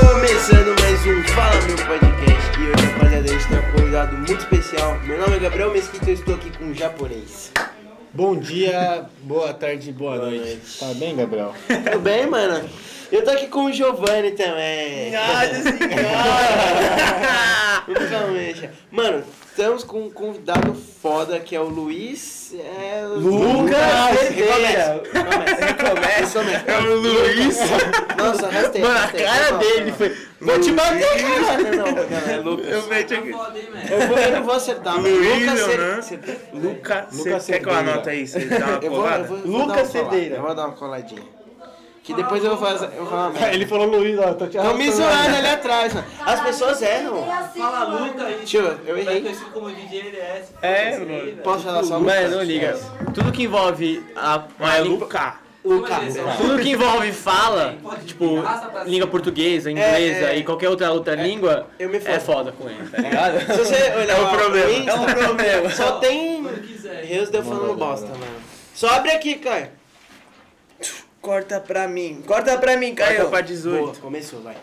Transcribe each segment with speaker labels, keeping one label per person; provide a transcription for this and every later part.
Speaker 1: Começando mais um Fala Meu Podcast e hoje, rapaziada, a gente tem um convidado muito especial. Meu nome é Gabriel Mesquita e eu estou aqui com um japonês.
Speaker 2: Bom dia, boa tarde, boa, noite. Tá bem, Gabriel?
Speaker 1: Tudo bem, mano? Eu tô aqui com o Giovanni também.
Speaker 3: Nossa senhora!
Speaker 1: Nunca mexa. Mano, estamos com um convidado foda que é o Luiz. É,
Speaker 3: Lucas
Speaker 1: Cerveira. Começa,
Speaker 3: É
Speaker 1: começa.
Speaker 3: o Luiz.
Speaker 1: Nossa, rastei.
Speaker 3: Mano, a cara dele foi. Vou te bater, cara.
Speaker 1: Não, não, não, é Lucas.
Speaker 3: Eu meti aqui.
Speaker 1: Eu, vou, eu não vou acertar, mano.
Speaker 3: Luiz,
Speaker 1: Lucas Cer-
Speaker 3: né?
Speaker 1: Cerveira.
Speaker 3: Luca,
Speaker 2: Lucas
Speaker 3: você quer que eu
Speaker 2: Cerdeira.
Speaker 3: anote aí? Você dá uma
Speaker 1: Eu vou, eu
Speaker 3: colada?
Speaker 1: vou,
Speaker 2: Lucas
Speaker 1: vou dar uma colada,
Speaker 2: Cedeira.
Speaker 1: Eu vou dar uma coladinha. Que depois eu vou fazer. Eu vou falar uma
Speaker 2: Ah,
Speaker 1: merda.
Speaker 2: Ele falou Luiz, ó, tô te
Speaker 1: Estão me
Speaker 2: arrastando.
Speaker 1: zoando ali atrás, mano. As pessoas erram.
Speaker 4: Fala Luca aí.
Speaker 1: Tio, eu
Speaker 4: Vai
Speaker 1: errei.
Speaker 4: conhecido como DJ LS.
Speaker 3: É,
Speaker 4: Foda-se aí,
Speaker 3: mano.
Speaker 4: velho.
Speaker 1: Posso falar só
Speaker 5: Mano,
Speaker 1: Lucas?
Speaker 5: não liga. Tudo que envolve a.
Speaker 3: Mas é
Speaker 5: a língua-
Speaker 3: Luca.
Speaker 1: Lucas.
Speaker 5: Tudo que envolve fala,
Speaker 4: Pode
Speaker 5: tipo,
Speaker 4: ligar, só pra cima.
Speaker 5: língua portuguesa, inglesa
Speaker 1: é.
Speaker 5: e qualquer outra outra língua,
Speaker 1: eu me
Speaker 5: é
Speaker 1: fodo.
Speaker 5: foda com ele, tá ligado?
Speaker 1: Se você olhar
Speaker 3: É um
Speaker 1: lá,
Speaker 3: problema.
Speaker 1: o Insta,
Speaker 5: É um problema.
Speaker 1: Só tem.
Speaker 4: Quando quiser.
Speaker 1: Reus deu falando
Speaker 2: Manda,
Speaker 1: bosta, mano. Só abre aqui, Caio.
Speaker 5: Corta pra mim. Corta pra mim,
Speaker 3: Caiu
Speaker 1: Boa,
Speaker 3: pra 18.
Speaker 1: começou, vai.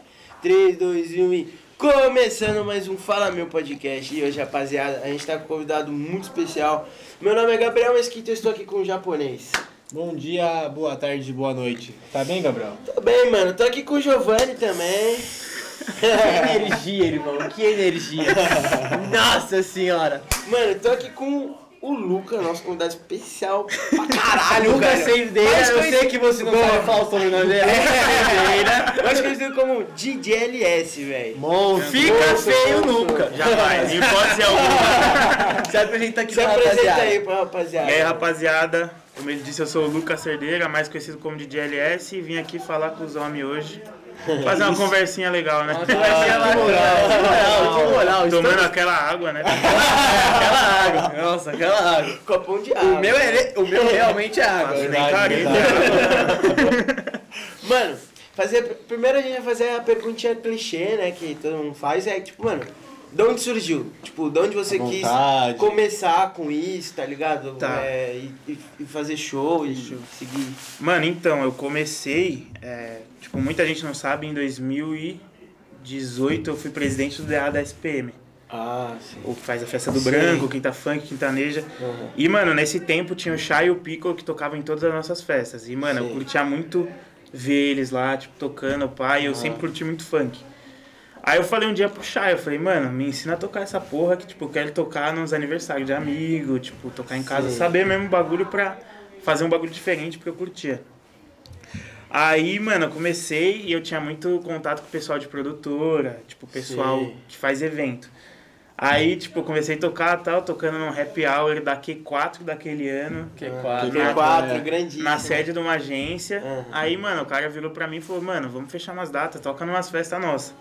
Speaker 1: 3, 2, 1 e. Começando mais um Fala Meu Podcast. E hoje, rapaziada, a gente tá com um convidado muito especial. Meu nome é Gabriel Mesquita e eu estou aqui com um japonês.
Speaker 2: Bom dia, boa tarde, boa noite. Tá bem, Gabriel?
Speaker 1: Tô bem, mano. Tô aqui com o Giovanni também.
Speaker 5: Que energia, irmão. Que energia. Nossa senhora.
Speaker 1: mano, tô aqui com o Luca, nosso convidado especial pra caralho,
Speaker 5: Lucas
Speaker 1: velho.
Speaker 5: Cerdeira,
Speaker 1: Mais
Speaker 5: eu
Speaker 1: conhecido-
Speaker 5: sei que é você não sabe falar o sobrenome dele. Cerdeira.
Speaker 1: Mais conhecido como DJLS, velho.
Speaker 5: Monstro. Fica feio nunca.
Speaker 3: Jamais, em hipótese alguma.
Speaker 5: Se apresenta aqui
Speaker 1: Se
Speaker 5: pra
Speaker 1: apresenta
Speaker 5: rapaziada.
Speaker 1: aí pra rapaziada.
Speaker 3: E aí, rapaziada. Como ele disse, eu sou o Lucas Cerdeira, mais conhecido como DJ LS, e vim aqui falar com os homens hoje. Fazer uma conversinha legal, né?
Speaker 5: Vai ser a Ah, moral, que moral, que moral.
Speaker 3: Tomando
Speaker 5: Estamos-
Speaker 3: aquela água, né?
Speaker 5: Aquela água. Nossa, aquela água.
Speaker 1: Copão de água.
Speaker 5: O meu, é, o meu realmente é água.
Speaker 3: Nem
Speaker 2: Verdade,
Speaker 3: caguei,
Speaker 1: Mano, fazer, primeiro a gente vai fazer a perguntinha clichê, né? Que todo mundo faz. É tipo, mano, de onde surgiu? Tipo, de onde você
Speaker 2: A
Speaker 1: quis
Speaker 2: vontade.
Speaker 1: começar com isso, tá ligado?
Speaker 3: Tá.
Speaker 1: É, e, e- e fazer show e seguir.
Speaker 3: Mano, então, eu comecei, é, tipo, muita gente não sabe, em 2018 eu fui presidente do DA da SPM.
Speaker 1: Ah, sim.
Speaker 3: O que faz a festa do
Speaker 1: Sim.
Speaker 3: branco, quinta funk, quintaneja.
Speaker 1: Uhum.
Speaker 3: E, mano, nesse tempo tinha o Chá e o Pico que tocavam em todas as nossas festas. E, mano,
Speaker 1: Sim.
Speaker 3: eu curtia muito ver eles lá, tipo, tocando, pai,
Speaker 1: Uhum.
Speaker 3: eu sempre curti muito funk. Aí eu falei um dia pro Chá, eu falei, mano, me ensina a tocar essa porra que, tipo, eu quero tocar nos aniversários de amigo, tipo, tocar em casa,
Speaker 1: Sim.
Speaker 3: saber mesmo o bagulho pra fazer um bagulho diferente, porque eu curtia. Aí, mano, eu comecei e eu tinha muito contato com o pessoal de produtora, tipo, o pessoal
Speaker 1: Sim.
Speaker 3: que faz evento. Aí, tipo, eu comecei a tocar tal, tocando num happy hour da Q4 daquele ano,
Speaker 5: Que quadro.
Speaker 3: Ah,
Speaker 1: P4,
Speaker 2: é.
Speaker 1: grandíssimo.
Speaker 3: na sede de uma agência.
Speaker 1: Uhum.
Speaker 3: Aí, mano, o cara virou pra mim e falou, mano, vamos fechar umas datas, toca numas festas nossas.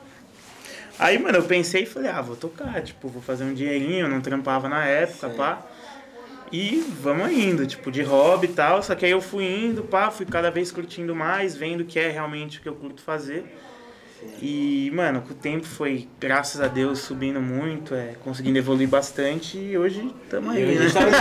Speaker 3: Aí, mano, eu pensei e falei, ah, vou tocar, tipo, vou fazer um dinheirinho, eu não trampava na época, pá. E vamos indo, tipo, de hobby e tal. Só que aí eu fui indo, pá, fui cada vez curtindo mais, vendo o que é realmente o que eu curto fazer. E, mano, com o tempo foi, graças a Deus, subindo muito, é, conseguindo evoluir bastante e hoje tamo
Speaker 1: E
Speaker 3: aí,
Speaker 1: hoje
Speaker 3: né?
Speaker 1: a gente tá onde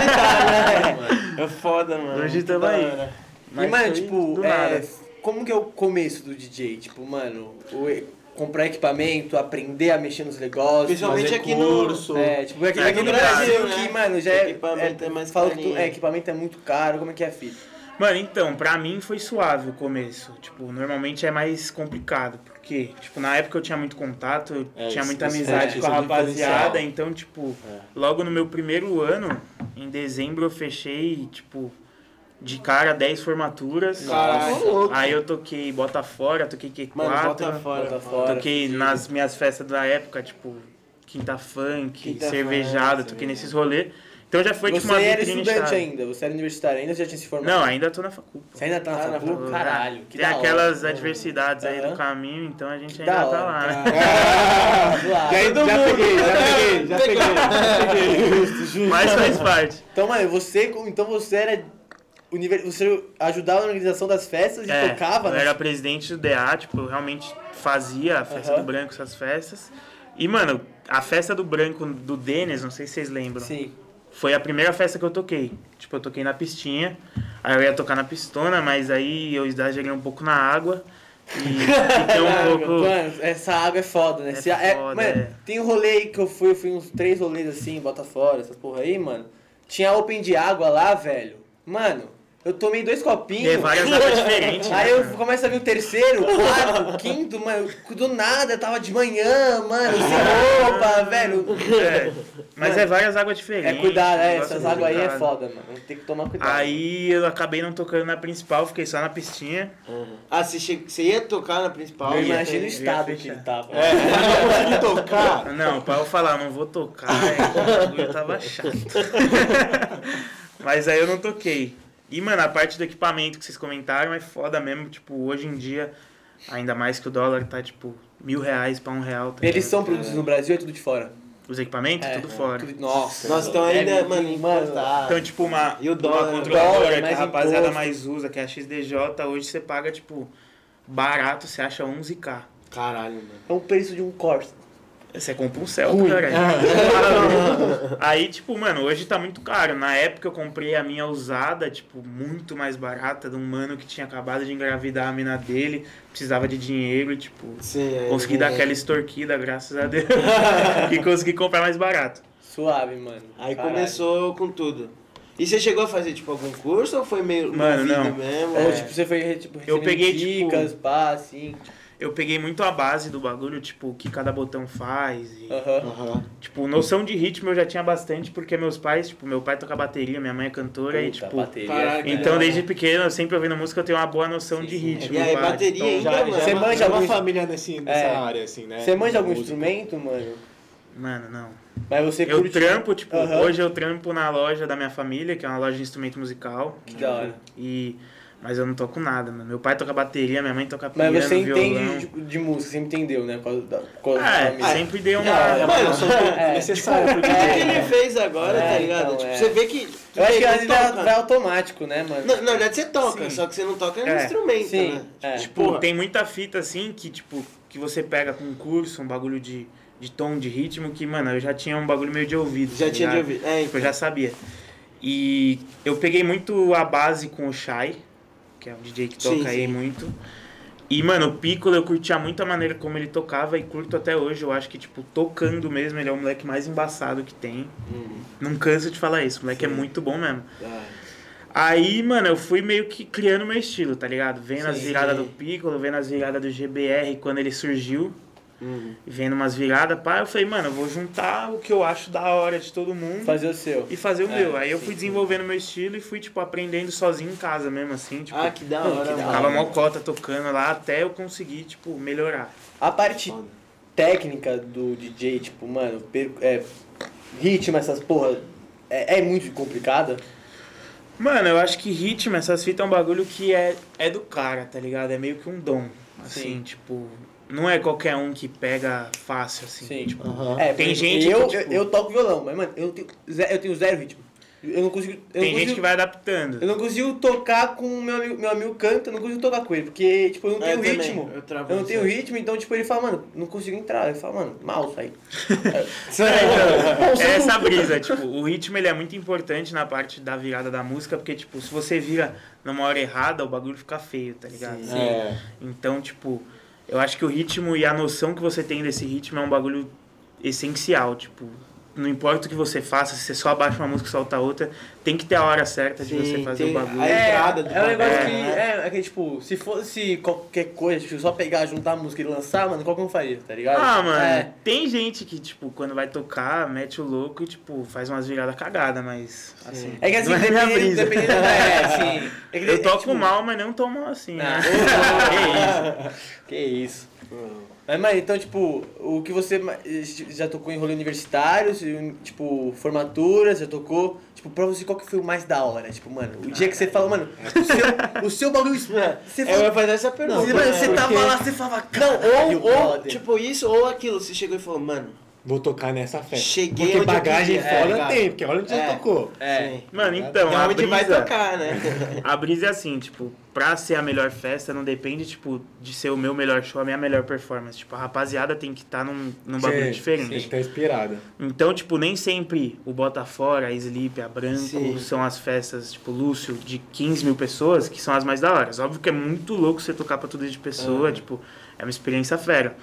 Speaker 1: tá, né? É foda, mano.
Speaker 3: Hoje
Speaker 1: Muito
Speaker 3: tamo
Speaker 1: da
Speaker 3: aí.
Speaker 1: hora.
Speaker 5: E, mano,
Speaker 3: foi
Speaker 5: tipo,
Speaker 3: do
Speaker 5: é,
Speaker 3: nada.
Speaker 5: como que é o começo do DJ? Tipo, mano, o e- comprar equipamento, aprender a mexer nos negócios.
Speaker 1: Principalmente
Speaker 5: fazer
Speaker 1: aqui no-
Speaker 5: curso. É, tipo, aqui,
Speaker 3: É,
Speaker 5: aqui no
Speaker 3: aqui no
Speaker 5: Brasil,
Speaker 1: Brasil, né?
Speaker 5: que, mano, já é.
Speaker 1: Equipamento é mais
Speaker 5: Fala que tu,
Speaker 1: carinho.
Speaker 5: é, equipamento é muito caro, como é que é a fita?
Speaker 3: Mano, então, pra mim foi suave o começo. Tipo, normalmente é mais complicado, porque, tipo, na época eu tinha muito contato, eu
Speaker 2: É,
Speaker 3: tinha
Speaker 2: isso-
Speaker 3: muita
Speaker 2: isso é-
Speaker 3: amizade
Speaker 2: isso
Speaker 3: com
Speaker 2: é
Speaker 3: a
Speaker 2: um diferencial.
Speaker 3: rapaziada, então, tipo, logo no meu primeiro ano, em dezembro eu fechei, tipo, de cara 10 formaturas.
Speaker 1: Caralho.
Speaker 3: Aí eu toquei Bota Fora, toquei Q4,
Speaker 1: Mano, bota fora.
Speaker 5: Bota
Speaker 1: mano.
Speaker 5: fora.
Speaker 3: toquei nas minhas festas da época, tipo, Quinta Funk,
Speaker 1: Quinta
Speaker 3: Cervejada,
Speaker 1: Funk,
Speaker 3: toquei nesses rolês. Então já foi, tipo,
Speaker 5: você
Speaker 3: uma
Speaker 5: era
Speaker 3: vitrine
Speaker 5: estudante
Speaker 3: chave.
Speaker 5: ainda, né? você era universitário ainda, você já tinha se formado?
Speaker 3: Não, ainda tô na faculdade.
Speaker 5: Você ainda tá na
Speaker 1: Ah, na
Speaker 5: faculdade?
Speaker 1: faculdade.
Speaker 5: Caralho, que
Speaker 3: Tem
Speaker 5: da hora.
Speaker 3: aquelas adversidades aí do
Speaker 5: Aham.
Speaker 3: caminho, então a gente
Speaker 5: Que
Speaker 3: ainda
Speaker 5: da
Speaker 3: tá
Speaker 5: hora,
Speaker 3: lá,
Speaker 5: Ah,
Speaker 3: né?
Speaker 5: zoado.
Speaker 1: Todo
Speaker 2: já
Speaker 1: é mundo.
Speaker 2: peguei, já peguei, já peguei, já peguei. Justo, justo.
Speaker 3: Mas faz parte.
Speaker 5: Então, mano, você, então você era. univer- Você ajudava na organização das festas e
Speaker 3: É,
Speaker 5: tocava,
Speaker 3: eu
Speaker 5: né?
Speaker 3: era presidente do DA, tipo, eu realmente fazia a festa
Speaker 5: Aham.
Speaker 3: do branco, essas festas. E, mano, a festa do branco do Denis, não sei se vocês lembram.
Speaker 5: Sim.
Speaker 3: Foi a primeira festa que eu toquei. Tipo, eu toquei na pistinha. Aí eu ia tocar na pistona, mas aí eu exagerei um pouco na água. E, e tem
Speaker 5: Ah,
Speaker 3: um
Speaker 5: meu,
Speaker 3: pouco.
Speaker 5: mano, essa água é foda, né?
Speaker 3: É
Speaker 5: Se a- é-
Speaker 3: foda,
Speaker 5: mano,
Speaker 3: é.
Speaker 5: tem um rolê aí que eu fui, eu fui uns três rolês assim, em Botafogo, essas porra aí, mano. Tinha open de água lá, velho. Mano, eu tomei dois copinhos.
Speaker 3: É, várias águas diferentes, né,
Speaker 5: Aí eu
Speaker 3: mano?
Speaker 5: começo a ver o terceiro, o quarto, o quinto, mano. Do nada, tava de manhã, mano, sem roupa, velho.
Speaker 3: É, mas é várias águas
Speaker 5: É
Speaker 3: diferentes. um
Speaker 5: cuidado, é,
Speaker 3: negócio
Speaker 5: essas águas aí é
Speaker 3: complicado.
Speaker 5: foda, mano. Tem que tomar cuidado.
Speaker 3: Aí eu acabei não tocando na principal, fiquei só na pistinha.
Speaker 1: Ah, você, che- você ia tocar na principal?
Speaker 5: eu
Speaker 1: né?
Speaker 5: imagino o
Speaker 3: ia
Speaker 5: estado
Speaker 3: fechar.
Speaker 5: que ele tava.
Speaker 2: Não consegui tocar.
Speaker 3: Não, pra eu falar, não vou tocar, é, o bagulho tava chato. Mas aí eu não toquei. E, mano, a parte do equipamento que vocês comentaram é foda mesmo. Tipo, hoje em dia, ainda mais que o dólar tá, tipo, mil reais pra um real. tá
Speaker 5: Eles
Speaker 3: ligado?
Speaker 5: são
Speaker 1: É.
Speaker 5: produzidos no Brasil e tudo de fora.
Speaker 3: Os equipamentos,
Speaker 5: É,
Speaker 3: tudo fora.
Speaker 5: tudo- Nossa.
Speaker 1: Nós estamos ainda,
Speaker 5: É,
Speaker 1: mano, tá.
Speaker 5: mano,
Speaker 1: importado.
Speaker 3: Então, tipo, uma,
Speaker 1: E o
Speaker 3: uma
Speaker 1: dólar,
Speaker 3: controladora
Speaker 5: dólar, é
Speaker 3: que a
Speaker 5: mais
Speaker 3: rapaziada
Speaker 5: imposto.
Speaker 3: mais usa, que é a XDJ, hoje você paga, tipo, barato, você acha 11k.
Speaker 1: Caralho, mano.
Speaker 5: É o preço de um Corsa.
Speaker 3: Você compra um Celta, cara.
Speaker 5: Ah.
Speaker 3: Aí, tipo, mano, hoje tá muito caro. Na época eu comprei a minha usada, tipo, muito mais barata, de um mano que tinha acabado de engravidar a mina dele, precisava de dinheiro, e, tipo,
Speaker 1: Sim, é,
Speaker 3: consegui dar aquela extorquida, graças a Deus, e consegui comprar mais barato.
Speaker 5: Suave, mano.
Speaker 1: Aí
Speaker 5: Caralho.
Speaker 1: começou com tudo. E você chegou a fazer, tipo, algum curso ou foi meio
Speaker 3: Mano,
Speaker 1: movido
Speaker 3: não.
Speaker 1: mesmo? É.
Speaker 5: Ou tipo, você foi tipo, recebendo
Speaker 3: peguei, tipo,
Speaker 5: dicas, pá, assim.
Speaker 3: Eu peguei muito a base do bagulho, tipo, o que cada botão faz e...
Speaker 5: Aham.
Speaker 1: Aham.
Speaker 3: Tipo, noção de ritmo eu já tinha bastante, porque meus pais, tipo, meu pai toca bateria, minha mãe é cantora e,
Speaker 5: Puta,
Speaker 3: tipo...
Speaker 5: bateria.
Speaker 1: Caralho,
Speaker 3: Então,
Speaker 1: Legal.
Speaker 3: desde pequeno, eu sempre ouvindo música, eu tenho uma boa noção de ritmo.
Speaker 1: E
Speaker 5: é
Speaker 1: aí,
Speaker 3: pá.
Speaker 1: bateria ainda,
Speaker 2: Já,
Speaker 1: mano.
Speaker 2: já
Speaker 5: Você
Speaker 2: é uma-
Speaker 5: manja
Speaker 2: é uma
Speaker 5: algum-
Speaker 2: família nesse, nessa
Speaker 5: É.
Speaker 2: área, assim, né?
Speaker 5: Você manja algum
Speaker 2: Música.
Speaker 5: instrumento, mano?
Speaker 3: Mano, não.
Speaker 5: Mas você
Speaker 3: Eu
Speaker 5: curte.
Speaker 3: trampo, tipo,
Speaker 5: Aham.
Speaker 3: hoje eu trampo na loja da minha família, que é uma loja de instrumento musical.
Speaker 5: Que da hora.
Speaker 3: E... Mas eu não toco nada, mano. Meu pai toca bateria, minha mãe toca piano,
Speaker 5: Mas você
Speaker 3: violão.
Speaker 5: entende de, de música, você entendeu, né? Qual, da, qual
Speaker 3: É,
Speaker 5: da família.
Speaker 3: sempre deu uma...
Speaker 2: É uma
Speaker 1: Mano,
Speaker 2: noção
Speaker 5: é,
Speaker 2: necessária pro
Speaker 1: O que
Speaker 2: DJ,
Speaker 1: ele
Speaker 2: né?
Speaker 1: fez agora,
Speaker 5: É,
Speaker 1: tá ligado?
Speaker 5: então,
Speaker 1: tipo,
Speaker 5: é.
Speaker 1: você vê que.
Speaker 5: Eu acho que
Speaker 1: não
Speaker 5: às vezes ela
Speaker 1: toca.
Speaker 5: vai automático, né, mano?
Speaker 1: Na, na verdade, é você toca,
Speaker 3: Sim.
Speaker 1: só que você não toca no
Speaker 3: É.
Speaker 1: instrumento,
Speaker 5: Sim,
Speaker 1: né?
Speaker 5: é.
Speaker 3: Tipo,
Speaker 1: Porra.
Speaker 3: tem muita fita assim que, tipo, que você pega com um curso, um bagulho de, de tom, de ritmo, que, mano, eu já tinha um bagulho meio de ouvido.
Speaker 1: Já
Speaker 3: tá
Speaker 1: tinha de
Speaker 3: ligado?
Speaker 1: ouvido. É,
Speaker 3: Tipo,
Speaker 1: então.
Speaker 3: eu já sabia. E eu peguei muito a base com o Shai, que é um DJ que toca
Speaker 1: Sim, sim.
Speaker 3: aí muito. E, mano, o Piccolo eu curtia muito a maneira como ele tocava e curto até hoje. Eu acho que, tipo, tocando mesmo, ele é o moleque mais embaçado que tem.
Speaker 1: Uhum.
Speaker 3: Não canso de falar isso, o moleque é muito bom mesmo.
Speaker 1: Ah,
Speaker 3: Aí, mano, eu fui meio que criando meu estilo, tá ligado? Vendo as
Speaker 1: Sim.
Speaker 3: viradas do Piccolo, vendo as viradas do GBR quando ele surgiu,
Speaker 1: uhum.
Speaker 3: vendo umas viradas, pá, eu falei, mano, eu vou juntar o que eu acho da hora de todo mundo
Speaker 5: Fazer o seu.
Speaker 3: e fazer o
Speaker 5: É,
Speaker 3: meu. Aí eu
Speaker 5: sim,
Speaker 3: fui
Speaker 5: sim.
Speaker 3: desenvolvendo meu estilo e fui, tipo, aprendendo sozinho em casa mesmo, assim, tipo,
Speaker 1: Ah, que da
Speaker 5: Mano,
Speaker 1: hora,
Speaker 5: que da
Speaker 1: mano.
Speaker 3: ficava mó cota tocando lá até eu conseguir, tipo, melhorar.
Speaker 5: A parte técnica do DJ, tipo, mano, per- é, ritmo, essas porra, é, é muito complicada.
Speaker 3: Mano, eu acho que ritmo, essas fitas é um bagulho que é, é do cara, tá ligado? É meio que um dom. Assim,
Speaker 5: Sim.
Speaker 3: tipo, não é qualquer um que pega fácil, assim.
Speaker 5: Sim.
Speaker 3: Tipo,
Speaker 1: Aham.
Speaker 5: É,
Speaker 3: Tem
Speaker 5: porque
Speaker 3: gente
Speaker 5: eu,
Speaker 3: que, tipo-
Speaker 5: eu, eu toco violão, mas, mano, eu tenho, ze- eu tenho zero ritmo. Eu não consigo. Eu
Speaker 3: Tem
Speaker 5: não
Speaker 3: gente
Speaker 5: consigo,
Speaker 3: que vai adaptando.
Speaker 5: Eu não consigo tocar com o meu amigo, meu amigo canta, eu não consigo tocar com ele, porque, tipo, eu não
Speaker 1: É,
Speaker 5: tenho
Speaker 1: eu também,
Speaker 5: ritmo.
Speaker 1: eu travo
Speaker 5: não
Speaker 1: isso
Speaker 5: tenho
Speaker 1: aí.
Speaker 5: ritmo, então, tipo, ele fala, mano, não consigo entrar. Eu falo, mano, mal, sai.
Speaker 3: É, então, é essa brisa, tipo, o ritmo ele é muito importante na parte da virada da música, porque, tipo, se você vira numa hora errada, o bagulho fica feio, tá ligado?
Speaker 1: Sim.
Speaker 2: É.
Speaker 3: Então, tipo, eu acho que o ritmo e a noção que você tem desse ritmo é um bagulho essencial, tipo, não importa o que você faça, se você só abaixa uma música e solta outra, tem que ter a hora certa de
Speaker 1: Sim,
Speaker 3: você fazer
Speaker 1: tem-
Speaker 3: o bagulho.
Speaker 1: a entrada do
Speaker 5: é um negócio
Speaker 1: bagulho,
Speaker 5: que.
Speaker 1: né?
Speaker 5: É, é que, tipo, se fosse qualquer coisa, tipo, só pegar, juntar a música e lançar, mano, qual que eu faria, tá ligado?
Speaker 3: Ah, mano,
Speaker 5: É.
Speaker 3: tem gente que, tipo, quando vai tocar, mete o louco e, tipo, faz umas viradas cagadas, mas, assim...
Speaker 5: É que assim,
Speaker 3: não é minha
Speaker 5: dependendo,
Speaker 3: brisa.
Speaker 5: dependendo da. É, assim. É que,
Speaker 3: Eu toco
Speaker 5: tipo,
Speaker 3: mal, mas não tão mal assim, né?
Speaker 5: Ah.
Speaker 3: Que
Speaker 5: Que isso. Mas, mas então, tipo, o que você ma- já tocou em rolê universitário, se- tipo, formatura, já tocou. Tipo, pra você, qual que foi o mais da hora? Tipo, mano, o dia que você falou, mano, o seu, o seu bagulho. Você
Speaker 1: Ah, é. Eu
Speaker 5: falou,
Speaker 1: ia fazer essa pergunta.
Speaker 5: você, mano,
Speaker 1: né?
Speaker 5: você tava
Speaker 1: Porque-
Speaker 5: lá, você falava,
Speaker 1: Não,
Speaker 5: caralho,
Speaker 1: ou, ou
Speaker 5: brother.
Speaker 1: tipo isso, ou aquilo. Você chegou e falou, mano,
Speaker 2: Vou tocar nessa festa.
Speaker 1: Cheguei
Speaker 2: Porque
Speaker 1: onde eu
Speaker 2: bagagem
Speaker 1: queria,
Speaker 5: é,
Speaker 2: fora
Speaker 5: ligado?
Speaker 2: tem, porque olha onde
Speaker 5: É.
Speaker 2: já tocou.
Speaker 5: É.
Speaker 1: Sim.
Speaker 3: Mano,
Speaker 2: ligado?
Speaker 3: então, a
Speaker 1: Realmente
Speaker 3: brisa,
Speaker 1: vai tocar, né?
Speaker 3: a brisa é assim, tipo, pra ser a melhor festa não depende, tipo, de ser o meu melhor show, a minha melhor performance. Tipo, a rapaziada tem que estar num, num bagulho
Speaker 2: Sim,
Speaker 3: diferente.
Speaker 2: Tem que estar inspirada.
Speaker 3: Então, tipo, nem sempre o Botafora, a Sleep, a Branco
Speaker 1: Sim.
Speaker 3: são as festas, tipo, Lúcio, de 15 mil pessoas, que são as mais da hora. Óbvio que é muito louco você tocar pra tudo de pessoa, tipo, é uma experiência fera.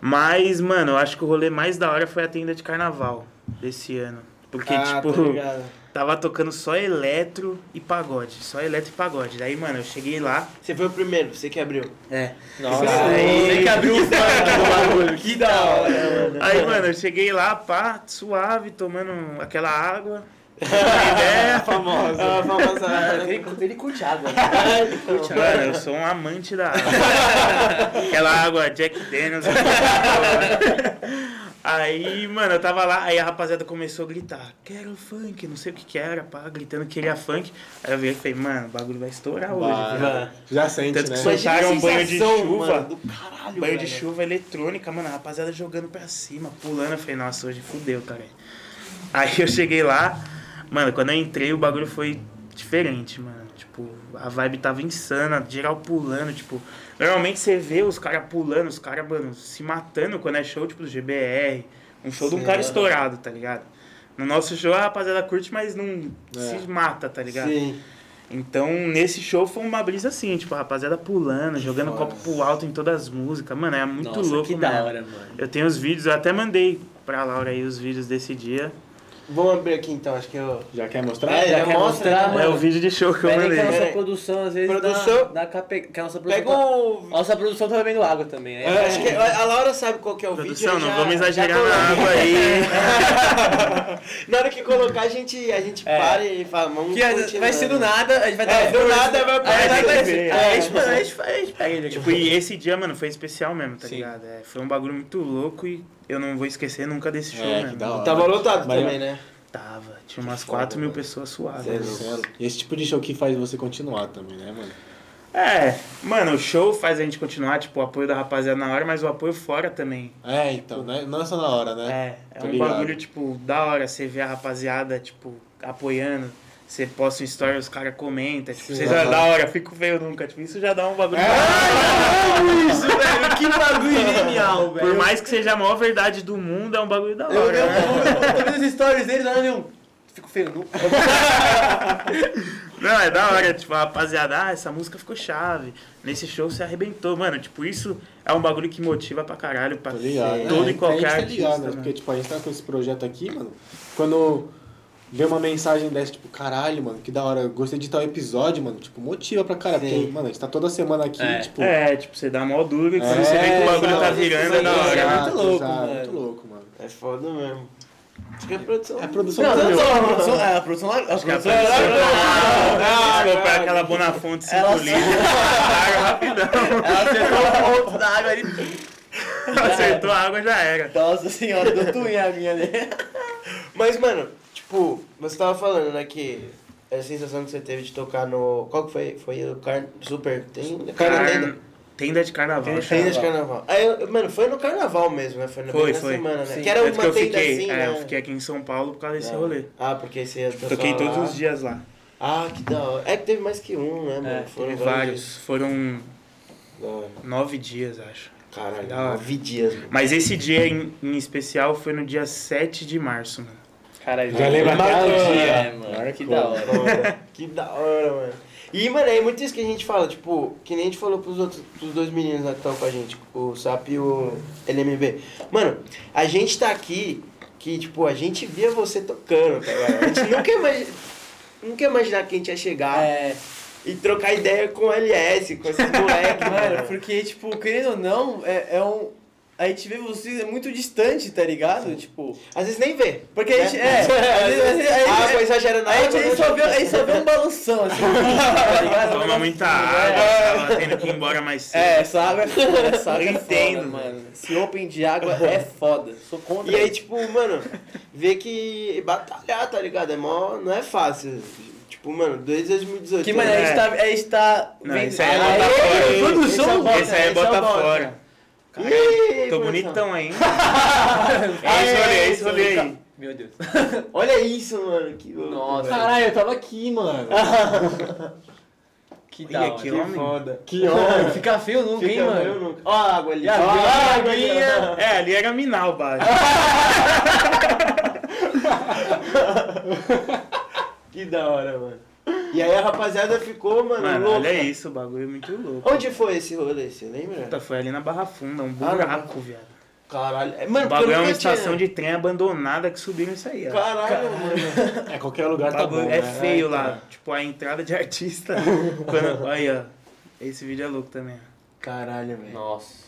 Speaker 3: Mas, mano, eu acho que o rolê mais da hora foi a tenda de carnaval desse ano. Porque,
Speaker 1: Ah,
Speaker 3: tipo,
Speaker 1: tá ligado.
Speaker 3: tava tocando só eletro e pagode. Só eletro e pagode. Daí, mano, eu cheguei lá.
Speaker 1: Você foi o primeiro, você que abriu.
Speaker 3: É.
Speaker 5: Nossa, tem que abrir o funk do bagulho. Que da hora, mano.
Speaker 3: Aí,
Speaker 1: É.
Speaker 3: mano, eu cheguei lá, pá, suave, tomando aquela água. ideia.
Speaker 1: Famosa. Ah, famosa.
Speaker 5: Ele, ele curte água. né?
Speaker 1: Ah, então.
Speaker 3: Mano, eu sou um amante da água. Aquela água Jack Daniels. aí, mano, eu tava lá, aí a rapaziada começou a gritar, quero funk, não sei o que que era, pá, gritando que queria funk. Aí eu vi e falei, mano, o bagulho vai estourar hoje. viu?
Speaker 1: Mano,
Speaker 2: Já sente,
Speaker 3: Tanto
Speaker 2: né?
Speaker 3: que só-
Speaker 1: imagina a
Speaker 3: Soltaram um banho de
Speaker 1: sensação,
Speaker 3: chuva.
Speaker 1: mano, do caralho,
Speaker 3: Banho de
Speaker 1: velho.
Speaker 3: chuva eletrônica, mano, a rapaziada jogando pra cima, pulando. Eu falei, nossa, hoje fudeu, cara. Aí eu cheguei lá, mano, quando eu entrei o bagulho foi diferente, mano. Tipo, a vibe tava insana, geral pulando, tipo. Normalmente você vê os caras pulando, os caras, mano, se matando quando é show, tipo, do GBR. Um show de um cara estourado, tá ligado? No nosso show a rapaziada curte, mas não
Speaker 1: É.
Speaker 3: se mata, tá ligado?
Speaker 1: Sim.
Speaker 3: Então, nesse show foi uma brisa assim, tipo, a rapaziada pulando, jogando copo pro alto em todas as músicas. Mano, é muito
Speaker 5: Nossa,
Speaker 3: louco,
Speaker 5: que
Speaker 3: mano.
Speaker 5: da hora, mano.
Speaker 3: Eu tenho os vídeos, eu até mandei pra Laura aí os vídeos desse dia.
Speaker 1: Vamos abrir aqui então, acho que eu.
Speaker 2: Já quer mostrar?
Speaker 1: É,
Speaker 5: Já
Speaker 1: já
Speaker 5: quer
Speaker 1: mostra,
Speaker 5: mostrar?
Speaker 1: né,
Speaker 3: É
Speaker 5: Ah, mano?
Speaker 3: o vídeo de show que eu
Speaker 5: Pera aí que a
Speaker 3: mandei.
Speaker 5: nossa
Speaker 1: Peraí.
Speaker 5: produção, às vezes,
Speaker 1: É. Produção?
Speaker 5: dá, dá cape- que a nossa produção
Speaker 1: Pega
Speaker 5: tá-
Speaker 1: um. É.
Speaker 5: A nossa produção tá bebendo água também, né?
Speaker 1: Acho que a Laura sabe qual que é o
Speaker 3: Produção,
Speaker 1: vídeo.
Speaker 3: não
Speaker 1: já-
Speaker 3: vamos
Speaker 1: já
Speaker 3: exagerar
Speaker 1: coloca.
Speaker 3: na água aí.
Speaker 1: Na hora que colocar, a gente, a gente
Speaker 5: É.
Speaker 1: para e fala, vamos
Speaker 5: Que a-
Speaker 1: continuar.
Speaker 5: vai ser do nada, a gente vai dar...
Speaker 1: É, do nada vai
Speaker 5: Aí a gente vai
Speaker 1: aparecer.
Speaker 5: ver.
Speaker 1: É.
Speaker 5: Aí a gente- a gente- a gente pega ele aqui.
Speaker 3: Tipo, e esse dia, mano, foi especial mesmo, tá
Speaker 5: Sim.
Speaker 3: ligado? É, foi um bagulho muito louco e eu não vou esquecer nunca desse show,
Speaker 2: É,
Speaker 3: mesmo.
Speaker 2: que da hora.
Speaker 1: Tava lotado
Speaker 2: Mas-
Speaker 1: Tá também, né?
Speaker 3: Tava,
Speaker 5: Tipo,
Speaker 3: tinha umas 4 mil pessoas suaves.
Speaker 5: é
Speaker 2: Sério. E Esse tipo de show que faz você continuar também, né, mano?
Speaker 3: É, mano, o show faz a gente continuar, tipo, o apoio da rapaziada na hora, mas o apoio fora também.
Speaker 2: É, então, né? não é só na hora, né?
Speaker 3: É, é
Speaker 2: Tô
Speaker 3: um
Speaker 2: ligado.
Speaker 3: bagulho, tipo, da hora você vê a rapaziada, tipo, apoiando. Você posta um story, os caras comentam. Tipo, vocês já
Speaker 2: Aham. É,
Speaker 3: da hora, fico feio nunca. Tipo, isso já dá um bagulho.
Speaker 5: Isso, velho, que bagulho genial,
Speaker 3: Por mais que seja a maior verdade do mundo, é um bagulho da
Speaker 5: Eu, eu, eu,
Speaker 3: hora. né?
Speaker 5: eu, eu, eu, stories dele, lá nenhum. Fico feio, nu.
Speaker 3: Não, é da hora, tipo, a rapaziada, ah, essa música ficou chave. Nesse show você arrebentou. Mano, tipo, isso é um bagulho que motiva pra caralho, pra
Speaker 2: Tá ligado? né?
Speaker 3: todo
Speaker 2: A
Speaker 3: e
Speaker 2: gente-
Speaker 3: qualquer
Speaker 2: a gente tá ligado,
Speaker 3: artista.
Speaker 2: né?
Speaker 3: mano.
Speaker 2: Porque, tipo, a gente tá com esse projeto aqui, mano. Quando vê uma mensagem dessa, tipo, caralho, mano, que da hora, eu gostei de tal episódio, mano. Tipo, motiva pra caralho.
Speaker 1: Sim.
Speaker 2: Porque, mano, a gente tá toda semana aqui,
Speaker 5: É.
Speaker 2: tipo.
Speaker 3: É, tipo, você dá mó duro e quando
Speaker 2: É,
Speaker 3: você vê que o bagulho tá
Speaker 2: exato,
Speaker 3: virando, é da
Speaker 1: exato.
Speaker 3: hora.
Speaker 5: muito louco,
Speaker 2: exato,
Speaker 5: mano.
Speaker 2: muito louco, mano.
Speaker 1: É foda mesmo. Acho que é produção.
Speaker 2: É produção
Speaker 5: Não,
Speaker 2: do
Speaker 5: não,
Speaker 2: meu.
Speaker 5: não, a produção... é, A produção... A
Speaker 3: Os caras
Speaker 5: produção...
Speaker 3: falaram, "Ah,
Speaker 1: ah,
Speaker 3: vamos comprar
Speaker 1: ah,
Speaker 3: aquela Bonafonte 5
Speaker 5: Ela-
Speaker 3: litros. Cara, rapidão.
Speaker 5: Ela acertou o ponto da água ali.
Speaker 3: Acertou a água, já era.
Speaker 5: Nossa senhora, deu tuim a minha ali.
Speaker 1: Mas, mano, tipo, você tava falando, né, que a sensação que você teve de tocar no. Qual que foi? Foi o Car... Super. Tem. Carnaval.
Speaker 3: Car- Tenda de carnaval.
Speaker 1: Tenda de carnaval. Aí, eu- mano, foi no carnaval mesmo, né? Foi, na-
Speaker 3: Foi,
Speaker 1: na
Speaker 3: foi.
Speaker 1: semana, né?
Speaker 5: Sim. É.
Speaker 1: Que era
Speaker 3: Tanto
Speaker 1: uma
Speaker 3: que eu
Speaker 1: tenda
Speaker 3: fiquei,
Speaker 1: assim,
Speaker 3: é,
Speaker 1: né?
Speaker 3: eu fiquei aqui em São Paulo por causa desse rolê.
Speaker 1: Ah, porque você ia tocar
Speaker 3: Toquei todos
Speaker 1: lá.
Speaker 3: os dias lá.
Speaker 1: Ah, que da hora. É que teve mais que um, né, mano?
Speaker 5: É,
Speaker 1: Foram
Speaker 3: Teve vários. Foram
Speaker 1: dias. Da hora.
Speaker 3: nove dias, acho.
Speaker 1: Caralho,
Speaker 3: Da hora.
Speaker 1: nove dias, mano.
Speaker 3: Mas esse dia em, em especial foi no dia 7 de março, mano.
Speaker 5: Caralho,
Speaker 2: Já lembra até o dia.
Speaker 5: É, mano, que da hora.
Speaker 1: Foda. que da hora, mano. E, mano, é muito isso que a gente fala, tipo, que nem a gente falou pros outros, pros dois meninos lá que estão com a gente, o SAP e o LMB. Mano, a gente tá aqui, que, tipo, a gente via você tocando, tá ligado? A gente nunca imagina. Nunca ia imaginar que a gente ia chegar
Speaker 5: É,
Speaker 1: e trocar ideia com o LS, com esses moleques,
Speaker 5: mano,
Speaker 1: mano.
Speaker 5: porque, tipo, querendo ou não, é, é um... A gente vê vocês é muito distante, tá ligado? Tipo...
Speaker 1: Às vezes nem vê.
Speaker 5: Porque a gente... É,
Speaker 1: Às
Speaker 5: às vezes- às vezes-
Speaker 1: vezes-
Speaker 5: às
Speaker 1: ah,
Speaker 5: vezes-
Speaker 1: foi exagerando.
Speaker 5: Aí a gente- a
Speaker 1: Ah,
Speaker 5: gente só vê, a gente só vê um balanção, assim, tá ligado?
Speaker 3: Toma muita
Speaker 5: É.
Speaker 3: água, tava tendo que ir embora mais cedo.
Speaker 5: É, essa água é foda, essa água
Speaker 3: Eu
Speaker 5: é
Speaker 3: entendo,
Speaker 5: foda, mano. Esse open de água é foda. Sou contra.
Speaker 1: E aí, tipo, mano, ver que batalhar, tá ligado? É mó, não é fácil. Tipo, mano, desde 2018.
Speaker 5: que, mano,
Speaker 1: né?
Speaker 5: a gente tá... A gente tá
Speaker 3: Não,
Speaker 5: vendo-
Speaker 3: isso aí é
Speaker 5: Ah,
Speaker 3: botar
Speaker 5: é,
Speaker 3: fora.
Speaker 5: produção
Speaker 3: Esse aí é
Speaker 5: esse é o
Speaker 3: bota
Speaker 5: bota.
Speaker 3: fora.
Speaker 1: Ih,
Speaker 3: Tô
Speaker 1: produção.
Speaker 3: bonitão, hein? é esse rolê, é esse rolê aí.
Speaker 5: Meu Deus.
Speaker 1: Olha isso, mano. Que louco,
Speaker 5: Nossa.
Speaker 1: velho.
Speaker 2: Caralho, eu tava aqui, mano.
Speaker 5: Que
Speaker 3: E
Speaker 5: da
Speaker 3: aqui,
Speaker 5: hora.
Speaker 1: Que
Speaker 3: homem.
Speaker 1: foda.
Speaker 2: Que homem.
Speaker 5: Fica feio nunca, hein,
Speaker 1: Fica
Speaker 5: mano?
Speaker 1: eu nunca. Ó a água ali.
Speaker 5: E a
Speaker 1: Ó
Speaker 5: aguinha?
Speaker 1: ali.
Speaker 3: Ah, É, ali era Minal, baixo.
Speaker 1: Que da hora, mano. E aí a rapaziada ficou, mano,
Speaker 3: Mano,
Speaker 1: louca.
Speaker 3: olha isso, o bagulho é muito louco.
Speaker 1: Onde foi esse rolê, você lembra?
Speaker 3: Puta, foi ali na Barra Funda, um
Speaker 1: Ah, não.
Speaker 3: buraco, viado.
Speaker 1: Caralho. É,
Speaker 3: O
Speaker 1: Mano, porque
Speaker 3: bagulho
Speaker 1: eu
Speaker 3: é uma
Speaker 1: nunca tinha-
Speaker 3: estação de trem abandonada que subiram isso aí, ó.
Speaker 1: Caralho, mano.
Speaker 2: É, qualquer lugar
Speaker 3: O
Speaker 2: tá
Speaker 3: bagulho
Speaker 2: bom.
Speaker 3: é
Speaker 2: né?
Speaker 3: feio
Speaker 2: Ai,
Speaker 3: lá.
Speaker 2: cara.
Speaker 3: Tipo, a entrada de artista. Quando- Aí, ó. Esse vídeo é louco também, ó.
Speaker 1: Caralho, velho.
Speaker 5: Nossa.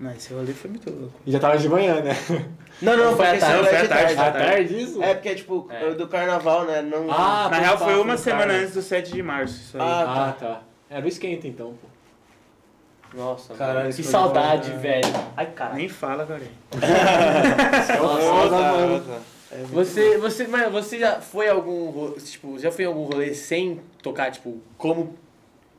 Speaker 3: Não, esse rolê foi muito louco.
Speaker 2: E já tava de manhã, né?
Speaker 1: Não, não,
Speaker 5: Não, foi
Speaker 1: foi
Speaker 5: à
Speaker 1: questão
Speaker 5: tarde,
Speaker 1: da
Speaker 3: foi à
Speaker 1: de
Speaker 3: tarde,
Speaker 2: À
Speaker 1: tarde.
Speaker 2: tarde isso?
Speaker 1: É porque é tipo
Speaker 5: É.
Speaker 1: do carnaval, né? Não...
Speaker 2: Ah,
Speaker 3: Na
Speaker 2: pô,
Speaker 3: real,
Speaker 2: tá,
Speaker 3: foi um uma
Speaker 2: tá,
Speaker 3: semana
Speaker 2: tá.
Speaker 3: antes do 7 de março, isso aí.
Speaker 1: Ah,
Speaker 2: Ah, tá. Era o esquenta então, pô.
Speaker 5: Nossa,
Speaker 1: Caralho,
Speaker 5: mano.
Speaker 1: isso
Speaker 5: Que
Speaker 1: foi
Speaker 5: saudade,
Speaker 1: bom, né?
Speaker 5: velho. é Ai, caralho.
Speaker 3: Nem fala, cara.
Speaker 2: É o foda, mano.
Speaker 5: Você, você, mas você já foi a algum, ro- tipo, já foi em algum rolê sem tocar, tipo, como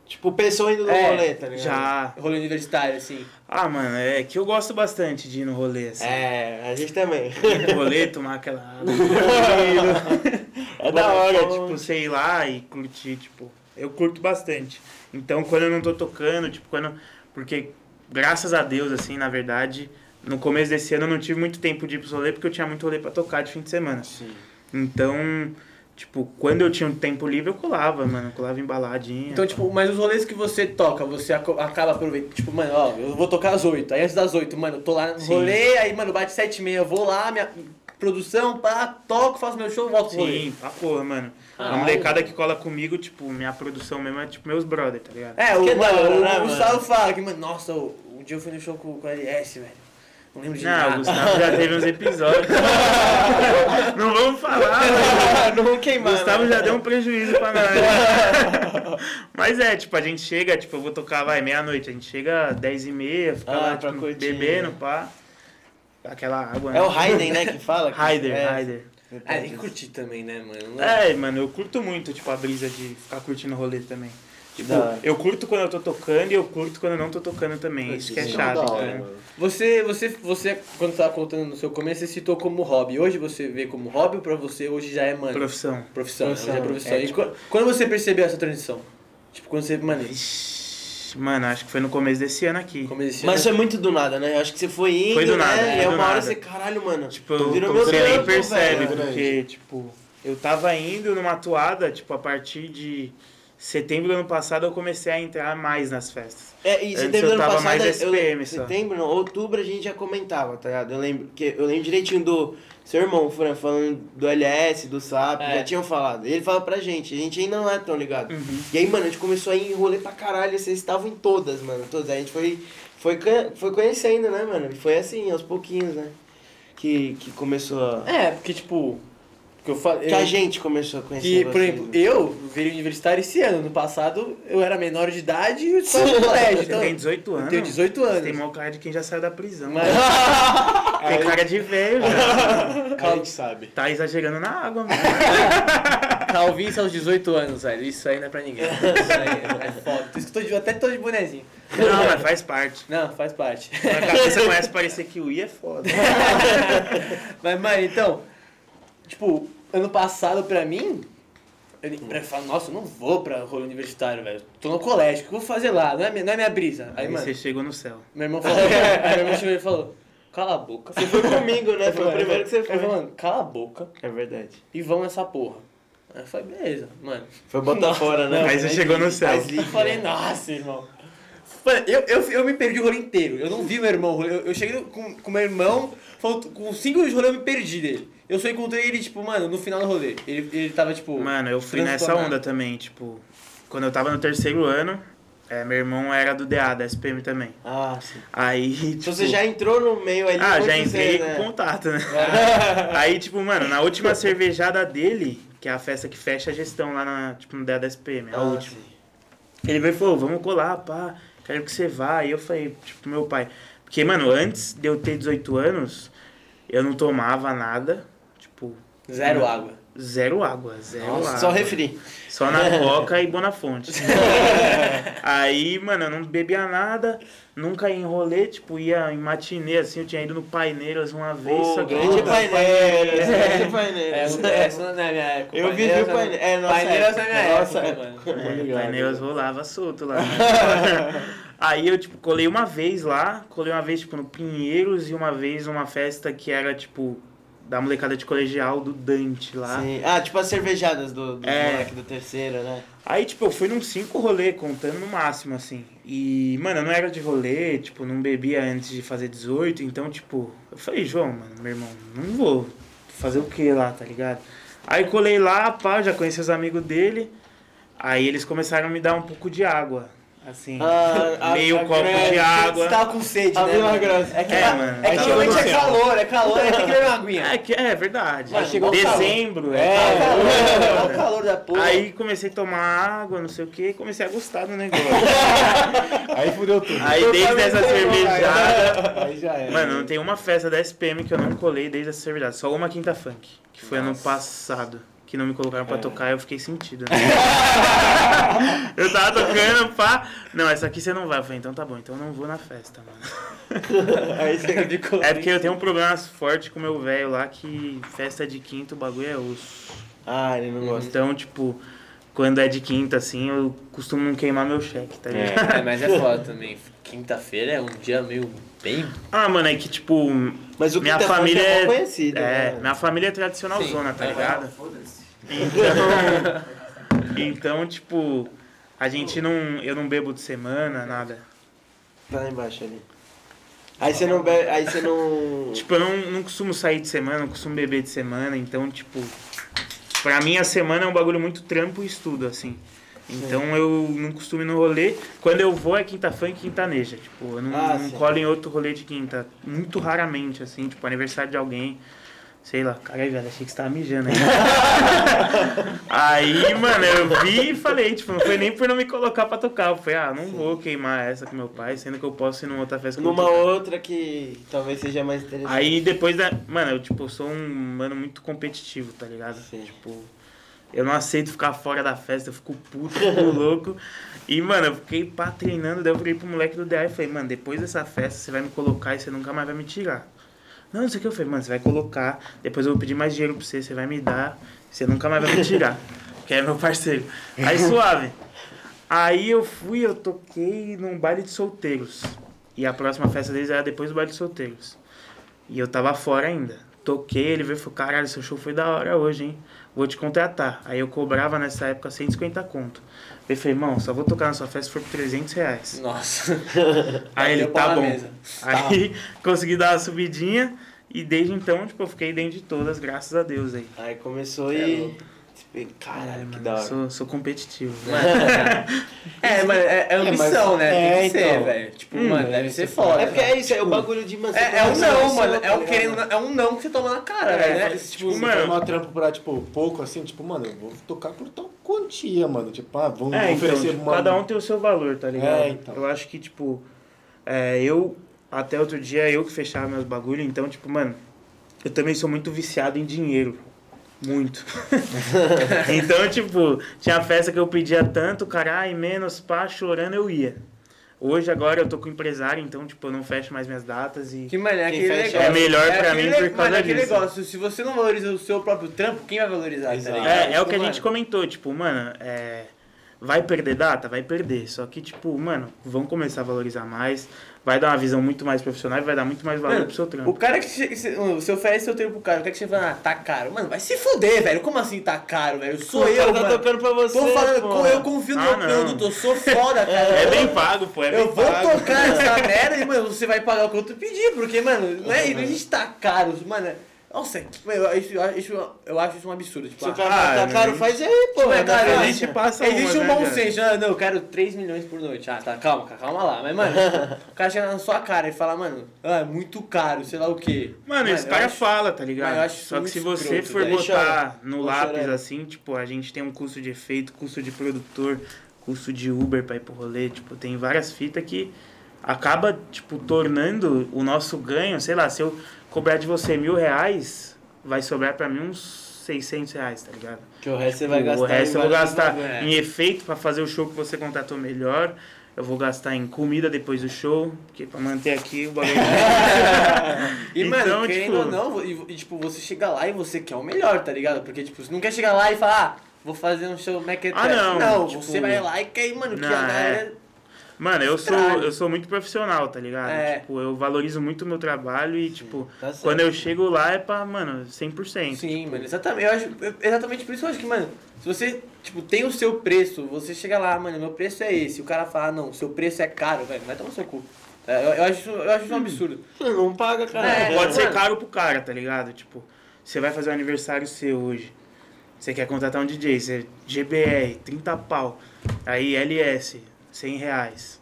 Speaker 1: Tipo, pessoa indo no
Speaker 5: É,
Speaker 1: rolê, tá ligado?
Speaker 3: Já.
Speaker 5: rolê universitário, assim?
Speaker 3: Ah, mano, é que eu gosto bastante de ir no rolê, assim.
Speaker 1: É, a gente também.
Speaker 3: Ir no rolê, tomar aquela água. tranquilo. é da hora,
Speaker 1: Bom.
Speaker 3: tipo, sei lá e curtir, tipo. Eu curto bastante. Então, quando eu não tô tocando, tipo, quando. Porque, graças a Deus, assim, na verdade, no começo desse ano eu não tive muito tempo de ir pro rolê, porque eu tinha muito rolê pra tocar de fim de semana.
Speaker 1: Sim.
Speaker 3: Então, tipo, quando eu tinha um tempo livre, eu colava, mano. Colava em baladinha.
Speaker 5: Então, tipo, mas os rolês que você toca, você aco- acaba aproveitando, tipo, mano, ó, eu vou tocar às 8, aí antes das 8, mano, eu tô lá no
Speaker 3: Sim.
Speaker 5: rolê, aí, mano, bate 7 e meia, eu vou lá, minha produção, pá, toco, faço meu show, volto pro rolê.
Speaker 3: Sim, pra porra, mano. A
Speaker 1: Ah.
Speaker 5: Caralho.
Speaker 3: molecada que cola comigo, tipo, minha produção mesmo é tipo meus brother, tá ligado?
Speaker 5: É, o,
Speaker 1: Que da hora,
Speaker 5: mano,
Speaker 1: né,
Speaker 5: o
Speaker 1: mano?
Speaker 5: Gustavo fala que, mano, nossa, o- um dia eu fui no show com, com a LS, velho, não lembro de
Speaker 3: Não, o
Speaker 5: nada.
Speaker 3: Ah, Gustavo já teve uns episódios. Não vamos falar, mas
Speaker 1: não vou
Speaker 3: o
Speaker 1: queimar.
Speaker 3: Gustavo
Speaker 1: né?
Speaker 3: já deu um prejuízo pra nós. Mas é, tipo, a gente chega, tipo, eu vou tocar, vai, meia-noite, a gente chega às 10 e meia, fica
Speaker 1: Ah,
Speaker 3: lá,
Speaker 1: pra
Speaker 3: tipo,
Speaker 1: curtir,
Speaker 3: bebendo, pá. Aquela água,
Speaker 1: É o Raiden, né, que fala?
Speaker 3: Raider,
Speaker 1: é.
Speaker 3: Raider.
Speaker 5: Ah, tem que curtir também, né, mano?
Speaker 3: É, mano, eu curto muito, tipo, a brisa de ficar curtindo o rolê também. Tipo,
Speaker 1: Da hora.
Speaker 3: eu curto quando eu tô tocando e eu curto quando eu não tô tocando também. Isso que é
Speaker 2: Isso
Speaker 3: chato,
Speaker 2: da hora,
Speaker 3: entendeu?
Speaker 2: mano.
Speaker 5: né? Você, você, você, quando tava contando no seu começo, você citou como hobby. Hoje você vê como hobby ou pra você hoje já é, mano,
Speaker 3: Profissão.
Speaker 5: profissão? né? Hoje
Speaker 1: Profissão.
Speaker 5: é profissão.
Speaker 1: É,
Speaker 5: E qu- quando você percebeu essa transição? Tipo, quando você, mano,
Speaker 3: Mano, acho que foi no começo desse ano aqui.
Speaker 5: como esse
Speaker 1: Mas foi muito do nada, né? Eu acho que você foi indo,
Speaker 3: Foi do nada,
Speaker 1: né? E
Speaker 3: é
Speaker 1: é
Speaker 3: do
Speaker 1: uma hora
Speaker 3: nada.
Speaker 1: você, caralho, mano.
Speaker 3: Tipo, eu-
Speaker 1: virou meu
Speaker 3: você nem
Speaker 1: trampo,
Speaker 3: percebe,
Speaker 1: velho.
Speaker 3: porque, tipo, eu tava indo numa toada, tipo, a partir de setembro do ano passado eu comecei a entrar mais nas festas.
Speaker 1: É, e
Speaker 3: Antes
Speaker 1: setembro
Speaker 3: eu
Speaker 1: do ano
Speaker 3: tava
Speaker 1: passado,
Speaker 3: mais
Speaker 1: eu,
Speaker 3: SPM só.
Speaker 1: setembro, não, outubro a gente já comentava, tá ligado? Eu lembro, que, eu lembro direitinho do seu irmão, o Fran, falando do LS, do SAP,
Speaker 5: É.
Speaker 1: já tinham falado. Ele fala pra gente, a gente ainda não é tão ligado. E aí, mano, a gente começou a enrolar pra caralho, vocês estavam em todas, mano, todas. Aí a gente foi, foi, can- foi conhecendo, né, mano? E foi assim, aos pouquinhos, né? Que, que começou a...
Speaker 5: É, porque, tipo, que É, eu falei...
Speaker 1: Que a gente começou a conhecer
Speaker 5: Que,
Speaker 1: vocês,
Speaker 5: por exemplo,
Speaker 1: né?
Speaker 5: eu virei universitário esse ano. No passado, eu era menor de idade e só no colégio.
Speaker 3: Você
Speaker 5: Então,
Speaker 3: tem 18 anos.
Speaker 5: eu tenho 18
Speaker 3: Você tem
Speaker 5: anos.
Speaker 3: maior cara de quem já saiu da prisão.
Speaker 5: Mas,
Speaker 3: Tem cara de velho, velho.
Speaker 2: A gente sabe.
Speaker 3: Tá exagerando na água, mano.
Speaker 5: calvície aos 18 é anos, velho. Isso aí não é pra ninguém. Isso aí é foda. Por isso que eu tô de, até tô de bonezinho.
Speaker 3: Não, mas faz parte.
Speaker 5: Não, faz parte.
Speaker 3: Na cabeça começa a parecer que o I é foda.
Speaker 5: Mas, mano, então, tipo, ano passado pra mim, eu, eu falo, nossa, eu não vou pra rolê universitário, velho. Tô no colégio, o que eu vou fazer lá? Não é, minha- não é minha brisa. Aí,
Speaker 3: Aí
Speaker 5: mano,
Speaker 3: você chegou no céu.
Speaker 5: meu irmão falou, aí meu irmão chegou e falou, cala a boca.
Speaker 1: Você foi comigo, né? Foi o primeiro que você
Speaker 5: Eu
Speaker 1: foi.
Speaker 5: falei, mano, cala a boca
Speaker 1: É verdade.
Speaker 5: e vão nessa porra. Aí eu falei, beleza, mano.
Speaker 1: Foi botar fora, né?
Speaker 5: Não,
Speaker 3: Aí você
Speaker 5: mas né?
Speaker 3: chegou no céu.
Speaker 1: Mas
Speaker 5: Eu falei, nossa, irmão. Falei, Eu, eu, eu me perdi o rolê inteiro. Eu não vi meu irmão. rolê. Eu, eu cheguei com, com meu irmão, falt- com cinco de rolê eu me perdi dele. Eu só encontrei ele, tipo, mano, no final do rolê. Ele, ele tava, tipo.
Speaker 3: Mano, eu fui nessa
Speaker 5: transtornado.
Speaker 3: onda também, tipo, quando eu tava no terceiro ano, é, meu irmão era do DA, da SPM também.
Speaker 1: Ah, sim.
Speaker 3: Aí, tipo,
Speaker 1: Então você já entrou no meio ali.
Speaker 3: Ah,
Speaker 1: quando
Speaker 3: já
Speaker 1: você,
Speaker 3: entrei
Speaker 1: né?
Speaker 3: com contato, né? Aí, tipo, mano, na última cervejada dele, que é a festa que fecha a gestão lá na, tipo, no DA da SPM, é a
Speaker 1: Ah,
Speaker 3: última. Ele veio e falou, vamos colar, pá, quero que você vá. Aí eu falei, tipo, meu pai. Porque, mano, antes de eu ter 18 anos, eu não tomava nada. Tipo,
Speaker 5: Zero água.
Speaker 3: Zero água, zero água.
Speaker 1: Só refri.
Speaker 3: Só na Coca e Bonafonte. Aí, mano, eu não bebia nada, nunca ia em rolê, tipo, ia em matinê, assim, eu tinha ido no Paineiras uma vez,
Speaker 1: Pô,
Speaker 3: só que...
Speaker 1: grande Paineiras, grande
Speaker 5: É,
Speaker 1: Paineiras.
Speaker 5: não- essa não é a minha época.
Speaker 1: Eu vivi
Speaker 5: Paineiras
Speaker 1: o Paine- é, nossa
Speaker 5: Paineiras
Speaker 1: época,
Speaker 5: é minha
Speaker 1: nossa
Speaker 5: época, mano.
Speaker 3: É,
Speaker 2: Tô ligado.
Speaker 3: Paineiras rolava solto lá. né? Aí eu, tipo, colei uma vez lá, colei uma vez, tipo, no Pinheiros e uma vez uma festa que era, tipo, da molecada de colegial do Dante lá.
Speaker 1: Sim. Ah, tipo as cervejadas do, do
Speaker 3: É.
Speaker 1: moleque do terceiro, né?
Speaker 3: Aí, tipo, eu fui num cinco rolê, contando no máximo, assim. E, mano, eu não era de rolê, tipo, não bebia antes de fazer 18, então, tipo, eu falei, João, mano, meu irmão, não vou fazer o que lá, tá ligado? Aí colei lá, pá, já conheci os amigos dele, aí eles começaram a me dar um pouco de água, assim,
Speaker 1: Ah, a-
Speaker 3: meio
Speaker 1: a
Speaker 3: copo
Speaker 1: grande-
Speaker 3: de água.
Speaker 5: Você tava com sede,
Speaker 1: A
Speaker 5: né?
Speaker 1: Vila
Speaker 5: mano?
Speaker 1: Grossa.
Speaker 5: É que,
Speaker 3: É,
Speaker 5: lá-
Speaker 3: mano.
Speaker 5: é que
Speaker 2: Tá
Speaker 5: realmente é
Speaker 2: tudo certo.
Speaker 5: calor, é calor, aí tem que beber uma aguinha.
Speaker 3: É que é verdade.
Speaker 5: Mas chegou o calor.
Speaker 3: Dezembro,
Speaker 5: Tá calor,
Speaker 3: é.
Speaker 5: tá calor da porra.
Speaker 3: Aí comecei a tomar água, não sei o que, comecei a gostar do negócio.
Speaker 2: Aí fudeu tudo.
Speaker 3: Aí desde essa cervejada.
Speaker 2: Aí já era.
Speaker 3: Mano, não tem uma festa da SPM que eu não colei desde essa cervejada. Só uma quinta funk, que foi ano passado. Que não me colocaram pra tocar e eu fiquei sentido. né? eu tava tocando, pá. Não, essa aqui você não vai. Eu falei, então tá bom, então eu não vou na festa, mano.
Speaker 5: Aí você ficou...
Speaker 3: é porque eu tenho um problema forte com o meu velho lá que festa de quinta o bagulho é osso.
Speaker 1: Ah, ele não gosta.
Speaker 3: Então, tipo, quando é de quinta assim, eu costumo não queimar meu cheque, tá ligado?
Speaker 5: É, mas é foda também. Quinta-feira é um dia meio bem...
Speaker 3: Ah, mano, é que tipo.
Speaker 1: Mas o
Speaker 3: minha
Speaker 1: Quinta Funk
Speaker 3: família
Speaker 1: é
Speaker 3: é.
Speaker 1: mal conhecido,
Speaker 3: é,
Speaker 1: né?
Speaker 3: minha família é tradicional
Speaker 5: Sim.
Speaker 3: zona, tá
Speaker 5: Aham.
Speaker 3: ligado?
Speaker 4: Foda-se.
Speaker 3: Então. então, tipo, a gente não. Eu não bebo de semana, nada.
Speaker 1: Tá lá embaixo ali. Aí você não bebe, aí você não...
Speaker 3: Tipo, eu não, não costumo sair de semana, não costumo beber de semana, então, tipo. Pra mim, a semana é um bagulho muito trampo e estudo, assim. Então eu não costumo ir no rolê. Quando eu vou é quinta fã e quinta neja. Tipo, eu não,
Speaker 1: Ah,
Speaker 3: não
Speaker 1: sim.
Speaker 3: colo em outro rolê de quinta. Muito raramente, assim, tipo, aniversário de alguém. Sei lá, caralho, velho, achei que você tava mijando aí. aí, mano, eu vi e falei, tipo, não foi nem por não me colocar pra tocar. Eu falei, ah, não vou queimar essa com meu pai, sendo que eu posso ir numa outra festa com
Speaker 1: Numa outra que talvez seja mais interessante.
Speaker 3: Aí depois da. Mano, eu tipo, eu sou um mano muito competitivo, tá ligado?
Speaker 1: Sim.
Speaker 3: Tipo, eu não aceito ficar fora da festa, eu fico puto, eu fico louco. E, mano, eu fiquei pá treinando, daí eu virei pro moleque do DA e falei, mano, depois dessa festa você vai me colocar e você nunca mais vai me tirar. Não, não sei o que eu falei, mano, você vai colocar, depois eu vou pedir mais dinheiro pra você, você vai me dar, você nunca mais vai me tirar. que é meu parceiro. Aí suave. Aí eu fui, eu toquei num baile de solteiros. E a próxima festa deles era depois do baile de solteiros. E eu tava fora ainda. Toquei, ele veio e falou, caralho, seu show foi da hora hoje, hein? Vou te contratar. Aí eu cobrava nessa época 150 conto. Ele falei, irmão, só vou tocar na sua festa se for por 300 reais.
Speaker 5: Nossa.
Speaker 3: Aí ele,
Speaker 5: Bateu pau na
Speaker 3: tá bom.
Speaker 5: mesa.
Speaker 3: Aí consegui dar uma subidinha. E desde então, tipo, eu fiquei dentro de todas, graças a Deus aí.
Speaker 1: Aí começou
Speaker 5: É
Speaker 1: e... tipo,
Speaker 5: louco.
Speaker 1: Caralho, que
Speaker 3: Mano,
Speaker 1: da hora.
Speaker 3: Sou, sou competitivo. né?
Speaker 5: É, mano, é, é ambição,
Speaker 2: mas-
Speaker 5: né? Tem
Speaker 2: é,
Speaker 5: que ser,
Speaker 2: então.
Speaker 5: velho. Tipo, mano, deve ser foda.
Speaker 1: Hum. É porque
Speaker 5: velho.
Speaker 1: é isso, é o bagulho de... Mano, você
Speaker 5: É, é um
Speaker 1: começa a
Speaker 5: não,
Speaker 1: ser
Speaker 5: mano.
Speaker 1: outro,
Speaker 5: É um
Speaker 1: tá
Speaker 5: querendo,
Speaker 1: ligado?
Speaker 5: é um não que você toma na cara,
Speaker 3: É,
Speaker 5: velho, né?
Speaker 3: é,
Speaker 5: Tipo,
Speaker 3: mano,
Speaker 2: Mano, uma trampo pra, tipo, pouco assim, tipo, mano, eu vou tocar por tal quantia, mano. Tipo, ah, vamos
Speaker 3: É, então,
Speaker 2: oferecer
Speaker 3: tipo,
Speaker 2: uma.
Speaker 3: cada um tem o seu valor, tá ligado?
Speaker 2: É, então.
Speaker 3: Eu acho que, tipo, é, eu, até outro dia, eu que fechava meus bagulho, então, tipo, mano, eu também sou muito viciado em dinheiro. Muito. então, tipo, tinha festa que eu pedia tanto, caralho, menos, pá, chorando, eu ia. Hoje, agora, eu tô com empresário, então, tipo, eu não fecho mais minhas datas e...
Speaker 5: Que, mano, é
Speaker 1: Quem tipo,
Speaker 5: aquele
Speaker 1: fecha-
Speaker 5: negócio.
Speaker 3: É melhor pra
Speaker 5: aquele
Speaker 3: mim
Speaker 5: ne-
Speaker 3: por causa
Speaker 5: Mano, é aquele
Speaker 3: disso.
Speaker 5: negócio. Se você não valoriza o seu próprio trampo, quem vai valorizar? tá
Speaker 2: Exato.
Speaker 3: É, é o que a
Speaker 5: Mano,
Speaker 3: gente comentou, tipo, mano, é, vai perder data? Vai perder. Só que, tipo, mano, vão começar a valorizar mais, vai dar uma visão muito mais profissional e vai dar muito mais valor
Speaker 5: Mano,
Speaker 3: pro seu
Speaker 5: O
Speaker 3: trampo.
Speaker 5: cara que che- que se- você oferece seu trampo pro cara, o cara que chega e fala, ah, tá caro. Mano, vai se fuder, velho. Como assim tá caro, velho? Sou
Speaker 1: Pô, o
Speaker 5: eu,
Speaker 1: cara tá
Speaker 5: mano.
Speaker 1: tocando pra você,
Speaker 5: Tô falando,
Speaker 1: pô.
Speaker 5: eu confio no
Speaker 3: Ah,
Speaker 5: meu
Speaker 3: não.
Speaker 5: produto, eu sou foda, cara.
Speaker 3: É bem pago, pô, é bem
Speaker 5: Eu vou
Speaker 3: pago.
Speaker 5: tocar essa merda e, mano, você vai pagar o que eu te pedir, porque, mano, não
Speaker 3: Uhum.
Speaker 5: é, a gente tá caro, mano. Nossa, que- mano, eu, isso- isso- eu acho isso um absurdo. Tipo,
Speaker 1: Se o
Speaker 5: ah,
Speaker 1: cara
Speaker 3: Ah,
Speaker 1: tá
Speaker 3: não. Tipo, é,
Speaker 1: caro, faz aí, pô.
Speaker 5: Mas,
Speaker 1: tá
Speaker 5: cara,
Speaker 1: fácil.
Speaker 3: a gente passa
Speaker 5: Existe
Speaker 3: uma,
Speaker 5: um
Speaker 3: né,
Speaker 5: bom
Speaker 3: cara?
Speaker 5: senso, ah, não, eu quero 3 milhões por noite. Ah, tá, calma, cara, calma lá. Mas, mano, tipo, o cara chega na sua cara e fala, mano, ah, é muito caro, sei lá o quê.
Speaker 3: Mano, esse
Speaker 5: eu
Speaker 3: cara
Speaker 5: acho-
Speaker 3: fala, tá ligado?
Speaker 5: Mas eu acho isso
Speaker 3: Só que
Speaker 5: muito
Speaker 3: se você
Speaker 5: escroto,
Speaker 3: for
Speaker 1: velho.
Speaker 3: botar
Speaker 1: Deixa eu-
Speaker 3: no
Speaker 1: vou
Speaker 3: lápis
Speaker 1: chorar.
Speaker 3: assim, tipo, a gente tem um custo de efeito, custo de produtor, custo de Uber pra ir pro rolê, tipo, tem várias fitas que acaba, tipo, tornando o nosso ganho, sei lá, se eu cobrar de você mil reais, vai sobrar pra mim uns 600 reais, tá ligado?
Speaker 1: Que o resto você vai gastar.
Speaker 3: o resto
Speaker 1: em
Speaker 3: eu vou
Speaker 1: vários
Speaker 3: gastar
Speaker 1: lugares.
Speaker 3: em efeito pra fazer o show que você contratou melhor. Eu vou gastar em comida depois do show, porque pra manter aqui o bagulho.
Speaker 5: E, mano,
Speaker 3: Então,
Speaker 5: querendo
Speaker 3: tipo-
Speaker 5: ou não, e, e, tipo, você chega lá e você quer o melhor, tá ligado? Porque, tipo, você não quer chegar lá e falar, ah, vou fazer um show mequetrefe.
Speaker 3: Ah, não,
Speaker 5: Não,
Speaker 3: tipo-
Speaker 5: você vai lá e quer, mano, que
Speaker 3: Não,
Speaker 5: a
Speaker 3: é.
Speaker 5: galera...
Speaker 3: Mano, eu sou,
Speaker 5: Caralho.
Speaker 3: eu sou muito profissional, tá ligado?
Speaker 5: É.
Speaker 3: Tipo, eu valorizo muito o meu trabalho e, tipo,
Speaker 1: tá certo.
Speaker 3: quando eu chego lá é pra, mano, 100%.
Speaker 5: Sim, mano, exatamente. Eu acho, eu- exatamente por isso eu acho que, mano, se você, tipo, tem o seu preço, você chega lá, mano, meu preço é esse. O cara fala, ah, não, seu preço é caro, velho, vai tomar seu cu. É, Eu, eu acho, isso- eu acho isso um
Speaker 3: Hum.
Speaker 5: absurdo.
Speaker 1: Você Não paga, cara.
Speaker 5: É,
Speaker 3: Não pode ser
Speaker 5: mano.
Speaker 3: caro pro cara, tá ligado? Tipo, você vai fazer um aniversário seu hoje. Você quer contratar um DJ, você GBR, 30 pau. Aí LS, 100 reais.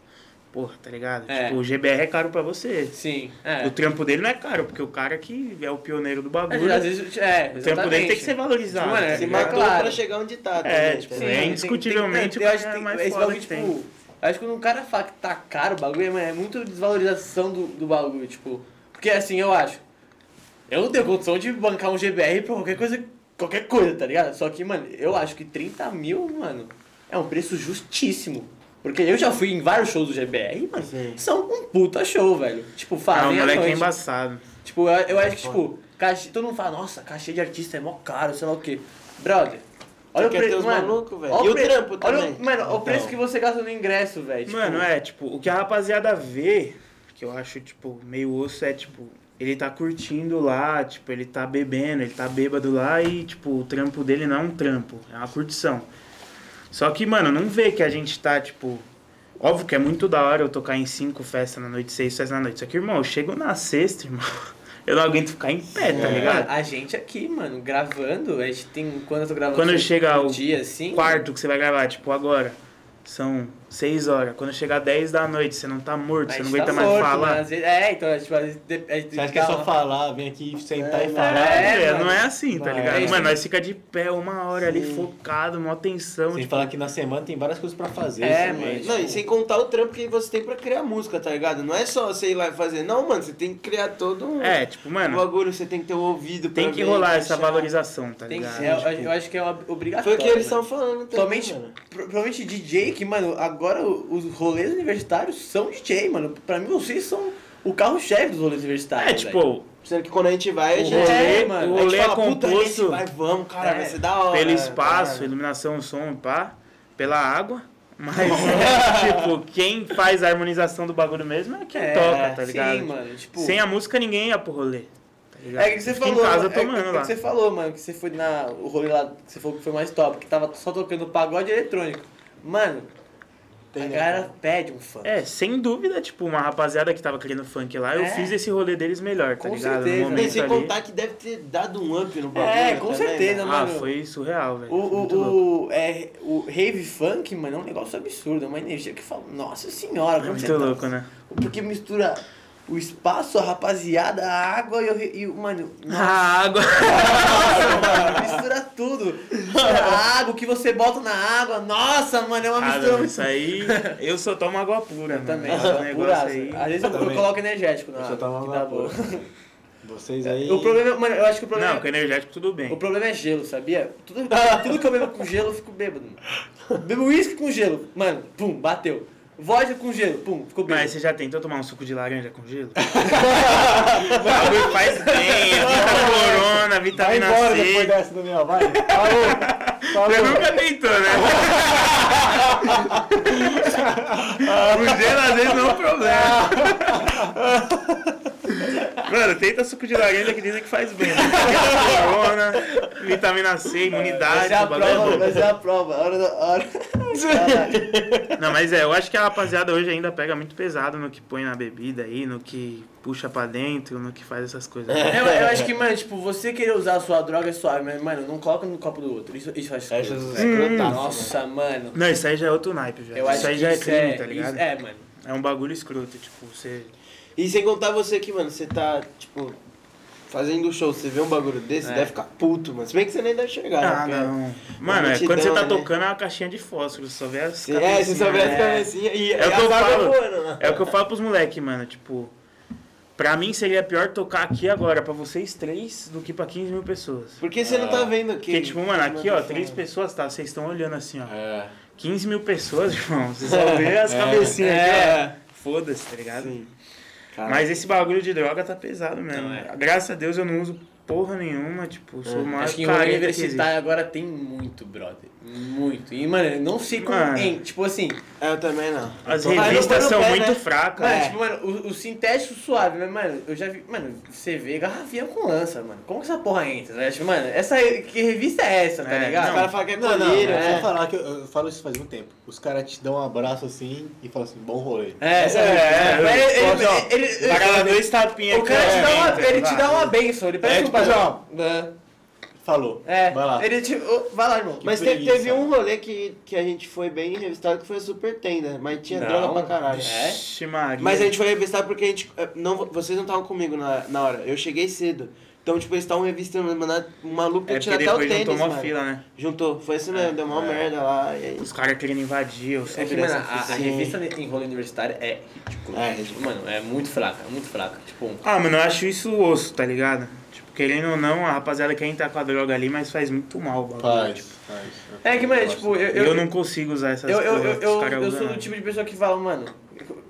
Speaker 3: Porra, tá ligado?
Speaker 5: É.
Speaker 3: Tipo, o GBR é caro pra você.
Speaker 5: Sim, é.
Speaker 3: O trampo dele não é caro, porque o cara que é o pioneiro do
Speaker 5: Às
Speaker 3: bagulho.
Speaker 5: vezes- às vezes, é,
Speaker 3: o trampo dele
Speaker 5: exatamente.
Speaker 3: tem que ser valorizado.
Speaker 5: Mano,
Speaker 3: tá
Speaker 5: é-
Speaker 1: Se
Speaker 3: ligado?
Speaker 1: matou
Speaker 5: claro.
Speaker 1: pra chegar onde tá.
Speaker 3: É,
Speaker 1: também,
Speaker 3: tipo,
Speaker 1: tá
Speaker 5: Sim,
Speaker 1: ligado?
Speaker 3: é
Speaker 5: tem-
Speaker 3: indiscutivelmente
Speaker 5: tem- eu acho
Speaker 3: o
Speaker 5: que tem,
Speaker 3: mais
Speaker 5: esse
Speaker 3: foda
Speaker 5: bagulho,
Speaker 3: que
Speaker 5: tipo,
Speaker 3: tem.
Speaker 5: eu acho que quando um cara fala que tá caro o bagulho, mano, é muito desvalorização do, do bagulho, tipo. Porque assim, eu acho. Eu não tenho condição de bancar um GBR por qualquer coisa, qualquer coisa, tá ligado? Só que, mano, eu acho que 30 mil, mano, é um preço justíssimo. Porque eu já fui em vários shows do GBR, mano,
Speaker 1: Sim.
Speaker 5: são um puta show, velho. Tipo,
Speaker 3: Ah, o
Speaker 5: fazem a
Speaker 3: moleque é
Speaker 5: noite.
Speaker 3: embaçado.
Speaker 5: Tipo, eu, eu acho que,
Speaker 1: É
Speaker 5: tipo, cachê, todo mundo fala, nossa, cachê de artista é mó caro, sei lá o quê. Brother,
Speaker 1: Você
Speaker 5: olha o
Speaker 1: quer ter
Speaker 5: preço.
Speaker 1: os
Speaker 5: mano.
Speaker 1: malucos, velho?
Speaker 5: Olha
Speaker 1: E o
Speaker 5: pre-
Speaker 1: trampo
Speaker 5: olha o-
Speaker 1: também.
Speaker 5: Mano, olha o
Speaker 1: Então.
Speaker 5: preço que você gasta no ingresso, velho. Tipo,
Speaker 3: Mano, é, tipo, o que a rapaziada vê, que eu acho, tipo, meio osso, é, tipo, ele tá curtindo lá, tipo, ele tá bebendo, ele tá bêbado lá e, tipo, o trampo dele não é um trampo, é uma curtição. Só que, mano, não vê que a gente tá, tipo. Óbvio que é muito da hora eu tocar em cinco festas na noite, seis festas na noite. Só que, irmão, eu chego na sexta, irmão. Eu não aguento ficar em pé, tá
Speaker 5: mano,
Speaker 3: ligado?
Speaker 5: É, A gente aqui, mano, gravando, a gente tem. Quando eu tô gravando
Speaker 3: Quando
Speaker 5: assim,
Speaker 3: chega
Speaker 5: um
Speaker 3: o
Speaker 5: dia assim.
Speaker 3: Quarto que você vai gravar, tipo, agora. São seis horas. Quando chegar 10 da noite, você não tá morto,
Speaker 5: a
Speaker 3: você
Speaker 5: gente
Speaker 3: não aguenta
Speaker 5: tá
Speaker 3: mais
Speaker 5: morto,
Speaker 3: falar.
Speaker 5: mano, às vezes- é, então, tipo, às vezes. de- a gente
Speaker 2: Você acha que é
Speaker 5: dá
Speaker 2: só
Speaker 5: uma-
Speaker 2: falar, vem aqui sentar e falar?
Speaker 3: É,
Speaker 5: É,
Speaker 3: não
Speaker 5: mano.
Speaker 3: é assim, tá
Speaker 2: Não,
Speaker 3: ligado?
Speaker 5: é isso.
Speaker 3: Mano, nós fica de pé uma hora ali,
Speaker 1: Sim.
Speaker 3: focado, mó tensão.
Speaker 2: Sem
Speaker 3: tipo,
Speaker 2: falar que na semana tem várias coisas pra fazer. assim, tipo,
Speaker 5: É,
Speaker 2: também.
Speaker 5: mano.
Speaker 1: Não, e sem contar o trampo que você tem pra criar música, tá ligado? Não é só você ir lá e fazer. Não, mano, você tem que criar todo um
Speaker 3: É, tipo,
Speaker 1: um
Speaker 3: mano,
Speaker 1: bagulho, você tem que ter o ouvido pra
Speaker 3: tem que
Speaker 1: ver,
Speaker 3: rolar essa
Speaker 1: encaixar.
Speaker 3: valorização, tá
Speaker 5: é Tem que
Speaker 3: ligado?
Speaker 5: ser, eu, eu acho que é uma
Speaker 1: Tipo,
Speaker 5: obrigatório.
Speaker 1: Foi o que eles
Speaker 5: mano.
Speaker 1: estão falando também,
Speaker 5: Somente,
Speaker 1: mano.
Speaker 5: pro- provavelmente DJ, que, mano, agora o- os rolês universitários são DJ, mano. Pra mim, vocês são o carro-chefe dos rolês universitários.
Speaker 3: É, tipo,
Speaker 1: Sendo que quando a gente vai, a
Speaker 3: O
Speaker 1: gente,
Speaker 3: rolê-
Speaker 1: é, mano,
Speaker 3: o
Speaker 1: a gente
Speaker 3: rolê é
Speaker 1: fala, puta, a gente
Speaker 3: composto
Speaker 1: vai, vamos, cara,
Speaker 5: É.
Speaker 1: vai ser da hora.
Speaker 3: pelo
Speaker 1: tá
Speaker 3: espaço,
Speaker 1: ligado?
Speaker 3: iluminação, som, pá, pela água. Mas, tipo, quem faz a harmonização do bagulho mesmo é quem
Speaker 5: É,
Speaker 3: toca, tá
Speaker 5: sim,
Speaker 3: ligado?
Speaker 5: mano, tipo-
Speaker 3: Sem a música ninguém ia pro rolê. Tá ligado?
Speaker 5: É que você
Speaker 3: Fica
Speaker 5: falou.
Speaker 3: em casa
Speaker 5: é-
Speaker 3: tomando
Speaker 5: é,
Speaker 3: lá.
Speaker 5: que você falou, mano, que você foi na. O rolê lá que você falou que foi mais top, que tava só tocando pagode eletrônico. Mano, a galera pede um fã.
Speaker 3: É, sem dúvida, tipo, uma rapaziada que tava querendo funk lá, eu
Speaker 5: É.
Speaker 3: fiz esse rolê deles melhor, tá
Speaker 5: Com
Speaker 3: ligado?
Speaker 5: certeza.
Speaker 3: No
Speaker 1: Nem
Speaker 3: momento
Speaker 1: sem
Speaker 3: tá ali.
Speaker 1: contar que deve ter dado um up no bagulho.
Speaker 5: É, com
Speaker 1: também, né?
Speaker 5: certeza,
Speaker 1: mano.
Speaker 3: Ah,
Speaker 5: mano.
Speaker 3: foi surreal, velho.
Speaker 5: O,
Speaker 3: Foi muito louco.
Speaker 5: o, o, é, o rave funk, mano, é um negócio absurdo, é uma energia que fala, nossa senhora,
Speaker 3: É
Speaker 5: como
Speaker 3: muito
Speaker 5: você tá-
Speaker 3: louco, né?
Speaker 5: Porque mistura o espaço, a rapaziada, a água e o. re- E, o- mano,
Speaker 3: A água.
Speaker 5: Mano, mistura tudo. Mistura a água, o que você bota na água. Nossa, mano, é uma
Speaker 3: Ah,
Speaker 5: mistura
Speaker 3: não,
Speaker 5: muito.
Speaker 3: isso aí. Eu só tomo água pura,
Speaker 5: Eu
Speaker 3: mano.
Speaker 5: também,
Speaker 3: Esse
Speaker 5: água
Speaker 3: negócio
Speaker 5: puraça.
Speaker 3: aí.
Speaker 5: Às vezes eu, eu
Speaker 2: Também.
Speaker 5: coloco energético na
Speaker 2: Deixa
Speaker 5: água.
Speaker 2: eu tomar
Speaker 5: que
Speaker 2: uma
Speaker 5: dá boa.
Speaker 2: água. Vocês aí.
Speaker 5: O problema, mano, eu acho que o problema, é
Speaker 3: Não, com energético tudo bem.
Speaker 5: o problema é gelo, sabia? Tudo, tudo que eu bebo com gelo, eu fico bêbado. mano. Bebo uísque com gelo, mano, pum, bateu. Vodka com gelo, pum, ficou bêbado.
Speaker 3: Mas você já tentou tomar um suco de laranja com gelo? o bagulho faz bem, é muita corona,
Speaker 2: Vai
Speaker 3: vitamina
Speaker 2: embora depois
Speaker 3: C.
Speaker 2: dessa do meu, vai. Falou.
Speaker 3: Você
Speaker 2: Falou.
Speaker 3: nunca tentou, né? o gelo às vezes não é um problema. Mano, tenta suco de laranja que dizem que faz bem. Né? Corona, vitamina C,
Speaker 5: Vai
Speaker 3: imunidade,
Speaker 5: ser a
Speaker 3: o bagulho é
Speaker 5: prova,
Speaker 3: louco.
Speaker 5: vai ser a prova. A hora da a hora. Caralho.
Speaker 3: Não, mas é, eu acho que a rapaziada hoje ainda pega muito pesado no que põe na bebida aí, no que puxa pra dentro, no que faz essas coisas.
Speaker 5: Eu, É, eu acho que, mano, tipo, você querer usar a sua droga é suave, mas, mano, não coloca no copo do outro. Isso, isso faz
Speaker 1: É,
Speaker 5: escroto,
Speaker 1: Jesus,
Speaker 5: velho.
Speaker 2: Hum.
Speaker 1: escrotaço,
Speaker 5: Nossa, mano.
Speaker 3: Não, isso aí já é outro naipe, já.
Speaker 5: Eu
Speaker 3: isso
Speaker 5: acho
Speaker 3: aí
Speaker 5: que
Speaker 3: já é
Speaker 5: isso
Speaker 3: crime, tá
Speaker 5: isso-
Speaker 3: ligado?
Speaker 5: É, mano.
Speaker 3: É um bagulho escroto, tipo, você.
Speaker 1: E sem contar você que, mano, você tá, tipo, fazendo show, você vê um bagulho desse,
Speaker 5: É.
Speaker 1: deve ficar puto, mano. Se bem que você nem deve chegar,
Speaker 3: Ah,
Speaker 1: né? Porque-
Speaker 3: não. Mano, é,
Speaker 1: multidão,
Speaker 3: quando você tá
Speaker 1: né?
Speaker 3: tocando é uma caixinha de fósforo, só vê as
Speaker 1: Cê- É, se
Speaker 3: cabecinhas,
Speaker 1: souber
Speaker 3: né?
Speaker 1: as cabecinhas e
Speaker 3: É o
Speaker 1: e
Speaker 3: que eu
Speaker 1: as águas
Speaker 3: falo.
Speaker 1: voando, né?
Speaker 3: É o que eu falo pros moleques, mano, tipo. Pra mim seria pior tocar aqui agora, pra vocês três, do que pra 15 mil pessoas.
Speaker 1: Porque você não tá vendo aqui.
Speaker 3: Ah. Porque, tipo, mano, aqui, ó,
Speaker 1: Não tá
Speaker 3: três
Speaker 1: vendo.
Speaker 3: pessoas, tá? Vocês estão olhando assim, ó.
Speaker 6: É.
Speaker 3: 15 mil pessoas, irmão. Vocês só vê as cabecinhas
Speaker 1: É.
Speaker 3: aqui, ó. Foda-se, tá ligado?
Speaker 1: Sim.
Speaker 3: Mas esse bagulho de droga tá pesado mesmo.
Speaker 5: Não, é.
Speaker 3: Graças a Deus eu não uso porra nenhuma, tipo, sou o maior
Speaker 5: Acho que em rolê
Speaker 3: careta que existe.
Speaker 5: universitário agora tem muito, brother. Muito. E, mano, eu não sei como.
Speaker 3: Mano.
Speaker 5: em- tipo assim.
Speaker 1: é, Eu também não.
Speaker 3: As
Speaker 1: Mas não põe
Speaker 3: revistas
Speaker 1: no
Speaker 3: são
Speaker 1: pé,
Speaker 3: muito
Speaker 1: né?
Speaker 3: fracas.
Speaker 5: Mano,
Speaker 1: É.
Speaker 5: tipo, mano, o, o sintético suave, mas, mano, eu já vi. Mano, você vê garrafinha com lança, mano. Como que essa porra entra? Né? Tipo, mano, essa. Que revista é essa, tá
Speaker 3: É,
Speaker 5: ligado?
Speaker 1: Os caras falam que é
Speaker 2: Não, não,
Speaker 1: colírio,
Speaker 2: é só
Speaker 1: né?
Speaker 2: falar que eu, eu falo isso faz um tempo. Os caras te dão um abraço assim e falam assim, bom rolê.
Speaker 5: É, é, é, mas ele- ele- ele- ele-
Speaker 3: O né? cara dá dois tapinhas
Speaker 5: É. O cara te dá uma, ele te dá uma
Speaker 3: bem.
Speaker 5: benção, ele pede
Speaker 2: É,
Speaker 5: um
Speaker 2: tipo,
Speaker 5: padrão.
Speaker 2: Falou.
Speaker 5: É,
Speaker 2: Vai lá.
Speaker 5: ele te. ô, vai lá, irmão.
Speaker 1: Mas
Speaker 2: Que
Speaker 1: teve,
Speaker 2: preguiça,
Speaker 1: teve um rolê que, que a gente foi bem revistado que foi a Super Tenda, mas tinha
Speaker 5: Não.
Speaker 1: droga pra caralho.
Speaker 5: É?
Speaker 1: Mas a gente foi revistado porque a gente. eh, Não, vocês não estavam comigo na, na hora. Eu cheguei cedo. Então, tipo, eles estavam revistando, mandaram um maluco
Speaker 3: é
Speaker 1: tirar
Speaker 3: porque
Speaker 1: até o
Speaker 3: depois
Speaker 1: tênis.
Speaker 3: juntou uma
Speaker 1: mano.
Speaker 3: fila, né? É,
Speaker 1: Juntou. Foi assim mesmo, deu uma merda lá. E é aí...
Speaker 3: Os caras querendo invadir, eu
Speaker 5: É que,
Speaker 3: sempre
Speaker 5: mano,
Speaker 3: dessa
Speaker 5: a, a
Speaker 1: sim.
Speaker 5: revista em rolo universitário é ridícula.
Speaker 1: É,
Speaker 5: Tipo, mano, é muito fraca, é muito fraca. Tipo,
Speaker 3: Ah, mano, eu acho isso osso, tá ligado? Tipo, querendo ou não, a rapaziada quer entrar com a droga ali, mas faz muito mal o bagulho.
Speaker 2: Faz,
Speaker 3: Tipo,
Speaker 2: faz.
Speaker 5: é que, mano, tipo, eu.
Speaker 3: eu,
Speaker 5: Eu,
Speaker 3: não consigo usar essas
Speaker 5: eu, eu,
Speaker 3: porra
Speaker 5: eu,
Speaker 3: que os
Speaker 5: eu,
Speaker 3: caras
Speaker 5: eu
Speaker 3: usam, né?
Speaker 5: sou
Speaker 3: não.
Speaker 5: do tipo de pessoa que fala, mano,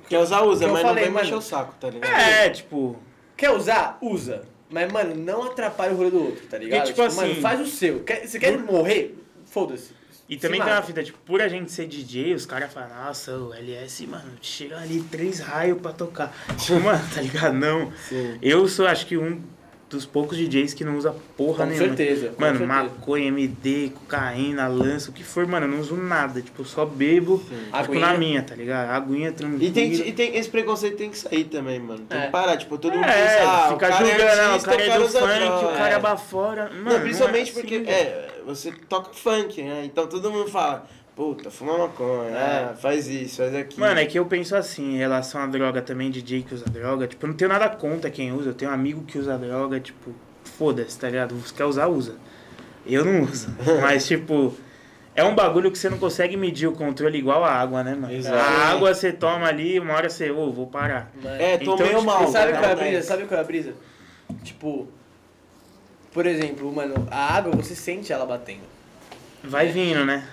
Speaker 1: Quer usar, usa,
Speaker 5: Que eu
Speaker 1: é, mas
Speaker 5: falei,
Speaker 1: não vai
Speaker 5: mano.
Speaker 1: mexer o saco, tá ligado?
Speaker 3: É, tipo...
Speaker 5: quer usar? Usa. Mas, mano, não atrapalha o rolê do outro, tá ligado?
Speaker 3: tipo assim-
Speaker 5: mano, faz o seu. Quer, você quer morrer? Foda-se.
Speaker 3: E
Speaker 5: Se
Speaker 3: também tem
Speaker 5: mata.
Speaker 3: uma fita, tipo, por a gente ser DJ, os caras falam, nossa, o LS, mano, chega ali três raios pra tocar. Tipo, mano, tá ligado? Não.
Speaker 1: Sim.
Speaker 3: Eu sou, acho que, um dos poucos DJs que não usa porra
Speaker 5: Com
Speaker 3: nenhuma.
Speaker 5: certeza. com
Speaker 3: Mano,
Speaker 5: certeza.
Speaker 3: maconha, MD, cocaína, lança, o que for, mano, eu não uso nada. Tipo, eu só bebo, fico
Speaker 5: Aguinha.
Speaker 3: na minha, tá ligado? Aguinha tranquila.
Speaker 1: E tem, e tem- esse preconceito tem que sair também, mano. Tem
Speaker 5: É.
Speaker 1: que parar, tipo, todo mundo
Speaker 3: É,
Speaker 1: pensa, ah, o
Speaker 3: fica
Speaker 1: cara
Speaker 3: julgando,
Speaker 1: é
Speaker 3: ah, o
Speaker 1: artista,
Speaker 3: cara é do
Speaker 1: usa
Speaker 3: funk,
Speaker 1: droga.
Speaker 3: o cara
Speaker 1: É.
Speaker 3: é bafora. Mano,
Speaker 1: Não, principalmente
Speaker 3: não é
Speaker 1: porque
Speaker 3: assim, velho.
Speaker 1: é, você toca funk, né? Então todo mundo fala, puta, fuma maconha, ah, faz isso, faz aquilo.
Speaker 3: É. Mano, é que eu penso assim, em relação à droga também, DJ que usa droga, tipo, eu não tenho nada contra quem usa, eu tenho um amigo que usa droga, tipo, foda-se, tá ligado? Você quer usar, usa. Eu não uso. Mas, tipo, é um bagulho que você não consegue medir o controle igual a água, né, mano?
Speaker 2: Exato.
Speaker 3: A água você toma ali, uma hora você, ô, vou parar.
Speaker 5: Mano.
Speaker 1: É,
Speaker 3: Então,
Speaker 1: tomei
Speaker 3: tipo,
Speaker 1: o mal.
Speaker 5: E sabe
Speaker 1: tá
Speaker 5: qual é a
Speaker 1: ligado?
Speaker 5: brisa? Sabe qual é a brisa? Tipo, por exemplo, mano, a água você sente ela batendo.
Speaker 3: Vai vindo, né?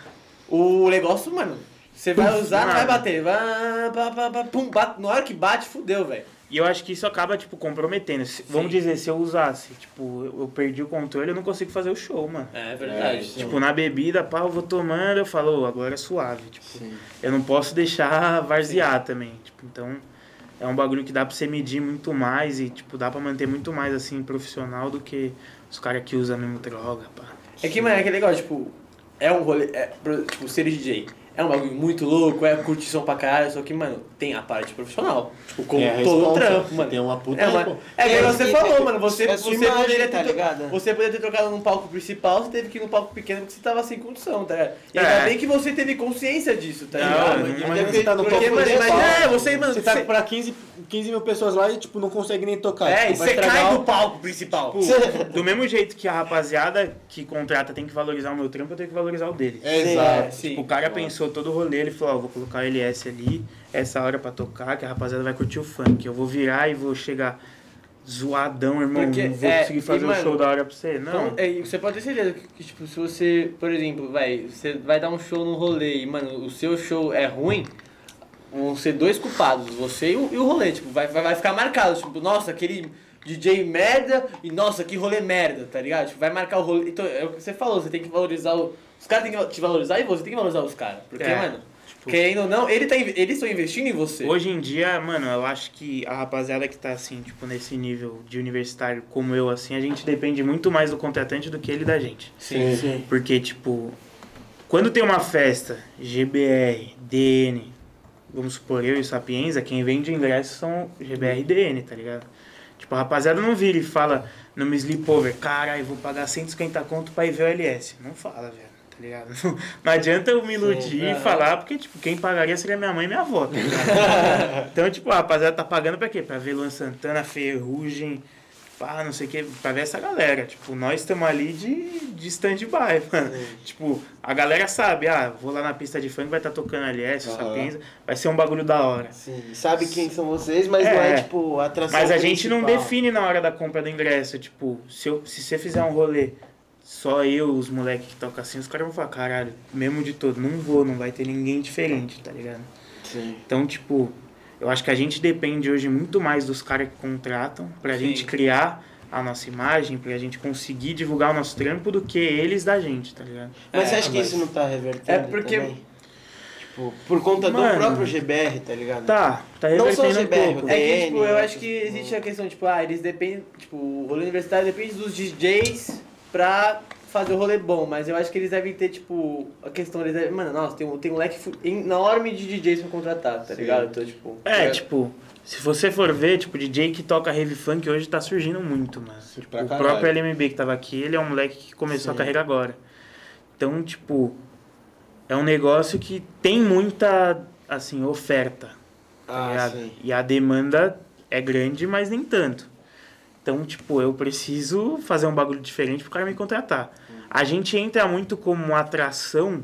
Speaker 5: O negócio, mano, você vai usar, não vai
Speaker 3: nada.
Speaker 5: bater. Vai, pá, pá, pá, pum, bate. Na hora que bate, fudeu, velho.
Speaker 3: E eu acho que isso acaba, tipo, comprometendo. Se- Vamos dizer, se eu usasse, tipo, eu eu perdi o controle, eu não consigo fazer o show, mano.
Speaker 5: É
Speaker 2: verdade.
Speaker 3: Tipo, na bebida, pá, eu vou tomando, eu falo, "Ô, agora é suave. Tipo, eu não posso deixar varzear também. Tipo, então, é um bagulho que dá pra você medir muito mais e, tipo, dá pra manter muito mais, assim, profissional do que os caras que usam mesmo droga, pá.
Speaker 5: É que, mano, é que legal, tipo, é um rolê, é, pro- tipo, ser DJ. É um bagulho muito louco, é curtição pra caralho, só que, mano, tem a parte profissional. Tipo, como
Speaker 2: É a
Speaker 5: todo
Speaker 2: responsa,
Speaker 5: trampo,
Speaker 2: você
Speaker 5: mano.
Speaker 2: tem uma puta
Speaker 5: É, uma,
Speaker 2: responsa.
Speaker 5: é que
Speaker 1: É,
Speaker 5: você
Speaker 1: e-
Speaker 5: falou, mano, você,
Speaker 1: é a sua
Speaker 5: você,
Speaker 1: imagem,
Speaker 5: poderia
Speaker 1: tá
Speaker 5: ter, to-
Speaker 1: ligado?
Speaker 5: você poderia ter trocado num palco principal, você teve que ir num palco pequeno porque você tava sem condição, tá ligado? E ainda
Speaker 3: É.
Speaker 5: bem que você teve consciência disso, tá
Speaker 3: Não,
Speaker 5: ligado?
Speaker 3: não
Speaker 1: Até
Speaker 3: mas
Speaker 1: porque-
Speaker 2: você tá no
Speaker 1: porque,
Speaker 5: Porque,
Speaker 2: palco
Speaker 5: mano,
Speaker 1: mano,
Speaker 5: imagina,
Speaker 1: mas-
Speaker 5: é, você, mano,
Speaker 2: Você tá
Speaker 5: você-
Speaker 2: pra 15, 15 mil pessoas lá e, tipo, não consegue nem tocar.
Speaker 5: é,
Speaker 2: tipo,
Speaker 5: e
Speaker 2: vai
Speaker 5: você
Speaker 2: estragar
Speaker 5: cai
Speaker 2: o- Tipo,
Speaker 5: do palco principal.
Speaker 3: Do mesmo jeito que a rapaziada que contrata tem que valorizar o meu trampo, eu tenho que valorizar o dele.
Speaker 2: É, Exato.
Speaker 5: É, sim.
Speaker 3: Tipo, o cara pensou todo o rolê, ele falou, ó, vou colocar o LS ali, essa hora pra tocar, que a rapaziada vai curtir o funk. Eu vou virar e vou chegar zoadão, irmão.
Speaker 5: Porque,
Speaker 3: não vou
Speaker 5: é,
Speaker 3: conseguir fazer
Speaker 5: e,
Speaker 3: o
Speaker 5: mano,
Speaker 3: show da hora pra você. Não.
Speaker 5: Então, é, e você pode ter certeza que, que, tipo, se você, por exemplo, vai, você vai dar um show num rolê e, mano, o seu show é ruim, vão ser dois culpados, você e o, e o rolê, tipo, vai, vai, vai ficar marcado, tipo, nossa, aquele DJ merda e nossa, que rolê merda, tá ligado? Tipo, vai marcar o rolê. Então, é o que você falou, você tem que valorizar o. Os caras têm que te valorizar e você tem que valorizar os caras. Porque,
Speaker 3: É,
Speaker 5: mano,
Speaker 3: tipo-
Speaker 5: querendo ou não, ele tá, inve- eles estão investindo em você.
Speaker 3: Hoje em dia, mano, eu acho que a rapaziada que tá assim, tipo, nesse nível de universitário como eu, assim, a gente depende muito mais do contratante do que ele da gente.
Speaker 5: Sim, sim.
Speaker 3: Porque, tipo, quando tem uma festa, GBR, DN, vamos supor, eu e o Sapienza, quem vende o ingresso são GBR e DN, tá ligado? Tipo, a rapaziada não vira e fala numa sleepover, caralho, vou pagar 150 conto pra ir ver o LS. Não fala, velho, tá ligado? Não, não adianta eu me iludir e
Speaker 5: aham.
Speaker 3: falar, porque, tipo, quem pagaria seria minha mãe e minha avó, tá ligado? então, tipo, a rapaziada tá pagando pra quê? Pra ver Luan Santana, Ferrugem, pá, não sei o que, pra ver essa galera. Tipo, nós estamos ali de, de stand-by, mano. Tipo, a galera sabe, ah, vou lá na pista de funk, vai estar tocando LS,
Speaker 2: Aham.
Speaker 3: Sapienza, vai ser um bagulho da hora.
Speaker 1: Sim, assim, sabe quem são vocês, mas não
Speaker 3: É.
Speaker 1: é tipo a atração
Speaker 3: Mas a gente não
Speaker 1: principal.
Speaker 3: define na hora da compra do ingresso, tipo, se, eu, se você fizer um rolê só eu, os moleques que tocam assim, os caras vão falar, caralho, mesmo de todo, não vou, não vai ter ninguém diferente, tá ligado?
Speaker 1: Sim.
Speaker 3: Então, tipo, eu acho que a gente depende hoje muito mais dos caras que contratam pra
Speaker 4: Sim.
Speaker 3: gente criar a nossa imagem, pra gente conseguir divulgar o nosso trampo do que eles da gente, tá ligado?
Speaker 1: Mas
Speaker 5: É,
Speaker 1: você acha que
Speaker 5: mas-
Speaker 1: isso não tá revertendo?
Speaker 5: É porque-
Speaker 1: também? Tipo, por conta
Speaker 3: Mano.
Speaker 1: do próprio GBR, tá ligado?
Speaker 3: Tá, tá
Speaker 1: Não só o
Speaker 3: revertendo um
Speaker 1: GBR,
Speaker 3: pouco.
Speaker 1: né?
Speaker 5: É que,
Speaker 1: DN,
Speaker 5: tipo, eu
Speaker 1: né?
Speaker 5: acho que existe a questão, tipo, ah, eles dependem, tipo, o rolê universitário depende dos DJs pra fazer o rolê bom, mas eu acho que eles devem ter, tipo, a questão, eles devem, mano, nossa, tem um, tem um leque fu- enorme de DJs pra contratar, tá ligado? Então, tipo...
Speaker 3: É, tipo, se você for ver, tipo, DJ que toca heavy funk hoje tá surgindo muito, mano. Tipo,
Speaker 2: pra
Speaker 3: o
Speaker 2: caralho.
Speaker 3: próprio LMB que tava aqui, ele é um moleque que começou a carreira agora. Então, tipo, é um negócio que tem muita, assim, oferta. tá
Speaker 1: Ah,
Speaker 3: ligado?
Speaker 1: sim.
Speaker 3: E a demanda é grande, mas nem tanto. Então, tipo, eu preciso fazer um bagulho diferente pro cara me contratar. A gente entra muito como atração,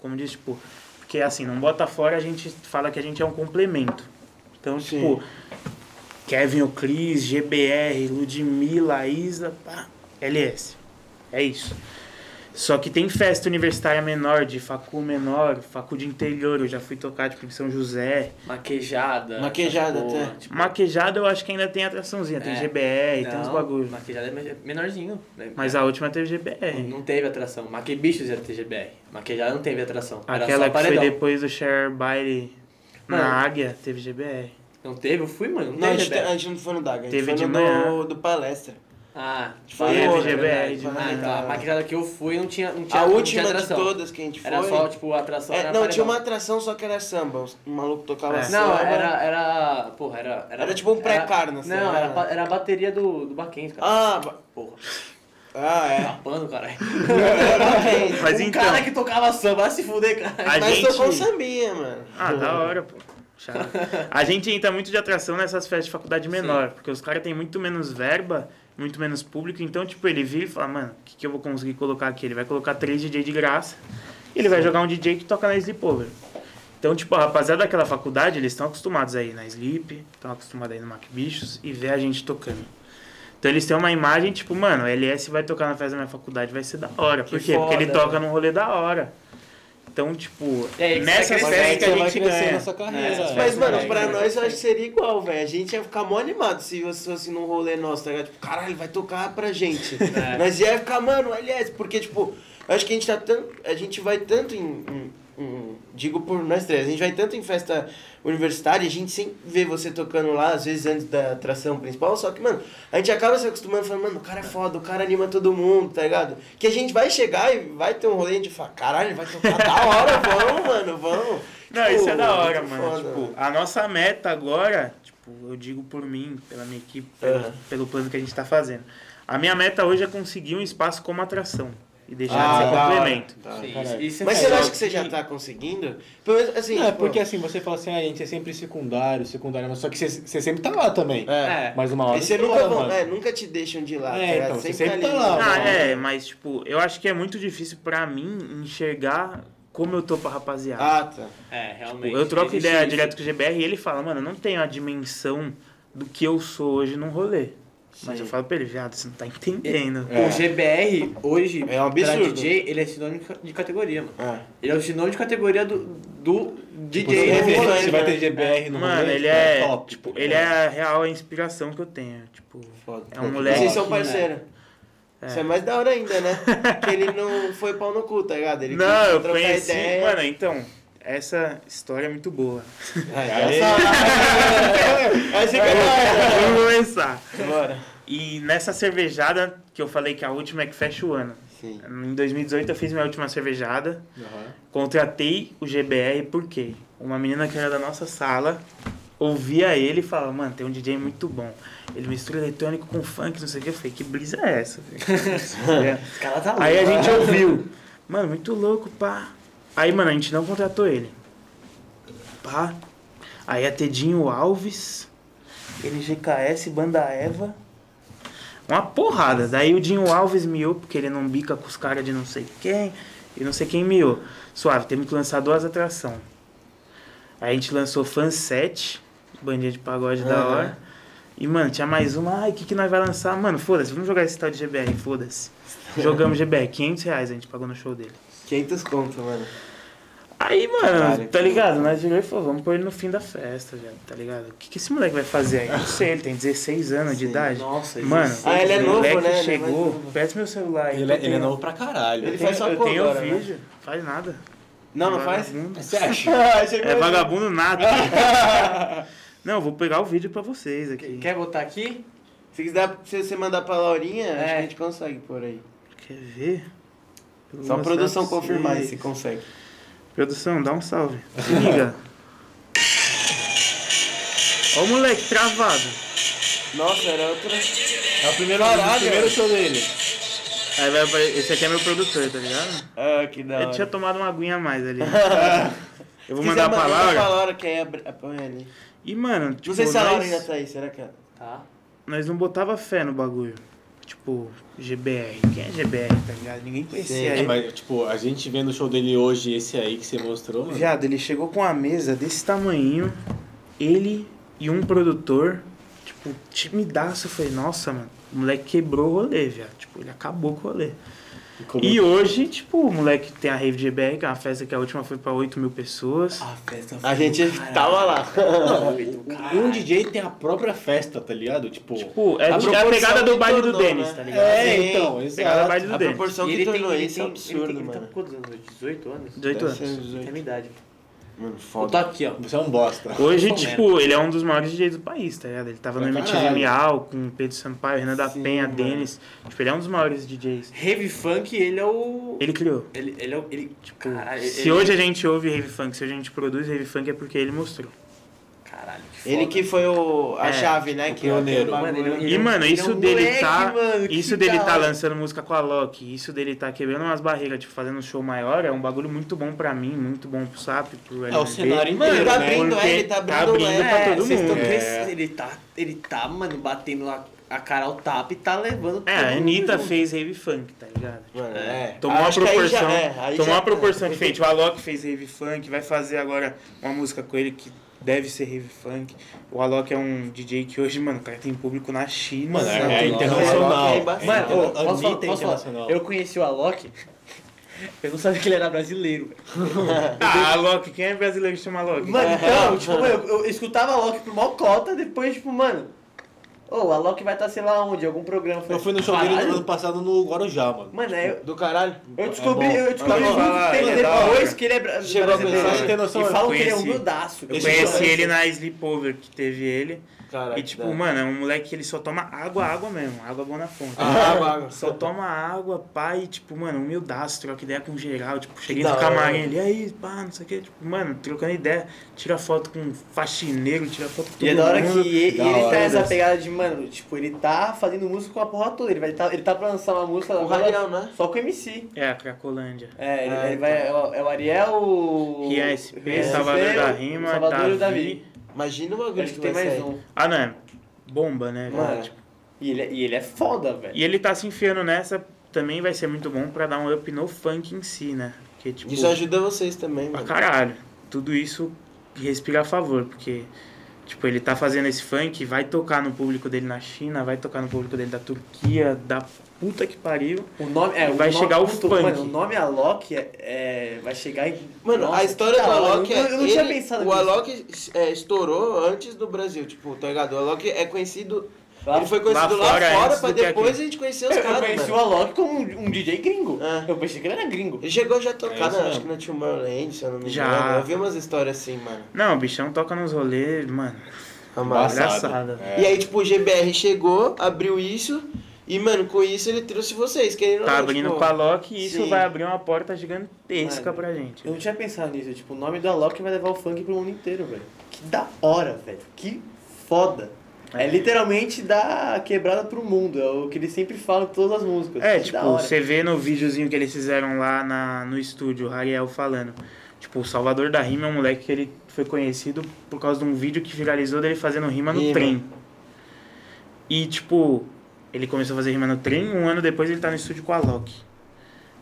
Speaker 3: como diz, tipo, porque assim, não bota fora, a gente fala que a gente é um complemento. Então,
Speaker 1: Sim.
Speaker 3: tipo, Kevin Oclis, GBR, Ludmilla, Isa, pá, LS. É isso. Só que tem festa universitária menor, de facu menor, facu de interior, eu já fui tocar, tipo, em São José. tipo,
Speaker 5: Maquejada.
Speaker 1: Maquejada,
Speaker 5: essas
Speaker 1: até.
Speaker 5: porra, Tipo,
Speaker 3: Maquejada eu acho que ainda tem atraçãozinha, tem
Speaker 5: É.
Speaker 3: GBR, tem uns
Speaker 5: não,
Speaker 3: bagulho.
Speaker 5: Maquejada é men- menorzinho, né?
Speaker 3: Mas a última teve GBR.
Speaker 5: Não teve atração. Maquebichos era TGBR. Maquejada não teve atração. Era
Speaker 3: Aquela
Speaker 5: só
Speaker 3: que foi
Speaker 5: paredão.
Speaker 3: depois do Share Baile na
Speaker 5: Mano.
Speaker 3: Águia, teve GBR.
Speaker 5: Não teve? Eu fui, mano. Não,
Speaker 1: Não, a
Speaker 5: teve
Speaker 1: gente, tá,
Speaker 5: GBR.
Speaker 1: a gente não foi no Daga, a gente
Speaker 3: Teve
Speaker 1: foi
Speaker 3: de
Speaker 1: no
Speaker 3: manhã.
Speaker 1: do palestra.
Speaker 5: Ah,
Speaker 1: Foi né?
Speaker 5: teve
Speaker 1: outra,
Speaker 3: GBR de
Speaker 5: Ah,
Speaker 1: manhã.
Speaker 5: então, a maquejada que eu fui não tinha, não tinha
Speaker 1: A
Speaker 5: não
Speaker 1: última
Speaker 5: tinha
Speaker 1: de
Speaker 5: atração.
Speaker 1: todas que a gente foi.
Speaker 5: Era só, tipo, a atração
Speaker 1: É,
Speaker 5: era
Speaker 1: não, tinha uma
Speaker 5: paredão.
Speaker 1: atração só que era samba. O maluco tocava
Speaker 3: É.
Speaker 1: samba.
Speaker 5: Não, era, era... Porra, era... Era,
Speaker 1: Era tipo um pré-carne, assim,
Speaker 5: Não,
Speaker 1: né?
Speaker 5: era, pa- era a bateria do, do Baquens, cara.
Speaker 1: Ah, ba-
Speaker 5: Porra,
Speaker 1: ah, é.
Speaker 5: tapando, caralho.
Speaker 1: Era
Speaker 3: Mas
Speaker 5: um
Speaker 3: então,
Speaker 5: cara que tocava samba, vai se fuder, cara.
Speaker 3: a
Speaker 1: Mas
Speaker 3: gente...
Speaker 1: tocou sambinha, mano.
Speaker 3: Ah, da hora, pô. Chave. A gente entra muito de atração nessas festas de faculdade menor, porque os caras têm muito menos verba, muito menos público, então, tipo, ele vira e fala, mano, o que, que eu vou conseguir colocar aqui? Ele vai colocar três DJ de graça e ele vai jogar um DJ que toca na Sleepover. Então, tipo, a rapaziada daquela faculdade, eles estão acostumados aí na Sleep, estão acostumados aí no Mac Bichos e vê a gente tocando. Então eles têm uma imagem, tipo, mano, o LS vai tocar na festa da minha faculdade, vai ser da hora. Por
Speaker 5: Que
Speaker 3: quê? Porque ele
Speaker 5: foda, né?
Speaker 3: toca num rolê da hora. Então, tipo,
Speaker 5: É, isso
Speaker 3: nessas
Speaker 5: vai
Speaker 3: festas que a
Speaker 2: Você vai
Speaker 3: gente
Speaker 2: crescer
Speaker 3: ganha.
Speaker 2: na sua carreira.
Speaker 5: É,
Speaker 1: tipo, Mas,
Speaker 5: Mas,
Speaker 1: mano,
Speaker 5: né,
Speaker 1: pra
Speaker 5: né?
Speaker 1: nós eu acho que seria igual, velho. A gente ia ficar mó animado se fosse fosse num rolê nosso, tá ligado? Tipo, caralho, vai tocar pra gente.
Speaker 5: É.
Speaker 1: Nós ia ficar, mano, aliás, porque, tipo, eu acho que a gente tá tanto. A gente vai tanto em. em- em- digo por nós três, a gente vai tanto em festa universitária, a gente sempre vê você tocando lá, às vezes antes da atração principal, só que, mano, a gente acaba se acostumando falando, mano, o cara é foda, o cara anima todo mundo, tá ligado? Que a gente vai chegar e vai ter um rolê e a gente fala, caralho, vai tocar da hora, vamos, mano, vamos.
Speaker 3: Não, isso é da hora,
Speaker 1: muito
Speaker 3: mano.
Speaker 1: foda,
Speaker 3: Tipo, a nossa meta agora, tipo, eu digo por mim, pela minha equipe, pelo,
Speaker 1: Aham.
Speaker 3: pelo plano que a gente tá fazendo. A minha meta hoje é conseguir um espaço como atração e deixar
Speaker 1: Ah,
Speaker 3: de ser
Speaker 1: da hora.
Speaker 3: complemento.
Speaker 5: Sim,
Speaker 2: Caralho.
Speaker 5: isso é
Speaker 1: Ah, Mas você
Speaker 5: foda.
Speaker 1: não acha que você já tá conseguindo? Pelo menos, assim,
Speaker 2: Não, é
Speaker 1: tipo,
Speaker 2: porque assim, você fala assim, ah, a gente é sempre secundário, secundário, mas só que você, você sempre tá lá também.
Speaker 1: É.
Speaker 2: Mais uma hora.
Speaker 1: E você
Speaker 2: tá
Speaker 1: nunca,
Speaker 2: lá,
Speaker 1: vão,
Speaker 2: mano.
Speaker 1: é, nunca te deixam de lado.
Speaker 2: É,
Speaker 1: tá ligado?
Speaker 2: então, você
Speaker 1: sempre
Speaker 2: sempre tá lá,
Speaker 3: Ah,
Speaker 2: mano.
Speaker 3: é, mas tipo, eu acho que é muito difícil pra mim enxergar como eu tô pra rapaziada. Tipo,
Speaker 1: Ah, tá.
Speaker 5: É, realmente.
Speaker 3: Eu troco
Speaker 5: Existe
Speaker 3: ideia
Speaker 5: isso.
Speaker 3: direto com o GBR e ele fala, mano, eu não tenho a dimensão do que eu sou hoje num rolê. Mas eu falo pra ele, viado, você não tá entendendo.
Speaker 2: É.
Speaker 5: O GBR hoje,
Speaker 1: É um absurdo.
Speaker 5: pra DJ, ele é sinônimo de categoria, mano.
Speaker 1: É.
Speaker 5: Ele é o sinônimo de categoria do, do
Speaker 2: Tipo, você
Speaker 5: DJ.
Speaker 2: vai ter-
Speaker 1: rolê,
Speaker 2: você vai
Speaker 1: né?
Speaker 2: ter GBR no
Speaker 3: Mano,
Speaker 2: rolê,
Speaker 3: ele
Speaker 2: tá
Speaker 3: é.
Speaker 2: top.
Speaker 3: Tipo, ele é a real inspiração que eu tenho. Tipo,
Speaker 1: Foda.
Speaker 3: é um
Speaker 1: Vocês
Speaker 3: moleque.
Speaker 5: Leque,
Speaker 1: são parceiros. Isso é mais da hora ainda, né? que ele não foi pau no cu, tá ligado? Ele
Speaker 3: Não,
Speaker 1: quis
Speaker 3: eu
Speaker 1: trocar
Speaker 3: conheci.
Speaker 1: ideia.
Speaker 3: Mano, então, essa história é muito boa.
Speaker 1: Aí,
Speaker 2: Aê.
Speaker 1: essa- É. Essa é verdade.
Speaker 3: Vamos começar.
Speaker 1: Bora.
Speaker 3: E nessa cervejada, que eu falei que a última é que fecha o ano. Em 2018 eu fiz minha última cervejada.
Speaker 2: Aham.
Speaker 3: Contratei o GBR porque uma menina que era da nossa sala ouvia ele e falava, mano, tem um DJ muito bom. Ele mistura eletrônico com funk, não sei o que. Eu falei, que brisa é essa? É.
Speaker 5: Esse cara tá louco.
Speaker 3: Aí a gente ouviu. Mano, muito louco, pá. Aí, mano, a gente não contratou ele. Pá. Aí é Tedinho Alves, LGKS, Banda Eva. Uma porrada. Daí o Dinho Alves miou, porque ele não bica com os caras de não sei quem, e não sei quem miou. Suave, temos que lançar duas atrações. Aí a gente lançou Fan 7, bandinha de pagode da
Speaker 5: Aham.
Speaker 3: hora. E, mano, tinha mais uma. Ai, o que, que nós vai lançar? Mano, foda-se, vamos jogar esse tal de GBR, foda-se. Jogamos GBR, 500 reais a gente pagou no show dele.
Speaker 1: 500 conto, mano.
Speaker 3: Aí, mano,
Speaker 1: Caralho,
Speaker 3: tá ligado? Nós virou e falou, vamos pôr ele no fim da festa, velho, tá ligado? O que, que esse moleque vai fazer aí? Não sei, ele tem 16 anos de
Speaker 1: Sim.
Speaker 3: idade.
Speaker 5: Nossa,
Speaker 3: Mano,
Speaker 5: isso-
Speaker 1: Ah, ele é
Speaker 3: o
Speaker 1: novo,
Speaker 3: moleque
Speaker 1: né? Ele é mais
Speaker 3: chegou,
Speaker 1: novo.
Speaker 3: peça meu celular
Speaker 2: Ele,
Speaker 3: aí. eu
Speaker 2: é- ele é
Speaker 3: tenho-
Speaker 2: novo pra caralho.
Speaker 1: Ele
Speaker 3: Eu tenho,
Speaker 1: faz só
Speaker 3: eu
Speaker 1: cor
Speaker 3: tenho um
Speaker 1: agora, né?
Speaker 3: vídeo, faz nada.
Speaker 1: Não, não faz?
Speaker 3: Vagabundo.
Speaker 2: Você acha?
Speaker 3: É vagabundo nada. Não, eu vou pegar o vídeo pra vocês aqui.
Speaker 5: Quer botar aqui?
Speaker 1: Se quiser se você mandar pra Laurinha, acho que
Speaker 5: É.
Speaker 1: a gente consegue por aí.
Speaker 3: Quer ver? Eu vou
Speaker 1: Só a
Speaker 3: mostrar
Speaker 1: produção
Speaker 3: pra vocês.
Speaker 1: confirmar se consegue.
Speaker 3: Produção, dá um salve. Se liga. Ó o moleque travado.
Speaker 1: Nossa, era outra.
Speaker 2: É o primeiro,
Speaker 1: Caralho.
Speaker 2: o primeiro show dele.
Speaker 3: Aí vai apare- Esse aqui é meu produtor, tá ligado?
Speaker 1: Ah, que da
Speaker 3: Ele
Speaker 1: hora.
Speaker 3: tinha tomado uma aguinha a mais ali. Eu vou
Speaker 1: Se
Speaker 3: mandar a
Speaker 1: quiser mandar pra
Speaker 3: palavra.
Speaker 1: Laura, que aí abre- apoia ali.
Speaker 3: E, mano, tipo,
Speaker 1: não sei se a Laura
Speaker 3: nós-
Speaker 1: ainda tá aí, será que ela?
Speaker 5: Tá.
Speaker 3: nós não botava fé no bagulho. Tipo, GBR. Quem é GBR, tá ligado? Ninguém conhecia
Speaker 1: Sim.
Speaker 2: É,
Speaker 3: ele.
Speaker 2: mas, tipo, a gente vendo o show dele hoje, esse aí que você mostrou, mano.
Speaker 3: Viado, ele chegou com uma mesa desse tamanhinho, ele e um produtor, tipo, timidaço. Eu falei, nossa, mano, o moleque quebrou o rolê, viado. Tipo, ele acabou com o rolê.
Speaker 2: Ficou
Speaker 3: E
Speaker 2: muito-
Speaker 3: hoje, tipo, o moleque tem a Rave GBR, que é uma festa que a última foi pra 8 mil pessoas.
Speaker 1: Ah,
Speaker 5: A festa
Speaker 1: A gente tava lá.
Speaker 2: Não, um, um DJ tem a própria festa, tá ligado? Tipo.
Speaker 3: Tipo, é,
Speaker 1: A
Speaker 3: a
Speaker 1: proporção que
Speaker 3: pegada do baile do
Speaker 1: tornou,
Speaker 3: Denis,
Speaker 1: né?
Speaker 3: tá ligado?
Speaker 2: é,
Speaker 1: Sim.
Speaker 2: então,
Speaker 3: Pegada
Speaker 2: exato.
Speaker 3: baile do
Speaker 1: A
Speaker 3: Denis.
Speaker 1: proporção que tornou isso é absurdo,
Speaker 5: ele tá
Speaker 1: mano.
Speaker 5: com quantos anos hoje? 18 anos?
Speaker 3: 18
Speaker 1: Deve ser
Speaker 3: anos.
Speaker 1: 18.
Speaker 5: Ele tem a minha idade.
Speaker 1: Mano,
Speaker 5: Vou
Speaker 1: foda.
Speaker 5: tá aqui, ó.
Speaker 2: Você é um bosta.
Speaker 3: Hoje,
Speaker 5: Pô,
Speaker 3: tipo, ele é um dos maiores DJs do país, tá ligado? Ele tava no
Speaker 5: É
Speaker 2: Pra
Speaker 3: MTV
Speaker 2: caralho.
Speaker 3: Miau com Pedro Sampaio, Renan da
Speaker 1: Sim,
Speaker 3: Penha,
Speaker 1: mano.
Speaker 3: Denis. Tipo, ele é um dos maiores DJs.
Speaker 5: Heavy Funk, ele é o...
Speaker 3: Ele criou.
Speaker 5: Ele, ele é o... Ele, tipo, caralho,
Speaker 3: Se
Speaker 5: ele-
Speaker 3: hoje a gente ouve Rave Funk, se hoje a gente produz Rave Funk, é porque ele mostrou.
Speaker 5: Caralho, que foda.
Speaker 1: Ele que foi o, a
Speaker 3: É,
Speaker 1: chave, né? Que
Speaker 2: pioneiro.
Speaker 1: Mano,
Speaker 5: Mano, ele- ele-
Speaker 3: E, mano,
Speaker 5: é um
Speaker 3: isso dele
Speaker 5: moleque,
Speaker 3: tá.
Speaker 5: mano, que
Speaker 3: isso dele
Speaker 5: da
Speaker 3: tá
Speaker 5: hora.
Speaker 3: lançando música com a Loki, isso dele tá quebrando umas barreiras, tipo, fazendo um show maior, é um bagulho muito bom pra mim, muito bom pro SAP, pro
Speaker 2: É o
Speaker 3: LMB.
Speaker 2: cenário
Speaker 1: Mano, ele
Speaker 2: inteiro,
Speaker 1: tá
Speaker 2: né?
Speaker 1: abrindo,
Speaker 3: Porque
Speaker 1: é, ele tá abrindo,
Speaker 3: tá abrindo
Speaker 1: é,
Speaker 3: pra todo
Speaker 5: vocês
Speaker 3: mundo.
Speaker 5: tão crescendo.
Speaker 2: É.
Speaker 5: Ele tá, ele tá, mano, batendo lá a cara ao tapa e tá levando
Speaker 3: É,
Speaker 5: todo
Speaker 3: a
Speaker 5: mundo
Speaker 3: Anitta
Speaker 5: junto.
Speaker 3: fez Rave Funk, tá ligado?
Speaker 1: Mano, é.
Speaker 3: Tomou uma
Speaker 1: Acho que aí
Speaker 3: proporção,
Speaker 1: já é, aí
Speaker 3: tomou
Speaker 1: já-
Speaker 3: uma proporção diferente. O Alok fez rave funk, vai fazer agora uma música com ele que deve ser rave funk. O Alok é um DJ que hoje, mano, o cara tem público na China.
Speaker 2: Mano,
Speaker 3: sabe?
Speaker 2: é, internacional.
Speaker 1: É, é
Speaker 5: Mano, ô,
Speaker 2: a
Speaker 5: posso falar,
Speaker 2: Anitta é
Speaker 5: posso falar?
Speaker 2: internacional.
Speaker 5: Eu conheci o Alok, eu não sabia que ele era brasileiro, velho.
Speaker 3: Ah, Alok, quem é brasileiro que chama Alok?
Speaker 5: Mano, então, tipo, mano, eu, eu escutava Alok por mal cota, depois, tipo, mano, ô, o Alok vai estar sei lá onde, algum programa.
Speaker 2: Eu fui no show
Speaker 5: Caralho.
Speaker 2: dele no ano passado no Guarujá, mano.
Speaker 5: Mano, aí eu,
Speaker 1: Do caralho. Ah,
Speaker 5: eu descobri, eu
Speaker 1: Tá
Speaker 5: descobri
Speaker 3: Vamos
Speaker 5: muito
Speaker 3: falar,
Speaker 5: tempo
Speaker 3: é da hora.
Speaker 5: depois que ele é bra-
Speaker 1: Chegou a
Speaker 5: brasileiro.
Speaker 1: pensar,
Speaker 2: você tem noção,
Speaker 5: e
Speaker 2: eu
Speaker 5: falam que ele é
Speaker 3: conheci-
Speaker 5: humildaço.
Speaker 3: Eu
Speaker 5: Esse
Speaker 3: conheci
Speaker 5: cara-
Speaker 3: ele na Sleepover que teve ele.
Speaker 1: Caralho.
Speaker 3: E tipo, mano, é um moleque que ele só toma água, água mesmo. Água boa na fonte.
Speaker 2: Ah,
Speaker 1: Água, água.
Speaker 3: Ah, Só toma água, pai, tipo, mano, humildaço, troca ideia com geral, tipo, cheguei
Speaker 1: da
Speaker 3: no
Speaker 1: hora.
Speaker 3: camarim ali, aí, pá, não sei o que, tipo, mano, trocando ideia, tira foto com faxineiro, tira foto com todo
Speaker 5: E é da hora que
Speaker 3: mundo.
Speaker 5: e- e
Speaker 2: Da
Speaker 5: ele tá
Speaker 2: hora,
Speaker 5: nessa
Speaker 2: Deus.
Speaker 5: pegada de, mano, tipo, ele tá fazendo música com a porra toda. Ele, vai, tá, ele tá pra lançar uma música
Speaker 1: O
Speaker 5: agora
Speaker 1: Radial, né?
Speaker 5: só com o MC.
Speaker 3: É, a Cracolândia.
Speaker 5: É, ele,
Speaker 1: Ah,
Speaker 5: ele vai. É o, é o Ariel, o.
Speaker 3: Rian SP,
Speaker 5: Rian SP,
Speaker 3: Salvador da
Speaker 5: o
Speaker 3: Rima,
Speaker 5: Salvador e o
Speaker 3: Davi.
Speaker 5: Davi.
Speaker 1: Imagina o bagulho
Speaker 5: Acho que tem
Speaker 1: vai
Speaker 5: mais
Speaker 1: sair.
Speaker 5: um.
Speaker 3: Ah, não, é bomba, né,
Speaker 1: Mano.
Speaker 3: velho? Tipo,
Speaker 5: E ele, é- e ele é foda, velho.
Speaker 3: E ele tá se enfiando nessa, também vai ser muito bom pra dar um up no funk em si, né? Porque, tipo,
Speaker 5: é
Speaker 1: Isso ajuda vocês também,
Speaker 3: pra
Speaker 1: mano.
Speaker 3: caralho. Tudo isso respira a favor, porque tipo, ele tá fazendo esse funk, vai tocar no público dele na China, vai tocar no público dele da Turquia, da puta que pariu.
Speaker 5: O nome é.
Speaker 3: Vai
Speaker 5: o nome,
Speaker 3: chegar o
Speaker 5: puto,
Speaker 3: funk.
Speaker 5: Mano, o nome Alok é, é- vai chegar em.
Speaker 1: Mano,
Speaker 5: Nossa,
Speaker 1: a história
Speaker 5: que
Speaker 1: do
Speaker 5: da hora.
Speaker 1: Alok
Speaker 5: Eu,
Speaker 1: é.
Speaker 5: não- eu não tinha
Speaker 1: ele-
Speaker 5: pensado
Speaker 1: O
Speaker 5: nisso.
Speaker 1: Alok é, estourou antes do Brasil, tipo, tá ligado? O Alok é conhecido.
Speaker 5: Lá-
Speaker 1: ele foi conhecido lá,
Speaker 3: fora
Speaker 1: fora,
Speaker 3: antes
Speaker 1: pra
Speaker 3: do que
Speaker 1: depois
Speaker 3: aqui.
Speaker 1: a gente conhecer
Speaker 5: Eu,
Speaker 1: os
Speaker 5: eu
Speaker 1: caras.
Speaker 5: conheci
Speaker 1: mano.
Speaker 5: o Alok como um, um DJ gringo.
Speaker 1: Ah.
Speaker 5: Eu pensei que ele era gringo.
Speaker 1: Ele chegou já a tocar,
Speaker 2: isso
Speaker 1: na- acho
Speaker 2: mesmo.
Speaker 1: que na Tomorrowland, se eu não me
Speaker 3: É Já.
Speaker 1: engano. Eu vi umas histórias assim, mano.
Speaker 3: Não, o bichão toca nos rolês, mano.
Speaker 1: Amado.
Speaker 3: Engraçado.
Speaker 2: É.
Speaker 1: E aí, tipo, o GBR chegou, abriu isso, e, mano, com isso ele trouxe vocês, querendo ou
Speaker 3: Tá
Speaker 1: não,
Speaker 3: abrindo
Speaker 1: tipo,
Speaker 3: com a Loki e isso
Speaker 1: sim.
Speaker 3: vai abrir uma porta gigantesca
Speaker 5: Mano,
Speaker 3: pra gente.
Speaker 5: Eu não tinha pensado nisso, tipo, o nome do Alok vai levar o funk pro mundo inteiro, velho. Que da hora, velho. Que foda. É. literalmente da quebrada pro mundo, é o que eles sempre falam em todas as músicas.
Speaker 3: É,
Speaker 5: que
Speaker 3: tipo,
Speaker 5: da hora.
Speaker 3: você vê no videozinho que eles fizeram lá na, no estúdio, o Ariel falando. Tipo, o Salvador da Rima é um moleque que ele foi conhecido por causa de um vídeo que viralizou dele fazendo rima no
Speaker 1: Rima.
Speaker 3: trem. E, tipo, Ele começou a fazer rima no trem, um ano depois ele tá no estúdio com a Loki.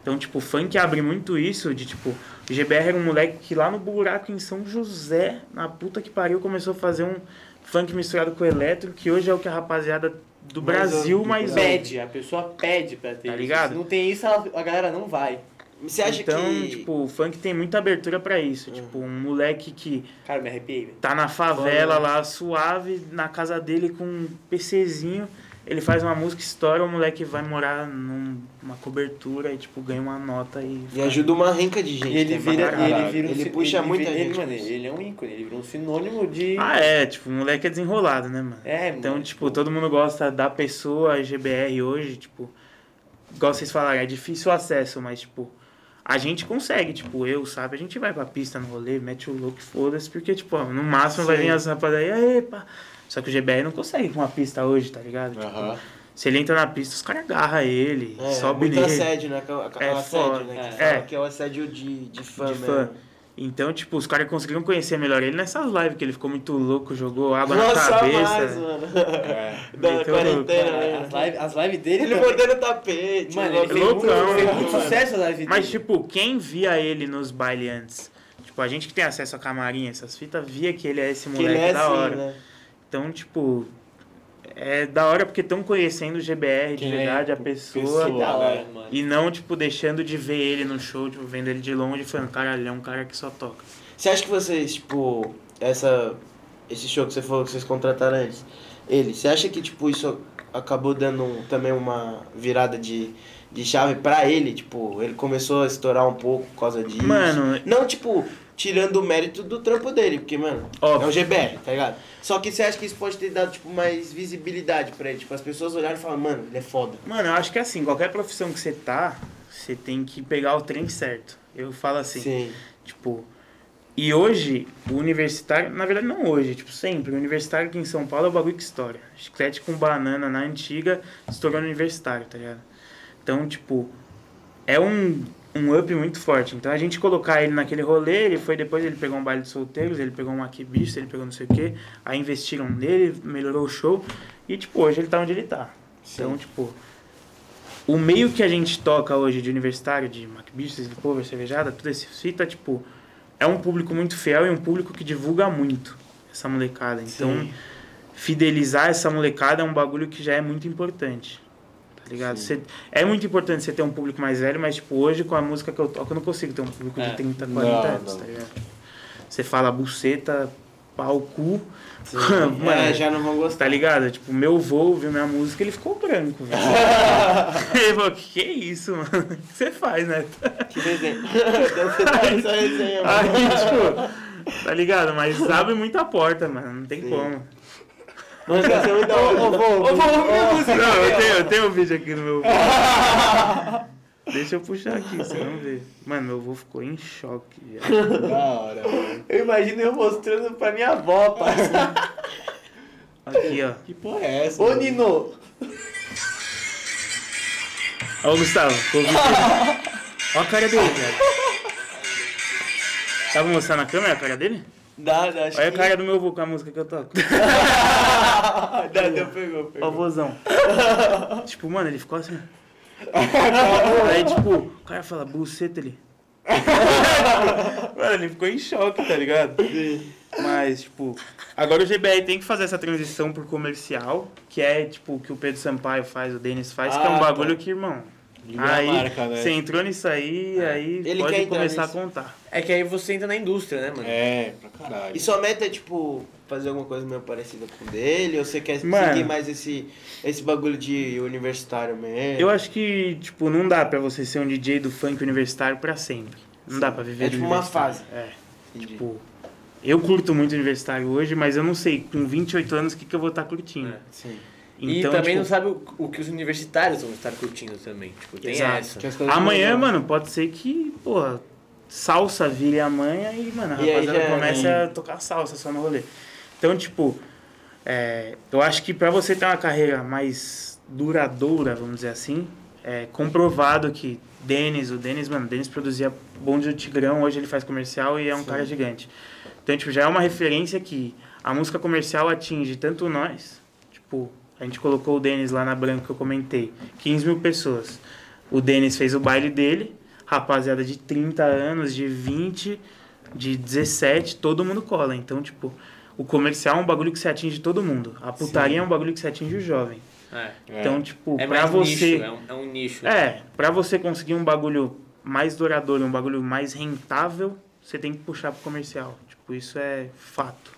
Speaker 3: Então, tipo, o funk abre muito isso de, tipo, o GBR era um moleque que lá no buraco em São José, na puta que pariu, começou a fazer um funk misturado com eletro, que hoje é o que a rapaziada do
Speaker 1: Mais
Speaker 3: Brasil
Speaker 1: ouve,
Speaker 3: é mais ouve.
Speaker 5: Pede, a pessoa pede pra ter
Speaker 3: Tá
Speaker 5: isso.
Speaker 3: ligado?
Speaker 5: Se não tem isso, ela- a galera não vai.
Speaker 1: Você acha
Speaker 3: então,
Speaker 1: que... Hum.
Speaker 3: tipo, o funk tem muita abertura pra isso. Tipo, um moleque que
Speaker 5: Cara, me arrepiei, velho.
Speaker 3: tá na favela lá, suave, na casa dele com um PCzinho. Ele faz uma música, estoura, o moleque vai morar num- numa cobertura e, tipo, ganha uma nota e...
Speaker 1: E ajuda uma renca de gente.
Speaker 5: E ele
Speaker 1: né,
Speaker 5: vira,
Speaker 1: pra
Speaker 5: e ele
Speaker 1: caralho.
Speaker 5: vira um
Speaker 1: Ele
Speaker 5: si-
Speaker 1: puxa muita
Speaker 5: vira-
Speaker 1: gente.
Speaker 5: Ele, mano, ele é um ícone, ele virou um sinônimo de.
Speaker 3: Ah, é, tipo, o moleque é desenrolado, né, mano?
Speaker 5: É,
Speaker 3: Então,
Speaker 5: mano,
Speaker 3: tipo, todo mundo gosta da pessoa GBR hoje, tipo, igual vocês falaram, é difícil o acesso, mas, tipo, a gente consegue, tipo, eu, sabe, a gente vai pra pista no rolê, mete o louco, e foda-se, porque, tipo, ó, no máximo vai vir as rapaziadas, aí, pá. Só que o GBR não consegue com uma pista hoje, tá ligado? Tipo,
Speaker 2: Aham.
Speaker 3: se ele entra na pista, os caras agarram ele,
Speaker 1: É,
Speaker 3: sobe
Speaker 1: muito
Speaker 3: nele.
Speaker 1: assédio, né? Aquela- aquela
Speaker 3: É
Speaker 1: assédio,
Speaker 3: foda,
Speaker 1: né? Que,
Speaker 3: é.
Speaker 1: fala que é o assédio de, de fã,
Speaker 3: de fã.
Speaker 1: mesmo.
Speaker 3: Então, tipo, os caras conseguiram conhecer melhor ele nessas lives que ele ficou muito louco, jogou água
Speaker 1: Nossa,
Speaker 3: na cabeça.
Speaker 1: mais, mano.
Speaker 2: É.
Speaker 1: da
Speaker 3: Meteu
Speaker 1: quarentena,
Speaker 5: Cara,
Speaker 1: né?
Speaker 5: É, as lives, as lives dele.
Speaker 1: Ele
Speaker 5: também-
Speaker 1: mordendo tapete.
Speaker 5: Mano,
Speaker 1: né?
Speaker 5: ele fez muito,
Speaker 3: Loucão,
Speaker 5: fez
Speaker 3: né?
Speaker 5: muito sucesso as lives
Speaker 3: Mas,
Speaker 5: dele.
Speaker 3: tipo, quem via ele nos bailes antes? Tipo, a gente que tem acesso a camarim, essas fitas, via que ele é esse
Speaker 1: que
Speaker 3: moleque
Speaker 1: ele é
Speaker 3: da
Speaker 1: assim,
Speaker 3: hora.
Speaker 1: né?
Speaker 3: Então, tipo, é da hora porque estão conhecendo o GBR de
Speaker 2: Quem é
Speaker 3: verdade, a pessoa. é
Speaker 2: pessoa.
Speaker 1: né,
Speaker 5: da hora, mano.
Speaker 3: E não, tipo, deixando de ver ele no show, tipo, vendo ele de longe e falando, caralho, ele é um cara que só toca.
Speaker 1: Você acha que vocês, tipo, essa, esse show que você falou que vocês contrataram antes, ele, você acha que, tipo, isso acabou dando um- também uma virada de, de chave pra ele? Tipo, ele começou a estourar um pouco por causa disso?
Speaker 3: Mano-
Speaker 1: Não, tipo, tirando o mérito do trampo dele, porque, mano,
Speaker 3: Óbvio.
Speaker 1: é um GBR, tá ligado? Só que você acha que isso pode ter dado, tipo, mais visibilidade pra ele? Tipo, as pessoas olharem e falam, mano, ele é foda.
Speaker 3: Mano, eu acho que assim, qualquer profissão que você tá, você tem que pegar o trem certo. Eu falo assim.
Speaker 1: Sim.
Speaker 3: Tipo, e hoje, o universitário, na verdade não hoje, tipo, sempre, o universitário aqui em São Paulo é o bagulho que estoura. Chiclete com banana na antiga estourou no universitário, tá ligado? Então, tipo, é um, um up muito forte. Então a gente colocar ele naquele rolê, ele foi depois, ele pegou um baile de solteiros, ele pegou um arquibista, ele pegou não sei o quê, aí investiram nele, melhorou o show, e tipo, hoje ele tá onde ele tá. Então, tipo, o meio que a gente toca hoje de universitário, de MacBistas, de cover, cervejada, tudo esse fita, tipo, é um público muito fiel e um público que divulga muito essa molecada. Então, fidelizar essa molecada é um bagulho que já é muito importante. Tá ligado? Você- é muito importante você ter um público mais velho, mas, tipo, hoje com a música que eu toco, eu não consigo ter um público
Speaker 5: É.
Speaker 3: de 30, 40
Speaker 2: Não,
Speaker 3: anos,
Speaker 2: não.
Speaker 3: tá ligado? Você fala buceta, pau, cu. Mano,
Speaker 1: É, já não vão gostar.
Speaker 3: tá ligado? Tipo, meu vô ouviu minha música ele ficou branco, velho. Ele falou, que isso, mano? O que você faz, né?
Speaker 1: Que desenho. Então, Essa resenha, mano.
Speaker 3: Aí, tipo, tá ligado? Mas abre muita porta, mano. Não tem como.
Speaker 1: Mano, deve ser muito da hora.
Speaker 3: Não, eu tenho, eu tenho um vídeo aqui no meu vô. Deixa eu puxar aqui, você não vê. Mano, meu vô ficou em choque. velho.
Speaker 2: Da hora.
Speaker 5: Eu imagino eu mostrando pra minha avó, parça.
Speaker 3: Aqui, ó.
Speaker 2: Que porra é essa?
Speaker 5: Ô,
Speaker 2: mano?
Speaker 5: Nino,
Speaker 3: Ó, o Gustavo, tô ouvindo. Ó a cara dele, velho. Tá vou mostrar na câmera a cara dele?
Speaker 5: Dá, dá, acho
Speaker 3: Olha a
Speaker 5: que...
Speaker 3: cara do meu vô com a música que eu toco.
Speaker 5: Dá, deu, pegou,
Speaker 3: Ó,
Speaker 5: pegou.
Speaker 3: o vozão. tipo, mano, ele ficou assim. Aí, tipo, o cara fala, buceta ele. mano, ele ficou em choque, tá ligado? Mas, tipo, agora o GBR tem que fazer essa transição pro comercial, que é, tipo, o que o Pedro Sampaio faz, o Denis faz, que é
Speaker 2: Ah,
Speaker 3: um
Speaker 2: tá.
Speaker 3: bagulho que, irmão.
Speaker 2: Liga a
Speaker 3: Aí,
Speaker 2: marca, né?
Speaker 3: você entrou nisso aí, aí
Speaker 1: Ele quer
Speaker 3: pode
Speaker 1: entrar
Speaker 3: começar a
Speaker 1: nisso.
Speaker 3: contar.
Speaker 5: É que aí você entra na indústria, né, mano?
Speaker 2: É, pra caralho.
Speaker 1: E sua meta é, tipo, fazer alguma coisa meio parecida com o dele? Ou você quer
Speaker 3: Mano.
Speaker 1: seguir mais esse, esse bagulho de universitário mesmo?
Speaker 3: Eu acho que, tipo, não dá pra você ser um DJ do funk universitário pra sempre. Não dá pra viver
Speaker 1: É
Speaker 3: do
Speaker 1: tipo uma
Speaker 3: universitário.
Speaker 1: fase.
Speaker 3: É.
Speaker 1: Entendi.
Speaker 3: Tipo, eu curto muito universitário hoje, mas eu não sei com 28 anos o que, que eu vou estar curtindo.
Speaker 5: É.
Speaker 1: Sim.
Speaker 5: E
Speaker 3: Então,
Speaker 5: também
Speaker 3: tipo,
Speaker 5: não sabe o, o que os universitários vão estar curtindo também. Tipo, tem
Speaker 3: Exato.
Speaker 5: essa.
Speaker 1: Que as coisas
Speaker 3: amanhã,
Speaker 1: mudam.
Speaker 3: mano, pode ser que, porra, salsa vire amanhã e, mano, a
Speaker 1: E aí
Speaker 3: rapaziada
Speaker 1: já- é, né?
Speaker 3: começa a tocar salsa só no rolê. Então, tipo, é, eu acho que pra você ter uma carreira mais duradoura, vamos dizer assim, é comprovado que Denis, o Denis, mano, o Denis produzia Bonde do Tigrão, hoje ele faz comercial e é um cara gigante. Então, tipo, já é uma referência que a música comercial atinge tanto nós, tipo, A gente colocou o Denis lá na branca que eu comentei. 15 mil pessoas. O Denis fez o baile dele, rapaziada de 30 anos, de 20, de 17, todo mundo cola. Então, tipo, o comercial é um bagulho que se atinge todo mundo. A putaria é um bagulho que se atinge o jovem.
Speaker 5: É.
Speaker 3: Então, tipo,
Speaker 5: É
Speaker 3: pra
Speaker 5: mais
Speaker 3: você.
Speaker 5: nicho, é um, é um nicho.
Speaker 3: É, pra você conseguir um bagulho mais duradouro, um bagulho mais rentável, você tem que puxar pro comercial. Tipo, isso é fato.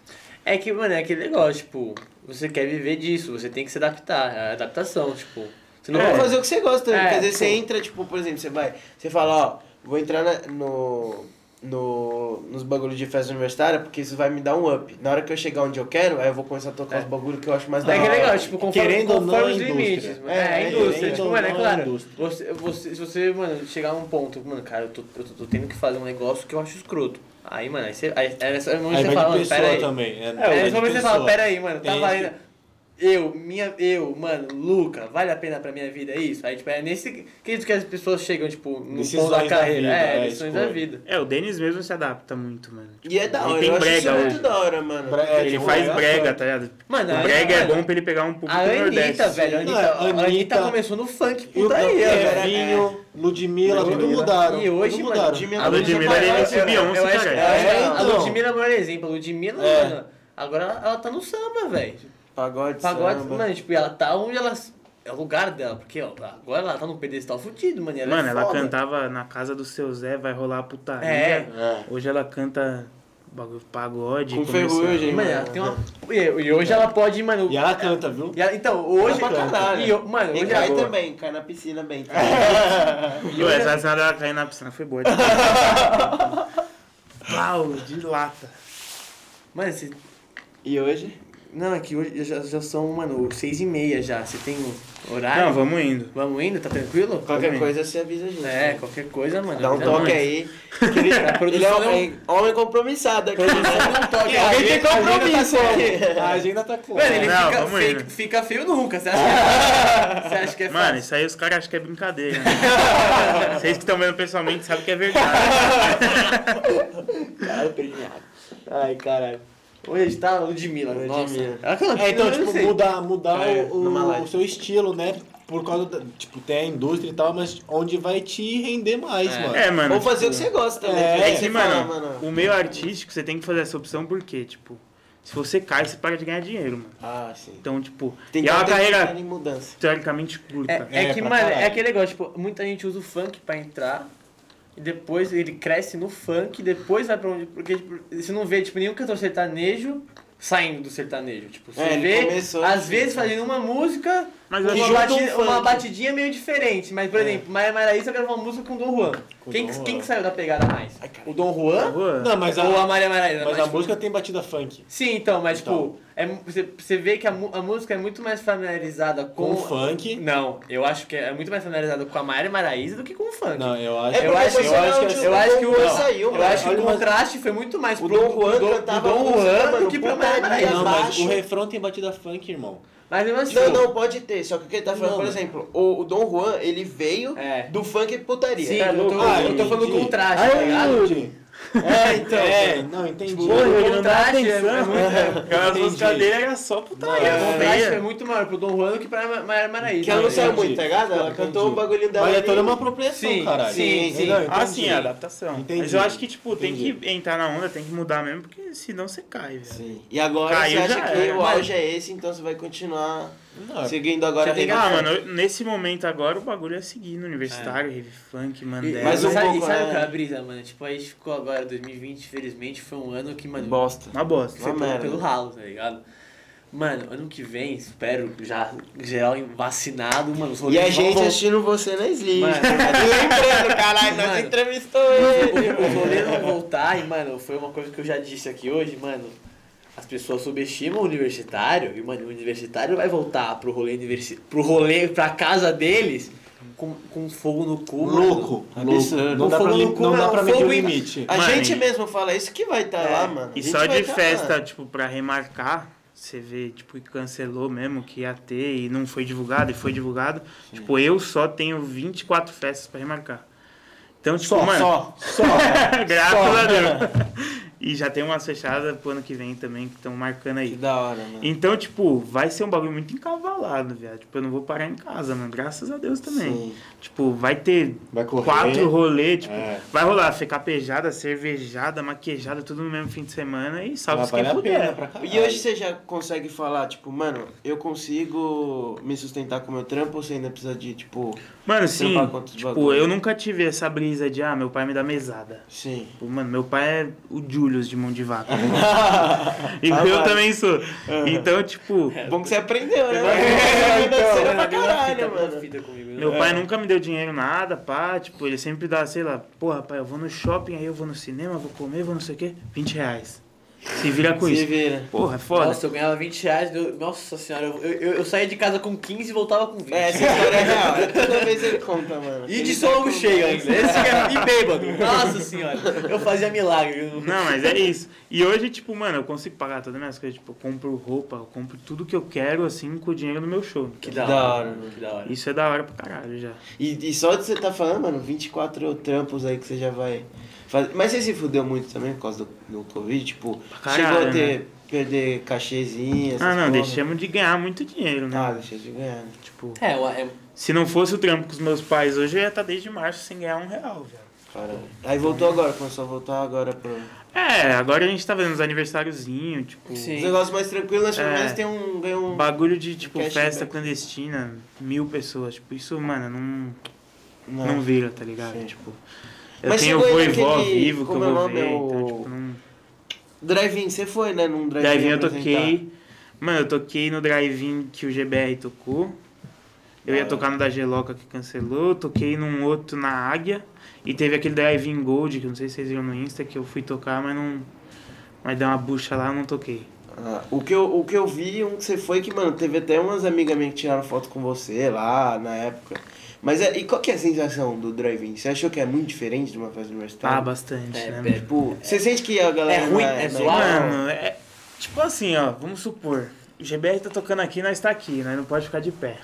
Speaker 5: É que, mano, é aquele negócio, tipo, você quer viver disso, você tem que se adaptar, é a adaptação, tipo. Você não
Speaker 1: Não
Speaker 5: vai
Speaker 1: vai fazer o que você gosta, né?
Speaker 5: É,
Speaker 1: porque às vezes
Speaker 5: pô.
Speaker 1: você entra, tipo, por exemplo, você vai, você fala, ó, vou entrar na- no, no, nos bagulhos de festa universitária, porque isso vai me dar um up. Na hora que eu chegar onde eu quero, aí eu vou começar a tocar os bagulhos que eu acho mais da
Speaker 5: É que é
Speaker 1: hora.
Speaker 5: legal, tipo, conforme,
Speaker 2: Querendo ou não,
Speaker 5: conforme
Speaker 2: é
Speaker 5: os
Speaker 2: indústria.
Speaker 5: limites. mano.
Speaker 1: É,
Speaker 5: É, é
Speaker 1: é,
Speaker 5: indústria.
Speaker 1: querendo
Speaker 5: Tipo,
Speaker 2: ou
Speaker 5: mano, é
Speaker 2: não, é
Speaker 5: claro.
Speaker 2: indústria.
Speaker 5: Você, você, se você, mano, chegar a um ponto, mano, cara, eu tô, eu tô, tô tendo que fazer um negócio que eu acho escroto. Aí, mano, aí você. Aí, aí é nessa hora
Speaker 2: Aí
Speaker 5: você
Speaker 2: vai
Speaker 5: fala,
Speaker 2: de
Speaker 5: mano, pera
Speaker 2: pessoa
Speaker 5: aí.
Speaker 2: também.
Speaker 5: É, aí nesse momento você fala, pera aí, mano, tá
Speaker 2: Tem
Speaker 5: valendo. Eu, minha, eu, mano, Luca, vale a pena pra minha vida isso? Aí, tipo, é nesse quesito que as pessoas chegam, tipo, no
Speaker 2: Decisões
Speaker 5: ponto da
Speaker 2: da
Speaker 5: carreira.
Speaker 2: vida,
Speaker 5: é,
Speaker 2: é,
Speaker 5: lições
Speaker 2: escolha.
Speaker 5: da vida.
Speaker 3: É, o Denis mesmo se adapta muito, mano. Tipo,
Speaker 1: E é da hora,
Speaker 3: Ele
Speaker 1: eu
Speaker 3: tem
Speaker 1: acho isso
Speaker 3: brega
Speaker 1: muito
Speaker 5: né?
Speaker 3: hoje.
Speaker 1: da hora, mano.
Speaker 2: Bre- é,
Speaker 3: Ele
Speaker 2: tipo,
Speaker 3: faz
Speaker 2: é,
Speaker 3: brega, tá ligado?
Speaker 5: Mano,
Speaker 3: o
Speaker 5: a-
Speaker 3: brega é
Speaker 5: mano,
Speaker 3: bom pra ele pegar um público
Speaker 5: A
Speaker 3: do Nordeste.
Speaker 5: Anitta, velho, a
Speaker 2: Não,
Speaker 5: Anitta,
Speaker 2: É, a
Speaker 5: a Anitta
Speaker 2: Anitta-
Speaker 5: começou no funk,
Speaker 2: E o
Speaker 5: putaria, velho.
Speaker 2: Kevinho, Ludmilla, tudo
Speaker 3: Ludmilla.
Speaker 2: mudaram.
Speaker 5: E hoje,
Speaker 2: tudo
Speaker 5: mano,
Speaker 2: mudaram.
Speaker 1: Ludmilla-
Speaker 3: A Ludmilla
Speaker 5: Eu-
Speaker 3: ele
Speaker 5: eu-
Speaker 3: é MC
Speaker 5: eu- eu
Speaker 3: Beyoncé,
Speaker 5: acho que-
Speaker 3: cara.
Speaker 2: É,
Speaker 5: A
Speaker 2: então.
Speaker 5: Ludmilla é o maior exemplo. A Ludmilla,
Speaker 2: É.
Speaker 5: mano, agora ela- ela tá no samba, velho.
Speaker 1: Pagode,
Speaker 5: Pagode,
Speaker 1: samba.
Speaker 5: mano, tipo, ela tá onde ela. É o lugar dela, porque ó, agora ela tá num pedestal fudido, mano. e Ela
Speaker 3: Mano,
Speaker 5: é
Speaker 3: ela
Speaker 5: foda.
Speaker 3: cantava na casa do seu Zé, vai rolar a putaria.
Speaker 5: É.
Speaker 2: É.
Speaker 3: Hoje ela canta bagulho pagode.
Speaker 1: Com
Speaker 3: comercial.
Speaker 1: ferrugem.
Speaker 5: Mano, ela tem uma. E e hoje ela pode, mano.
Speaker 2: E ela canta, viu?
Speaker 5: e ela- então, hoje.
Speaker 1: Ela É pra caralho.
Speaker 5: E eu- mano,
Speaker 1: E
Speaker 5: hoje é
Speaker 1: cai
Speaker 5: ela.
Speaker 1: também, cai na piscina bem.
Speaker 3: Ué, essa cena dela caindo na piscina foi boa. Pau, de lata.
Speaker 5: Mano, você.
Speaker 1: E hoje?
Speaker 5: Não, é que hoje já, já são, mano, seis e meia já. Você tem horário?
Speaker 3: Não, vamos indo.
Speaker 5: Vamos indo, tá tranquilo?
Speaker 1: Qualquer
Speaker 3: Também.
Speaker 1: coisa você avisa a gente.
Speaker 5: É,
Speaker 1: né?
Speaker 5: qualquer coisa, mano.
Speaker 1: Dá um
Speaker 5: avisa
Speaker 1: toque
Speaker 5: nós.
Speaker 1: aí. Ele, ele é
Speaker 5: produção é um-
Speaker 1: homem, homem compromissado aqui. né?
Speaker 2: Alguém
Speaker 1: tem compromisso aqui.
Speaker 2: A agenda tá clara.
Speaker 5: Mano, ele
Speaker 3: Não,
Speaker 5: fica,
Speaker 3: vamos
Speaker 5: fica,
Speaker 3: indo.
Speaker 5: fica feio nunca. Você acha que, você acha que é fácil?
Speaker 3: Mano, isso aí os caras acham que é brincadeira. né? Vocês que estão vendo pessoalmente sabem que é verdade.
Speaker 2: Ai, caralho.
Speaker 5: Hoje a gente tá Ludmilla.
Speaker 1: Ludmilla.
Speaker 5: Nossa. Ela canta
Speaker 2: É, então,
Speaker 5: tudo, eu
Speaker 2: tipo,
Speaker 5: sei.
Speaker 2: mudar, mudar
Speaker 1: É,
Speaker 2: o-
Speaker 1: numa
Speaker 2: o,
Speaker 1: live.
Speaker 2: o seu estilo, né? Por causa da, tipo, tem a indústria e tal, mas onde vai te render mais, mano.
Speaker 3: É, mano.
Speaker 1: Ou fazer o que você gosta também.
Speaker 2: É,
Speaker 1: que
Speaker 3: É
Speaker 1: você
Speaker 3: que,
Speaker 1: fala,
Speaker 3: mano, o meio artístico, você tem que fazer essa opção porque, tipo, se você cai, você para de ganhar dinheiro, mano.
Speaker 1: Ah, sim.
Speaker 3: Então, tipo,
Speaker 1: Tem
Speaker 3: e é uma
Speaker 1: tanta gente
Speaker 3: carreira
Speaker 1: em mudança.
Speaker 3: teoricamente curta.
Speaker 5: É, é
Speaker 2: É,
Speaker 5: que,
Speaker 2: pra
Speaker 5: mano, é
Speaker 2: caralho.
Speaker 5: aquele negócio, tipo, muita gente usa o funk pra entrar. E depois ele cresce no funk, depois vai pra onde. Porque tipo, você não vê, tipo, nenhum cantor sertanejo saindo do sertanejo. Tipo, você
Speaker 1: É, ele
Speaker 5: vê,
Speaker 1: começou
Speaker 5: às
Speaker 1: assim,
Speaker 5: vezes,
Speaker 1: né?
Speaker 5: fazendo uma música,
Speaker 3: Mas eu
Speaker 5: uma,
Speaker 3: acho que
Speaker 5: bati-
Speaker 1: junta um
Speaker 5: uma
Speaker 1: funk.
Speaker 5: batidinha meio diferente. Mas, por exemplo, Maria Maraísa gravou uma música com o Dom Juan.
Speaker 2: É. Com o
Speaker 5: quem,
Speaker 2: Dom
Speaker 5: que-
Speaker 2: Juan.
Speaker 5: quem que saiu da pegada mais?
Speaker 1: Ai, cara.
Speaker 5: O Dom Juan?
Speaker 3: Boa.
Speaker 2: Não, mas a,
Speaker 5: ou a Maria Maraísa?
Speaker 2: mas a
Speaker 5: tipo,
Speaker 2: música tem batida funk.
Speaker 5: Sim, então, mas
Speaker 2: Então.
Speaker 5: tipo, é mu- você, você vê que a, mu- a música é muito mais familiarizada
Speaker 2: Com,
Speaker 5: com.
Speaker 2: funk.
Speaker 5: Não, eu acho que é muito mais familiarizada com a Maria Maraíza do que com o funk.
Speaker 2: Não, eu acho.
Speaker 1: É
Speaker 5: eu
Speaker 1: porque
Speaker 5: acho,
Speaker 1: foi
Speaker 5: eu acho,
Speaker 1: onde
Speaker 5: que,
Speaker 1: o
Speaker 5: eu
Speaker 1: um Dom
Speaker 5: acho que o,
Speaker 1: Juan saiu,
Speaker 5: eu
Speaker 1: mano.
Speaker 5: acho que
Speaker 2: Olha,
Speaker 5: o
Speaker 2: mas-
Speaker 5: contraste foi muito mais
Speaker 1: O
Speaker 5: pro
Speaker 1: Dom Juan
Speaker 5: do, do
Speaker 1: cantava
Speaker 5: Dom
Speaker 1: música,
Speaker 5: Juan
Speaker 1: mano,
Speaker 5: do que pra
Speaker 1: putaria,
Speaker 5: Maria Maraíza.
Speaker 2: não, mas
Speaker 1: baixo.
Speaker 2: o refrão tem batida funk, irmão.
Speaker 5: Mas mesmo assim,
Speaker 1: Não,
Speaker 5: tipo,
Speaker 1: não, pode ter. Só que o que ele tá falando,
Speaker 2: Não,
Speaker 1: por
Speaker 2: mano.
Speaker 1: exemplo, o, o Dom Juan, ele veio
Speaker 5: É.
Speaker 1: do funk e putaria.
Speaker 5: Sim,
Speaker 1: É,
Speaker 5: eu tô,
Speaker 2: Ah,
Speaker 5: eu tô falando do
Speaker 2: entendi.
Speaker 5: contraste, tá ligado?
Speaker 2: É, então. É, não, entendi.
Speaker 5: O contraste é, é muito.
Speaker 3: Aquelas
Speaker 2: Entendi.
Speaker 3: né? músicas dele era só putaria.
Speaker 5: O contraste
Speaker 3: putaria.
Speaker 5: foi muito maior pro Dom Juan do que pra Maria Maraíza.
Speaker 1: Que ela não
Speaker 5: né?
Speaker 1: saiu
Speaker 2: Entendi.
Speaker 1: muito, tá ligado? Ela cantou o bagulhinho dela.
Speaker 2: Mas é
Speaker 1: ali.
Speaker 2: toda uma apropriação,
Speaker 5: Sim,
Speaker 2: caralho.
Speaker 5: sim, sim.
Speaker 2: Não,
Speaker 3: Ah,
Speaker 2: entendi.
Speaker 3: sim, é adaptação.
Speaker 2: Entendi.
Speaker 3: Mas eu acho que, tipo, tem
Speaker 2: Entendi.
Speaker 3: que entrar na onda, tem que mudar mesmo, porque senão você cai, velho.
Speaker 1: Sim. E agora
Speaker 3: Caiu,
Speaker 1: você
Speaker 3: já
Speaker 1: acha que
Speaker 3: era.
Speaker 1: o auge é esse, então você vai continuar
Speaker 2: Não, é-
Speaker 1: seguindo agora.
Speaker 5: Você tem que-
Speaker 1: Ah,
Speaker 3: Ah, mano, eu- nesse momento agora o bagulho é seguir no universitário, heavy funk, Mandela.
Speaker 1: mas
Speaker 5: Mas
Speaker 1: um
Speaker 5: sabe,
Speaker 1: pouco,
Speaker 5: sabe
Speaker 1: né?
Speaker 5: o que é a brisa, mano? Tipo, a gente ficou agora, 2020, infelizmente, foi um ano que, mano,
Speaker 1: Bosta.
Speaker 3: Uma bosta.
Speaker 5: foi
Speaker 1: uma
Speaker 5: pelo,
Speaker 1: merda.
Speaker 5: pelo ralo, tá ligado? Mano, ano que vem, espero, já geral vacinado, mano. os
Speaker 1: E
Speaker 5: rolês
Speaker 1: a
Speaker 5: vão
Speaker 1: gente
Speaker 5: voltar.
Speaker 1: assistindo você na Slim.
Speaker 5: Mano.
Speaker 1: Lembrando, caralho, nós
Speaker 5: Mano.
Speaker 1: entrevistou ele.
Speaker 5: os rolês vão voltar e, mano, foi uma coisa que eu já disse aqui hoje, mano. As pessoas subestimam o universitário e, mano, o universitário vai voltar pro rolê, universi pro rolê pra casa deles com, com fogo no cu, mano.
Speaker 2: Louco. louco.
Speaker 1: Absurdo.
Speaker 2: Não dá
Speaker 5: Fogo
Speaker 2: pra,
Speaker 5: no
Speaker 2: lim-
Speaker 5: cu,
Speaker 2: não dá
Speaker 5: não,
Speaker 2: pra
Speaker 5: fogo
Speaker 2: medir o
Speaker 5: em-
Speaker 2: limite.
Speaker 1: A
Speaker 3: Mano,
Speaker 1: gente
Speaker 3: e-
Speaker 1: mesmo fala, é isso que vai estar lá, mano.
Speaker 3: E
Speaker 1: A gente
Speaker 3: só
Speaker 1: vai
Speaker 3: de
Speaker 1: tá
Speaker 3: festa,
Speaker 1: lá.
Speaker 3: tipo, pra remarcar, você vê, tipo, que cancelou mesmo que ia ter e não foi divulgado e foi divulgado. Tipo, eu só tenho 24 festas pra remarcar. Então, tipo, mano.
Speaker 2: só.
Speaker 3: Graças a Deus. E E já tem umas fechadas pro ano que vem também que estão marcando
Speaker 1: Que
Speaker 3: aí.
Speaker 1: da hora, mano.
Speaker 3: Então, tipo, vai ser um bagulho muito encavalado, viado. Tipo, eu não vou parar em casa, mano. Graças a Deus também.
Speaker 1: Sim.
Speaker 3: Tipo, vai ter
Speaker 2: Vai correr.
Speaker 3: quatro rolês, tipo,
Speaker 2: É.
Speaker 3: vai rolar fecapejada, cervejada, maquejada, tudo no mesmo fim de semana e salve
Speaker 2: Mas
Speaker 3: se quem
Speaker 2: vale a pena
Speaker 3: puder.
Speaker 2: pra caralho.
Speaker 1: E hoje você já consegue falar, tipo, mano, eu consigo me sustentar com o meu trampo ou você ainda precisa de, tipo.
Speaker 3: Mano,
Speaker 2: um
Speaker 3: sim,
Speaker 1: Trampar contra os
Speaker 3: tipo,
Speaker 1: bagulho.
Speaker 3: eu nunca tive essa brisa de, ah, meu pai me dá mesada.
Speaker 1: Sim.
Speaker 3: Tipo, mano, meu pai é o Julius de mão de vaca.
Speaker 2: Tá
Speaker 3: e
Speaker 1: Ah,
Speaker 3: eu
Speaker 1: vai.
Speaker 3: também sou. Então, tipo,
Speaker 1: Bom que você aprendeu, né?
Speaker 2: É, então.
Speaker 1: Financeiro
Speaker 5: Mano,
Speaker 1: pra
Speaker 5: a mesma
Speaker 1: caralho,
Speaker 5: fita, a mesma
Speaker 1: mano.
Speaker 5: fita comigo, né?
Speaker 3: meu
Speaker 2: É.
Speaker 3: pai é nunca me deu dinheiro nada, pá. Tipo, ele sempre dá, sei lá, porra, pai, eu vou no shopping, aí eu vou no cinema, vou comer, vou não sei o quê, 20 reais. Se vira com
Speaker 1: Se
Speaker 3: isso.
Speaker 1: vira.
Speaker 3: Porra, é foda.
Speaker 5: Nossa, eu ganhava 20 reais, deu- nossa senhora, eu, eu, eu saía de casa com 15 e voltava com 20.
Speaker 1: É, essa história é real. né? Toda vez ele conta, mano.
Speaker 5: E de estômago cheio ainda. Esse que é- e bêbado. Nossa senhora. Eu fazia milagre. Eu-
Speaker 3: Não, mas é isso. E hoje, tipo, mano, eu consigo pagar todas as minhas coisas. Tipo, eu compro roupa, eu compro tudo que eu quero, assim, com o dinheiro do meu show.
Speaker 5: Que
Speaker 1: Da
Speaker 5: da hora.
Speaker 1: hora, mano.
Speaker 5: Que da hora.
Speaker 3: Isso é da hora pra caralho já.
Speaker 1: E, e só de você tá falando, mano, 24 trampos aí que você já vai fazer. Mas você se fudeu muito também por causa do, do Covid? Tipo,
Speaker 3: caralho, né?
Speaker 1: chegou a ter, perder cachezinha, essas
Speaker 3: Ah, não,
Speaker 1: porra? né?
Speaker 3: deixamos de ganhar muito dinheiro, né?
Speaker 1: Ah, deixa de ganhar. né?
Speaker 3: Tipo,
Speaker 5: É, ué, é,
Speaker 3: se não fosse o trampo com os meus pais hoje, eu ia estar desde março sem ganhar um real, velho.
Speaker 1: Caralho. Aí voltou agora, começou a voltar agora pro...
Speaker 3: É, agora a gente tá vendo os aniversáriozinhos, tipo,
Speaker 1: Os
Speaker 5: sim.
Speaker 1: negócios mais tranquilos, mas pelo
Speaker 3: É.
Speaker 1: menos tem um... Ganha um...
Speaker 3: bagulho de, tipo,
Speaker 1: Cashback.
Speaker 3: festa clandestina, mil pessoas. Tipo, isso, mano, não,
Speaker 1: Não.
Speaker 3: não. vira, tá ligado?
Speaker 1: Sim.
Speaker 3: Tipo, eu
Speaker 1: Mas
Speaker 3: tenho
Speaker 1: chegou aí
Speaker 3: voivó
Speaker 1: naquele-
Speaker 3: vivo que eu
Speaker 1: como é o
Speaker 3: vou
Speaker 1: nome?
Speaker 3: ver,
Speaker 1: É o-
Speaker 3: então, tipo, não...
Speaker 1: Drive-in, você foi, né, num drive-in
Speaker 3: Drive-in eu
Speaker 1: apresentar.
Speaker 3: toquei. Mano, eu toquei no drive-in que o GBR tocou. Eu ia tocar no da Geloca que cancelou. Toquei num outro na Águia. E teve aquele drive-in Gold, que eu não sei se vocês viram no Insta, que eu fui tocar, mas não. Mas deu uma bucha lá, eu não toquei.
Speaker 1: Ah, o, que eu, o que eu vi, um que você foi que, mano, teve até umas amigas minhas que tiraram foto com você lá na época. Mas é, e qual que é a sensação do drive-in? Você achou que é muito diferente de uma festa
Speaker 3: Tá
Speaker 1: universitária?
Speaker 3: bastante,
Speaker 5: É, pera-
Speaker 3: né? mano?
Speaker 1: Tipo, você sente que a galera.
Speaker 5: É ruim,
Speaker 1: na-
Speaker 5: é
Speaker 1: na-
Speaker 5: zoado.
Speaker 3: Mano, é. Tipo assim, ó, vamos supor. O GBR tá tocando aqui, nós tá aqui, nós não pode ficar de pé.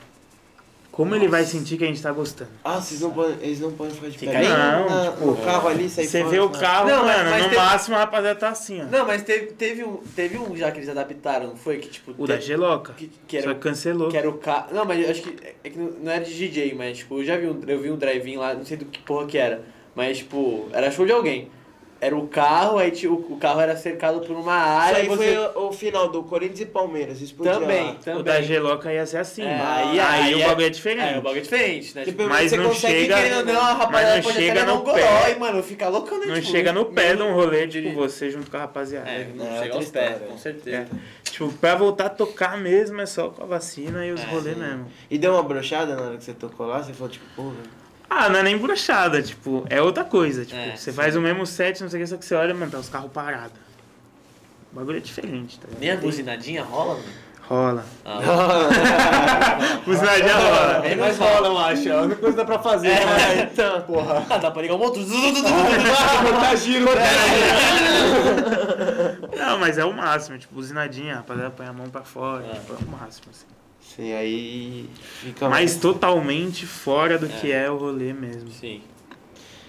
Speaker 3: Como ele vai sentir que a gente tá gostando?
Speaker 1: Ah, vocês não podem, eles não podem ficar de
Speaker 5: Fica
Speaker 1: pé.
Speaker 5: aí, tipo,
Speaker 1: Não,
Speaker 3: não,
Speaker 1: na- no carro ali, sair
Speaker 3: Você
Speaker 1: fora,
Speaker 3: vê o
Speaker 1: né?
Speaker 3: carro,
Speaker 5: Não, mas-
Speaker 3: mano,
Speaker 5: mas
Speaker 3: no
Speaker 5: teve-
Speaker 3: máximo a rapaziada tá assim, ó.
Speaker 5: Não, mas teve, teve, um, teve um já que eles adaptaram, não foi? Que tipo.
Speaker 3: O da
Speaker 5: te-
Speaker 3: Geloca.
Speaker 5: que, que
Speaker 3: Só
Speaker 5: era,
Speaker 3: que cancelou.
Speaker 5: que era o carro. Não, mas eu acho que. É que não- não era de DJ, mas tipo, eu já vi um, eu vi um drive-in lá, não sei do que porra que era. Mas tipo, era show de alguém. Era o carro, aí tipo, o carro era cercado por uma
Speaker 1: Isso
Speaker 5: área.
Speaker 1: aí
Speaker 5: e você...
Speaker 1: foi o, o final do Corinthians e Palmeiras. Explodiu
Speaker 5: Também,
Speaker 1: lá.
Speaker 5: também.
Speaker 3: O da Geloca ia ser assim.
Speaker 5: É,
Speaker 3: aí, o bagulho é diferente.
Speaker 5: É, o bagulho é diferente, né?
Speaker 1: Que
Speaker 5: Tipo,
Speaker 1: pelo menos
Speaker 3: mas
Speaker 1: você
Speaker 3: não
Speaker 1: consegue,
Speaker 3: chega-
Speaker 1: querendo ou
Speaker 5: Querendo ou não,
Speaker 1: não,
Speaker 5: a rapaziada
Speaker 3: né? Mas não
Speaker 5: pode até
Speaker 3: chega
Speaker 5: levar
Speaker 3: no
Speaker 5: um goró,
Speaker 3: pé.
Speaker 5: e, mano, fica louco, né?
Speaker 3: não
Speaker 5: tipo,
Speaker 3: chega no pé de um rolê, tipo,
Speaker 5: diria-
Speaker 3: você junto com a rapaziada.
Speaker 5: É, não É.
Speaker 1: É,
Speaker 5: chega
Speaker 1: outra
Speaker 5: aos pés,
Speaker 1: história.
Speaker 5: com certeza.
Speaker 3: Tipo, pra voltar a tocar mesmo é só com a vacina e
Speaker 5: É,
Speaker 3: os rolês mesmo.
Speaker 1: E deu uma brochada na hora que você tocou lá, você falou, tipo, pô, velho.
Speaker 3: Ah, não é nem bruxada, tipo, é outra coisa. Tipo,
Speaker 5: É,
Speaker 3: você faz o mesmo set, não sei o que, só que você olha, mano, tá os carros parados. O bagulho é diferente, tá ligado?
Speaker 5: Nem a buzinadinha rola, mano.
Speaker 3: Rola.
Speaker 5: Ah,
Speaker 3: Buzinadinha rola.
Speaker 5: É,
Speaker 2: É, mas
Speaker 5: mas
Speaker 2: rola, eu acho. É a única coisa que dá pra fazer.
Speaker 5: É,
Speaker 2: né? Porra.
Speaker 5: dá pra ligar um motor. Tá
Speaker 2: Botar giro,
Speaker 5: né?
Speaker 3: Não, mas é o máximo, tipo, buzinadinha, rapaziada, põe a mão pra fora, tipo, é o máximo, assim.
Speaker 1: Sim, aí fica
Speaker 3: Mas totalmente fora do que é o rolê mesmo.
Speaker 5: Sim.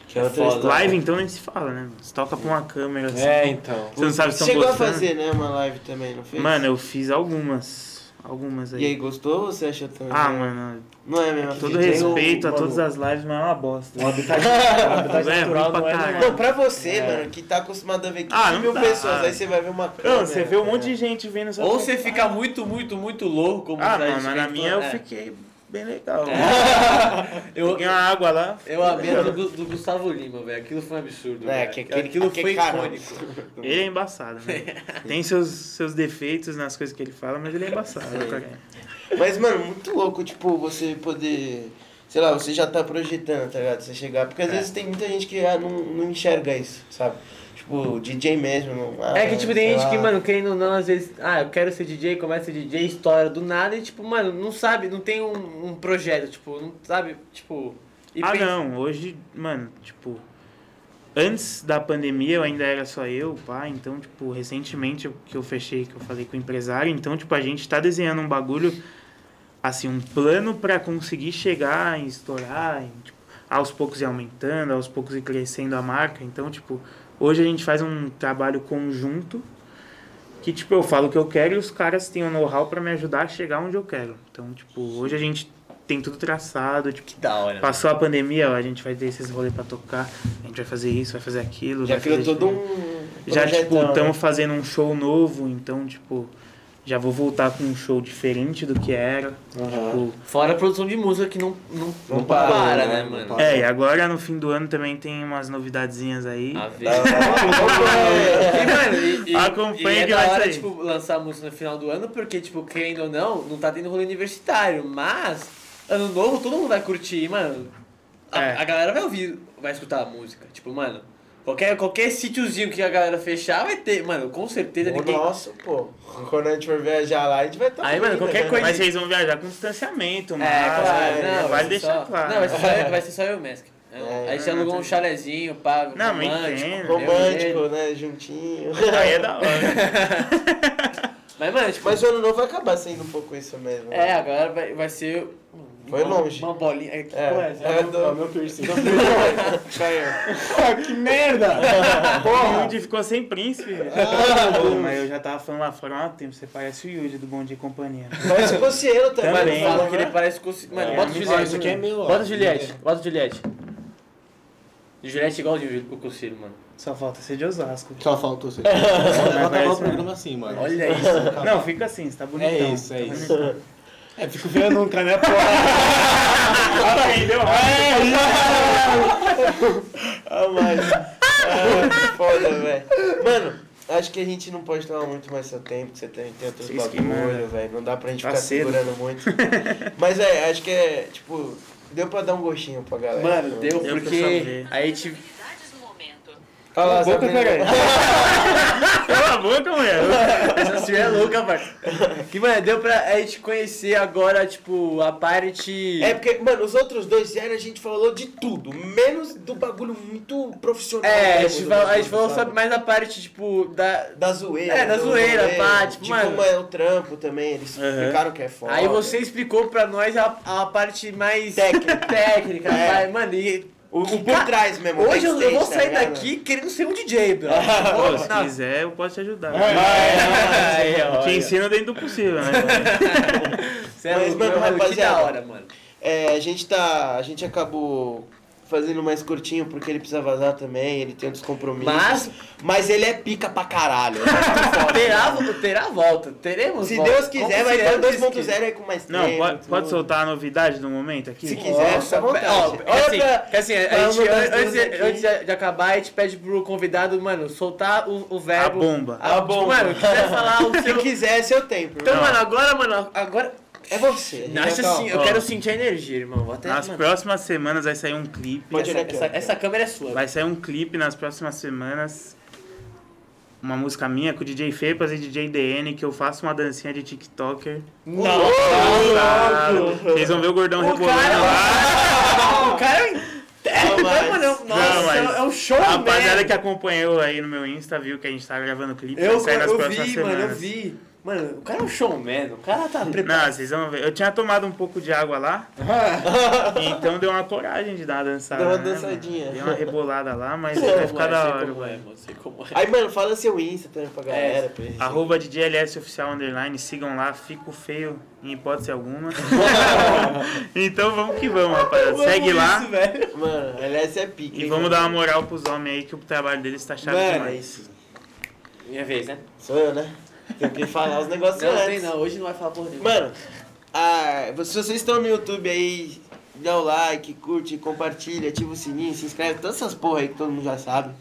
Speaker 1: que é outra
Speaker 5: foda.
Speaker 1: história.
Speaker 3: Live então nem se fala, né? mano? Você toca pra uma câmera assim.
Speaker 2: É, então.
Speaker 3: Você não sabe se estão
Speaker 1: Chegou
Speaker 3: gostando.
Speaker 1: a fazer, né, uma live também, não fez?
Speaker 3: Mano, eu fiz algumas. Algumas aí.
Speaker 1: E aí, gostou ou você achou também?
Speaker 3: Ah, mano,
Speaker 1: Não é mesmo?
Speaker 3: todo
Speaker 2: DJ é um-
Speaker 3: respeito a
Speaker 2: mano,
Speaker 3: todas as lives, mas é uma bosta.
Speaker 2: O habitat, o habitat
Speaker 3: É,
Speaker 2: natural
Speaker 3: ruim pra
Speaker 2: não é
Speaker 3: caralho.
Speaker 2: normal.
Speaker 1: Não, pra você, mano, que tá acostumado a ver 15
Speaker 3: é. Ah, não
Speaker 1: mil
Speaker 3: dá.
Speaker 1: pessoas, aí você vai ver uma câmera.
Speaker 3: Não, você vê um monte de gente vendo essa
Speaker 5: Ou você fica muito, muito, muito louco, como
Speaker 3: Ah,
Speaker 5: tá
Speaker 3: não,
Speaker 5: isso,
Speaker 3: mas na
Speaker 5: né?
Speaker 3: minha eu
Speaker 5: É.
Speaker 3: fiquei bem legal.
Speaker 5: Eu,
Speaker 3: Peguei uma água lá.
Speaker 5: eu amei a é do, Gu- do Gustavo Lima, velho. Aquilo foi um absurdo.
Speaker 1: É,
Speaker 5: velho.
Speaker 1: que aquele-
Speaker 5: aquilo
Speaker 1: aquele
Speaker 5: foi
Speaker 1: cara-
Speaker 5: icônico.
Speaker 3: Ele é embaçado, né? Tem seus, seus defeitos nas coisas que ele fala, mas ele é embaçado. cara.
Speaker 1: Mas, mano, muito louco, tipo, você poder. Sei lá, você já tá projetando, tá ligado? Você chegar.
Speaker 3: É.
Speaker 1: Porque às vezes tem muita gente que ah, não, não enxerga isso, sabe? Tipo, o DJ mesmo. Não, ah,
Speaker 5: É que, tipo, tem
Speaker 1: sei
Speaker 5: gente
Speaker 1: lá.
Speaker 5: que, mano, querendo ou não, às vezes, ah, eu quero ser DJ, começa a ser DJ, estoura do nada e, tipo, mano, não sabe, não tem um, um projeto, tipo, não sabe, tipo. e
Speaker 3: Ah,
Speaker 5: pensa-
Speaker 3: não, hoje, mano, tipo. Antes da pandemia eu ainda era só eu, pá, então, tipo, recentemente eu- que eu fechei, que eu falei com o empresário, então, tipo, a gente tá desenhando um bagulho, assim, um plano pra conseguir chegar em estourar, em, tipo, aos poucos ir aumentando, aos poucos ir crescendo a marca, então, tipo, Hoje a gente faz um trabalho conjunto que, tipo, eu falo o que eu quero e os caras têm o know-how pra me ajudar a chegar onde eu quero. Então, tipo, hoje a gente tem tudo traçado, tipo,
Speaker 5: Que da hora.
Speaker 3: Passou a pandemia, ó, a gente vai ter esses rolês pra tocar, a gente vai fazer isso, vai fazer aquilo.
Speaker 1: Já
Speaker 3: vai
Speaker 1: criou
Speaker 3: fazer
Speaker 1: todo
Speaker 3: isso.
Speaker 1: um.
Speaker 3: Já, tipo,
Speaker 1: projetão,
Speaker 3: estamos
Speaker 1: né?
Speaker 3: fazendo um show novo, então, tipo, já vou voltar com um show diferente do que era.
Speaker 1: Aham.
Speaker 3: Tipo,
Speaker 5: Fora a produção de música que não, não,
Speaker 1: Não
Speaker 5: não,
Speaker 1: para,
Speaker 5: para,
Speaker 1: né?
Speaker 5: né,
Speaker 1: Não
Speaker 5: mano?
Speaker 1: para.
Speaker 3: é, e agora no fim do ano também tem umas novidadezinhas aí.
Speaker 5: A ver.
Speaker 1: É.
Speaker 5: E, mano, e, e,
Speaker 3: Acompanha
Speaker 5: e é
Speaker 3: que
Speaker 5: da
Speaker 3: vai
Speaker 5: hora,
Speaker 3: sair.
Speaker 5: tipo, lançar música no final do ano, porque, tipo, querendo ou não, não tá tendo rolê universitário, mas ano novo todo mundo vai curtir, mano. A,
Speaker 3: É.
Speaker 5: a galera vai ouvir, vai escutar a música. Tipo, mano, qualquer, qualquer sítiozinho que a galera fechar vai ter, mano, com certeza
Speaker 1: Ô,
Speaker 5: ninguém.
Speaker 1: Nossa, pô. Quando a gente for viajar lá, a gente vai tá né? estar.
Speaker 5: Aí, mano, qualquer coisa-
Speaker 3: Mas vocês vão viajar com distanciamento, mas
Speaker 5: É, claro,
Speaker 1: é,
Speaker 5: não, vai
Speaker 3: vale
Speaker 5: ser
Speaker 3: né? deixar
Speaker 5: só-
Speaker 3: claro.
Speaker 5: Não, vai ser só, vai ser só eu e o Mask.
Speaker 1: É,
Speaker 5: Aí a gente
Speaker 3: não,
Speaker 5: alugou um
Speaker 3: entendi.
Speaker 5: chalezinho, pá,
Speaker 3: Não, mas
Speaker 5: romântico.
Speaker 3: entendo.
Speaker 1: Romântico, né? Juntinho.
Speaker 3: Aí é da hora.
Speaker 5: Mas, mano, tipo,
Speaker 1: Mas o ano novo vai acabar sendo um pouco isso mesmo.
Speaker 5: é, agora vai, vai ser.
Speaker 1: Foi
Speaker 5: uma-
Speaker 1: longe.
Speaker 5: Uma bolinha. É, que
Speaker 1: É,
Speaker 5: porra é essa?
Speaker 1: é
Speaker 2: É o
Speaker 1: do...
Speaker 2: meu piercing.
Speaker 1: que merda!
Speaker 3: O Yuji ficou sem príncipe. Pô, mas eu já tava falando lá fora há um tempo, você parece o Yuji do Bom Dia e Companhia.
Speaker 1: Mas se fosse eu também,
Speaker 5: Mano,
Speaker 1: não
Speaker 3: Também.
Speaker 1: fala né?
Speaker 5: fala que ele parece com. o- Mano,
Speaker 3: É,
Speaker 5: bota o
Speaker 3: me
Speaker 2: Ó,
Speaker 5: Juliette.
Speaker 2: isso aqui é meu, ó.
Speaker 5: Bota o Juliette, bota o Juliette. Juliette igualzinho o Conselho, mano.
Speaker 3: Só falta ser de Osasco.
Speaker 2: Só faltou você. Vai acabar o
Speaker 3: parece-
Speaker 2: tá programa assim, mano.
Speaker 5: Olha isso.
Speaker 3: Não, fica assim, você tá bonitão.
Speaker 2: É isso, é
Speaker 3: tá
Speaker 2: isso.
Speaker 3: bonitão.
Speaker 2: É, fico vendo nunca, né, porra?
Speaker 3: Fala aí, deu rápido.
Speaker 1: Ah, mas. Ah, foda, velho. Mano, acho que a gente não pode tomar muito mais seu tempo, que você tem, tem outros
Speaker 3: Vocês que
Speaker 1: bagulho,
Speaker 3: mandam.
Speaker 1: velho. Não dá pra gente
Speaker 3: Tá
Speaker 1: ficar
Speaker 3: cedo.
Speaker 1: segurando muito. Mas, é, acho que é, tipo, deu pra dar um gostinho pra galera.
Speaker 5: Mano, deu
Speaker 3: Eu preciso
Speaker 5: porque.
Speaker 3: ver.
Speaker 5: Aí te.
Speaker 7: Habilidades no momento.
Speaker 1: Olha lá,
Speaker 3: Boca,
Speaker 1: sabe,
Speaker 3: peraí.
Speaker 1: né?
Speaker 3: Cala a boca, mulher.
Speaker 5: Essa senhora é louca, parceiro. Que, mano, deu pra aí te conhecer agora, tipo, a parte.
Speaker 1: É porque, mano, os outros dois diários a gente falou de tudo, menos do bagulho muito profissional.
Speaker 5: É, a
Speaker 1: mesmo
Speaker 5: gente
Speaker 1: do
Speaker 5: falou, a gente
Speaker 1: bagulho,
Speaker 5: falou
Speaker 1: sabe?
Speaker 5: sobre mais a parte, tipo, da.
Speaker 1: Da zoeira.
Speaker 5: É, da
Speaker 1: do
Speaker 5: zoeira,
Speaker 1: rolê,
Speaker 5: pá, tipo,
Speaker 1: Tipo,
Speaker 5: mano.
Speaker 1: mano, é o trampo também, eles
Speaker 3: Aham.
Speaker 1: explicaram que é foda.
Speaker 5: Aí você explicou pra nós a, a parte mais.
Speaker 1: Técnica.
Speaker 5: técnica,
Speaker 1: É.
Speaker 5: vai, mano, e.
Speaker 1: O, o por
Speaker 5: Ca-
Speaker 1: trás mesmo. o
Speaker 5: Hoje eu, eu
Speaker 1: backstage,
Speaker 5: vou
Speaker 1: tá
Speaker 5: sair
Speaker 1: ligado? é
Speaker 5: daqui querendo ser um DJ, bro.
Speaker 3: Pô,
Speaker 5: Pô,
Speaker 3: se
Speaker 5: na-
Speaker 3: quiser, eu posso te ajudar.
Speaker 5: Aí, ó,
Speaker 3: Te
Speaker 5: olha.
Speaker 3: ensino dentro do possível, né?
Speaker 5: Cê é
Speaker 1: Mas,
Speaker 5: louco,
Speaker 1: mano,
Speaker 5: mano, que da
Speaker 1: rapaziada,
Speaker 5: hora, mano.
Speaker 1: É, a gente tá. A gente acabou fazendo mais curtinho porque ele precisa vazar também, ele tem outros compromissos.
Speaker 5: Mas
Speaker 1: Mas ele é pica pra caralho. né?
Speaker 5: terá, terá volta, teremos
Speaker 1: Se
Speaker 5: volta.
Speaker 1: Deus quiser,
Speaker 5: Como
Speaker 1: vai
Speaker 5: se
Speaker 1: ter
Speaker 5: Deus
Speaker 1: 2.0
Speaker 5: quiser.
Speaker 1: aí com mais
Speaker 3: Não,
Speaker 1: tempo,
Speaker 3: pode, pode
Speaker 1: tudo.
Speaker 3: soltar a novidade do momento aqui?
Speaker 1: Se quiser, fica à vontade.
Speaker 5: Ó,
Speaker 1: Olha
Speaker 5: assim,
Speaker 1: pra-
Speaker 5: que assim,
Speaker 1: pra
Speaker 5: a gente,
Speaker 1: uma das
Speaker 5: antes,
Speaker 1: duas aqui.
Speaker 5: antes de- de acabar, a gente pede pro convidado, mano, soltar o, o
Speaker 3: A
Speaker 5: verbo.
Speaker 3: bomba.
Speaker 5: A, tipo,
Speaker 1: bomba.
Speaker 5: Mano, quiser falar o
Speaker 1: Se
Speaker 5: seu...
Speaker 1: quiser, esse é o tempo.
Speaker 5: Então,
Speaker 3: Não.
Speaker 5: mano, agora, mano, agora...
Speaker 1: É você.
Speaker 5: Nossa,
Speaker 2: Então,
Speaker 5: assim, eu
Speaker 3: ó.
Speaker 5: quero sentir a energia, irmão. Vou até,
Speaker 3: Nas
Speaker 5: mano,
Speaker 3: próximas semanas vai sair um clipe.
Speaker 1: Pode
Speaker 5: essa,
Speaker 1: olhar aqui, ó.
Speaker 5: essa, essa câmera é sua.
Speaker 3: Vai sair um clipe nas próximas semanas. Uma música minha com o DJ Fepas e DJ DN, que eu faço uma dancinha de TikToker.
Speaker 5: Não,
Speaker 3: Ah, Vocês vão ver o gordão
Speaker 5: o
Speaker 3: rebolando lá.
Speaker 5: cara... o cara... é um
Speaker 1: Não, mas-
Speaker 5: mano, é um-
Speaker 3: Não,
Speaker 5: nossa,
Speaker 3: mas
Speaker 5: é um show,
Speaker 3: A rapaziada
Speaker 5: mesmo.
Speaker 3: que acompanhou aí no meu Insta viu que a gente tá gravando o clipe. vai
Speaker 5: Eu,
Speaker 3: sair nas
Speaker 5: eu
Speaker 3: próximas
Speaker 5: vi,
Speaker 3: semanas.
Speaker 5: mano, eu vi. Mano, o cara é um showman, o cara tá
Speaker 3: Não,
Speaker 5: preparado.
Speaker 3: vocês vão ver. Eu tinha tomado um pouco de água lá, então deu uma coragem de dar uma dançada.
Speaker 1: Deu uma
Speaker 3: né, mano?
Speaker 1: dançadinha.
Speaker 3: deu uma rebolada lá, mas vai ficar da hora.
Speaker 5: como é,
Speaker 3: mano.
Speaker 5: mano, sei como é.
Speaker 1: Aí, mano, fala seu Insta também pra galera. pra gente-
Speaker 3: Arroba DJLS Oficial Underline, sigam lá, fico feio em hipótese alguma. então vamos que vamos, rapaziada. Segue lá
Speaker 1: Mano, LS é pica.
Speaker 3: e
Speaker 1: hein,
Speaker 3: vamos
Speaker 1: mano?
Speaker 3: dar uma moral pros homens aí que o trabalho deles tá chave
Speaker 1: Mano, é
Speaker 3: demais.
Speaker 1: isso.
Speaker 5: Minha vez, né?
Speaker 1: Sou eu, né? Tem que falar os negócios
Speaker 5: Não,
Speaker 1: antes.
Speaker 5: tem não, hoje não vai falar porra nenhuma.
Speaker 1: Mano, ah, se vocês estão no YouTube aí, dá o like, curte, compartilha, ativa o sininho, se inscreve, todas essas porra aí que todo mundo já sabe.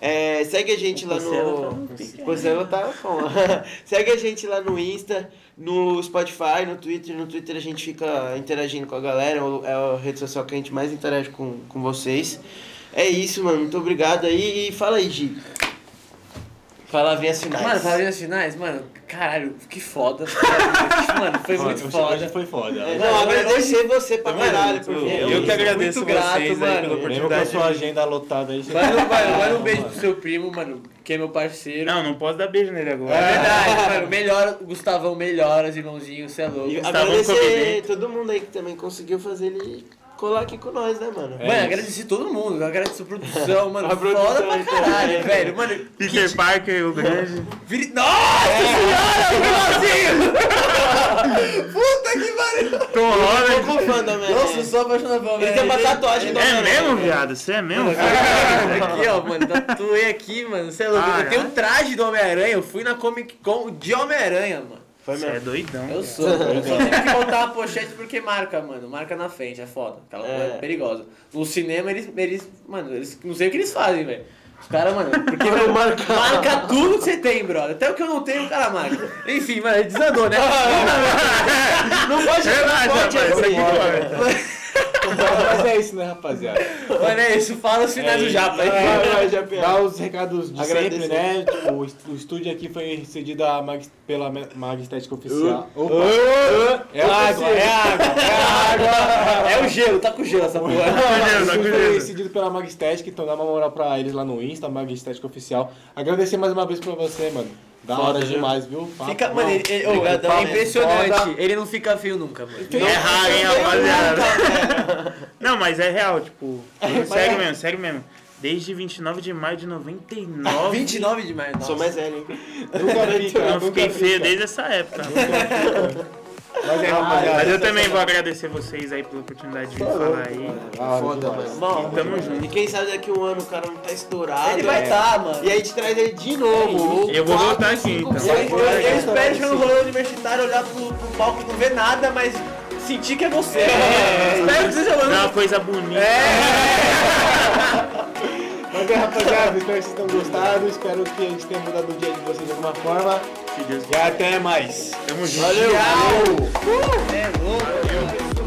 Speaker 1: É, segue a gente lá tá no. Você não tá com. segue a gente lá no Insta, no Spotify, no Twitter. No Twitter a gente fica interagindo com a galera, o- é a rede social que a gente mais interage com, com vocês. É isso, mano. Muito obrigado aí. E fala aí, Gi. Fala, vem assinar.
Speaker 5: Mano, falando os finais, mano, caralho, que foda. mano, foi muito
Speaker 2: Hoje
Speaker 5: foda.
Speaker 2: foi foda.
Speaker 1: É, não, agradecer você pra caralho, por
Speaker 2: eu-
Speaker 1: vir.
Speaker 2: eu que
Speaker 5: agradeço vocês aí pela
Speaker 2: Mesmo com a sua agenda lotada aí, você-
Speaker 5: Manda, um- mano, manda um beijo pro seu primo, mano, que é meu parceiro.
Speaker 3: Não, não posso dar beijo nele agora.
Speaker 1: Ah,
Speaker 5: É verdade, mano, melhora, o Gustavão melhora, os irmãozinhos, cê é louco.
Speaker 1: E
Speaker 3: Gustavão
Speaker 1: agradecer
Speaker 3: Comedente.
Speaker 1: todo mundo aí que também conseguiu fazer ele colar aqui com nós, né, mano?
Speaker 5: mano, agradeci todo mundo, eu agradeci a produção, mano.
Speaker 1: A produção
Speaker 5: foda pra
Speaker 1: inteira,
Speaker 5: caralho,
Speaker 1: é.
Speaker 5: velho. Mano,
Speaker 3: Peter Parker, o grande.
Speaker 5: vire... Nossa
Speaker 1: É.
Speaker 5: senhora, o Vilãozinho! Puta que pariu!
Speaker 3: Tom
Speaker 1: Eu
Speaker 3: Holland.
Speaker 1: sou é fã do Homem-Aranha.
Speaker 5: Nossa, eu sou apaixonado pelo
Speaker 1: Ele tem uma tatuagem do
Speaker 3: É
Speaker 1: Homem-Aranha.
Speaker 3: mesmo, viado? Você é mesmo?
Speaker 5: Aqui, ó, mano, tatuei aqui, mano. Você é louco.
Speaker 3: Ah,
Speaker 5: eu tenho
Speaker 3: é?
Speaker 5: um traje do Homem-Aranha. Eu fui na Comic Con de Homem-Aranha, mano.
Speaker 1: Foi
Speaker 3: Você é
Speaker 1: mesmo.
Speaker 3: doidão.
Speaker 5: Eu sou, mano. eu só tenho que botar a pochete porque marca, mano. Marca na frente, é foda. Aquela
Speaker 1: É.
Speaker 5: coisa é perigosa. No cinema, eles, eles. Mano, eles não sei o que eles fazem, velho. Os caras, mano, porque meu, marca. tudo que você tem, brother. Até o que eu não tenho, o cara marca. Enfim, mano, desandou, né?
Speaker 1: Não pode,
Speaker 3: Verdade,
Speaker 1: não pode. assim.
Speaker 3: rapaz, isso aqui corta.
Speaker 2: Mas é isso, né, rapaziada?
Speaker 5: Mano, é isso, fala os finais do Japa. aí.
Speaker 1: Vai, vai, Japião.
Speaker 2: Dá os recados de
Speaker 1: Agradecer.
Speaker 2: sempre, né? Tipo, o est- o estúdio aqui foi cedido à Mag, pela Ma- Mag Estética Oficial. Opa. é água, é água, é água.
Speaker 5: É o gelo, tá com gelo essa porra.
Speaker 3: Beleza,
Speaker 2: O estúdio foi
Speaker 3: beleza.
Speaker 2: cedido pela Mag Estética, então dá uma moral pra eles lá no Insta, Mag Estética Oficial. Agradecer mais uma vez pra você, mano. Da hora demais, viu? Papo
Speaker 5: Fica,
Speaker 1: Tá
Speaker 2: bom.
Speaker 5: mano, ele, ele- ô, é
Speaker 2: Papo
Speaker 5: impressionante.
Speaker 2: foda.
Speaker 5: Ele não fica feio nunca, mano.
Speaker 3: É raro, hein, rapaziada? Não, mas é real, tipo. Sério mesmo, sério mesmo. Desde 29 de maio de 99.
Speaker 5: 29 demais, nossa.
Speaker 1: Sou mais velho, então hein?
Speaker 2: Nunca vi,
Speaker 3: Eu
Speaker 2: cara.
Speaker 3: não fiquei
Speaker 2: nunca vi,
Speaker 3: feio
Speaker 2: cara.
Speaker 3: desde essa época.
Speaker 2: Mas é, rapaziada.
Speaker 3: Mas eu também vou agradecer vocês aí pela oportunidade de vir falar aí.
Speaker 2: da hora
Speaker 1: Foda,
Speaker 2: demais.
Speaker 1: mano.
Speaker 5: Bom,
Speaker 3: Tamo junto.
Speaker 1: E quem sabe daqui um ano o cara não tá estourado.
Speaker 5: ele vai estar, tá, mano.
Speaker 1: E aí te traz ele de novo.
Speaker 3: Eu vou voltar aqui, então.
Speaker 5: Eu, eu- eu
Speaker 1: Vai,
Speaker 5: espero que no rolê universitário olhar pro, pro palco e não ver nada, mas sentir que é você. espero que seja
Speaker 3: Dá
Speaker 5: rolando.
Speaker 3: uma coisa bonita.
Speaker 2: Mas é, rapaziada, espero que vocês tenham gostado. Espero que a gente tenha mudado o dia de vocês de alguma forma.
Speaker 3: Se Deus
Speaker 2: E até mais.
Speaker 3: Tamo junto.
Speaker 1: Valeu.
Speaker 5: É louco.
Speaker 2: Valeu.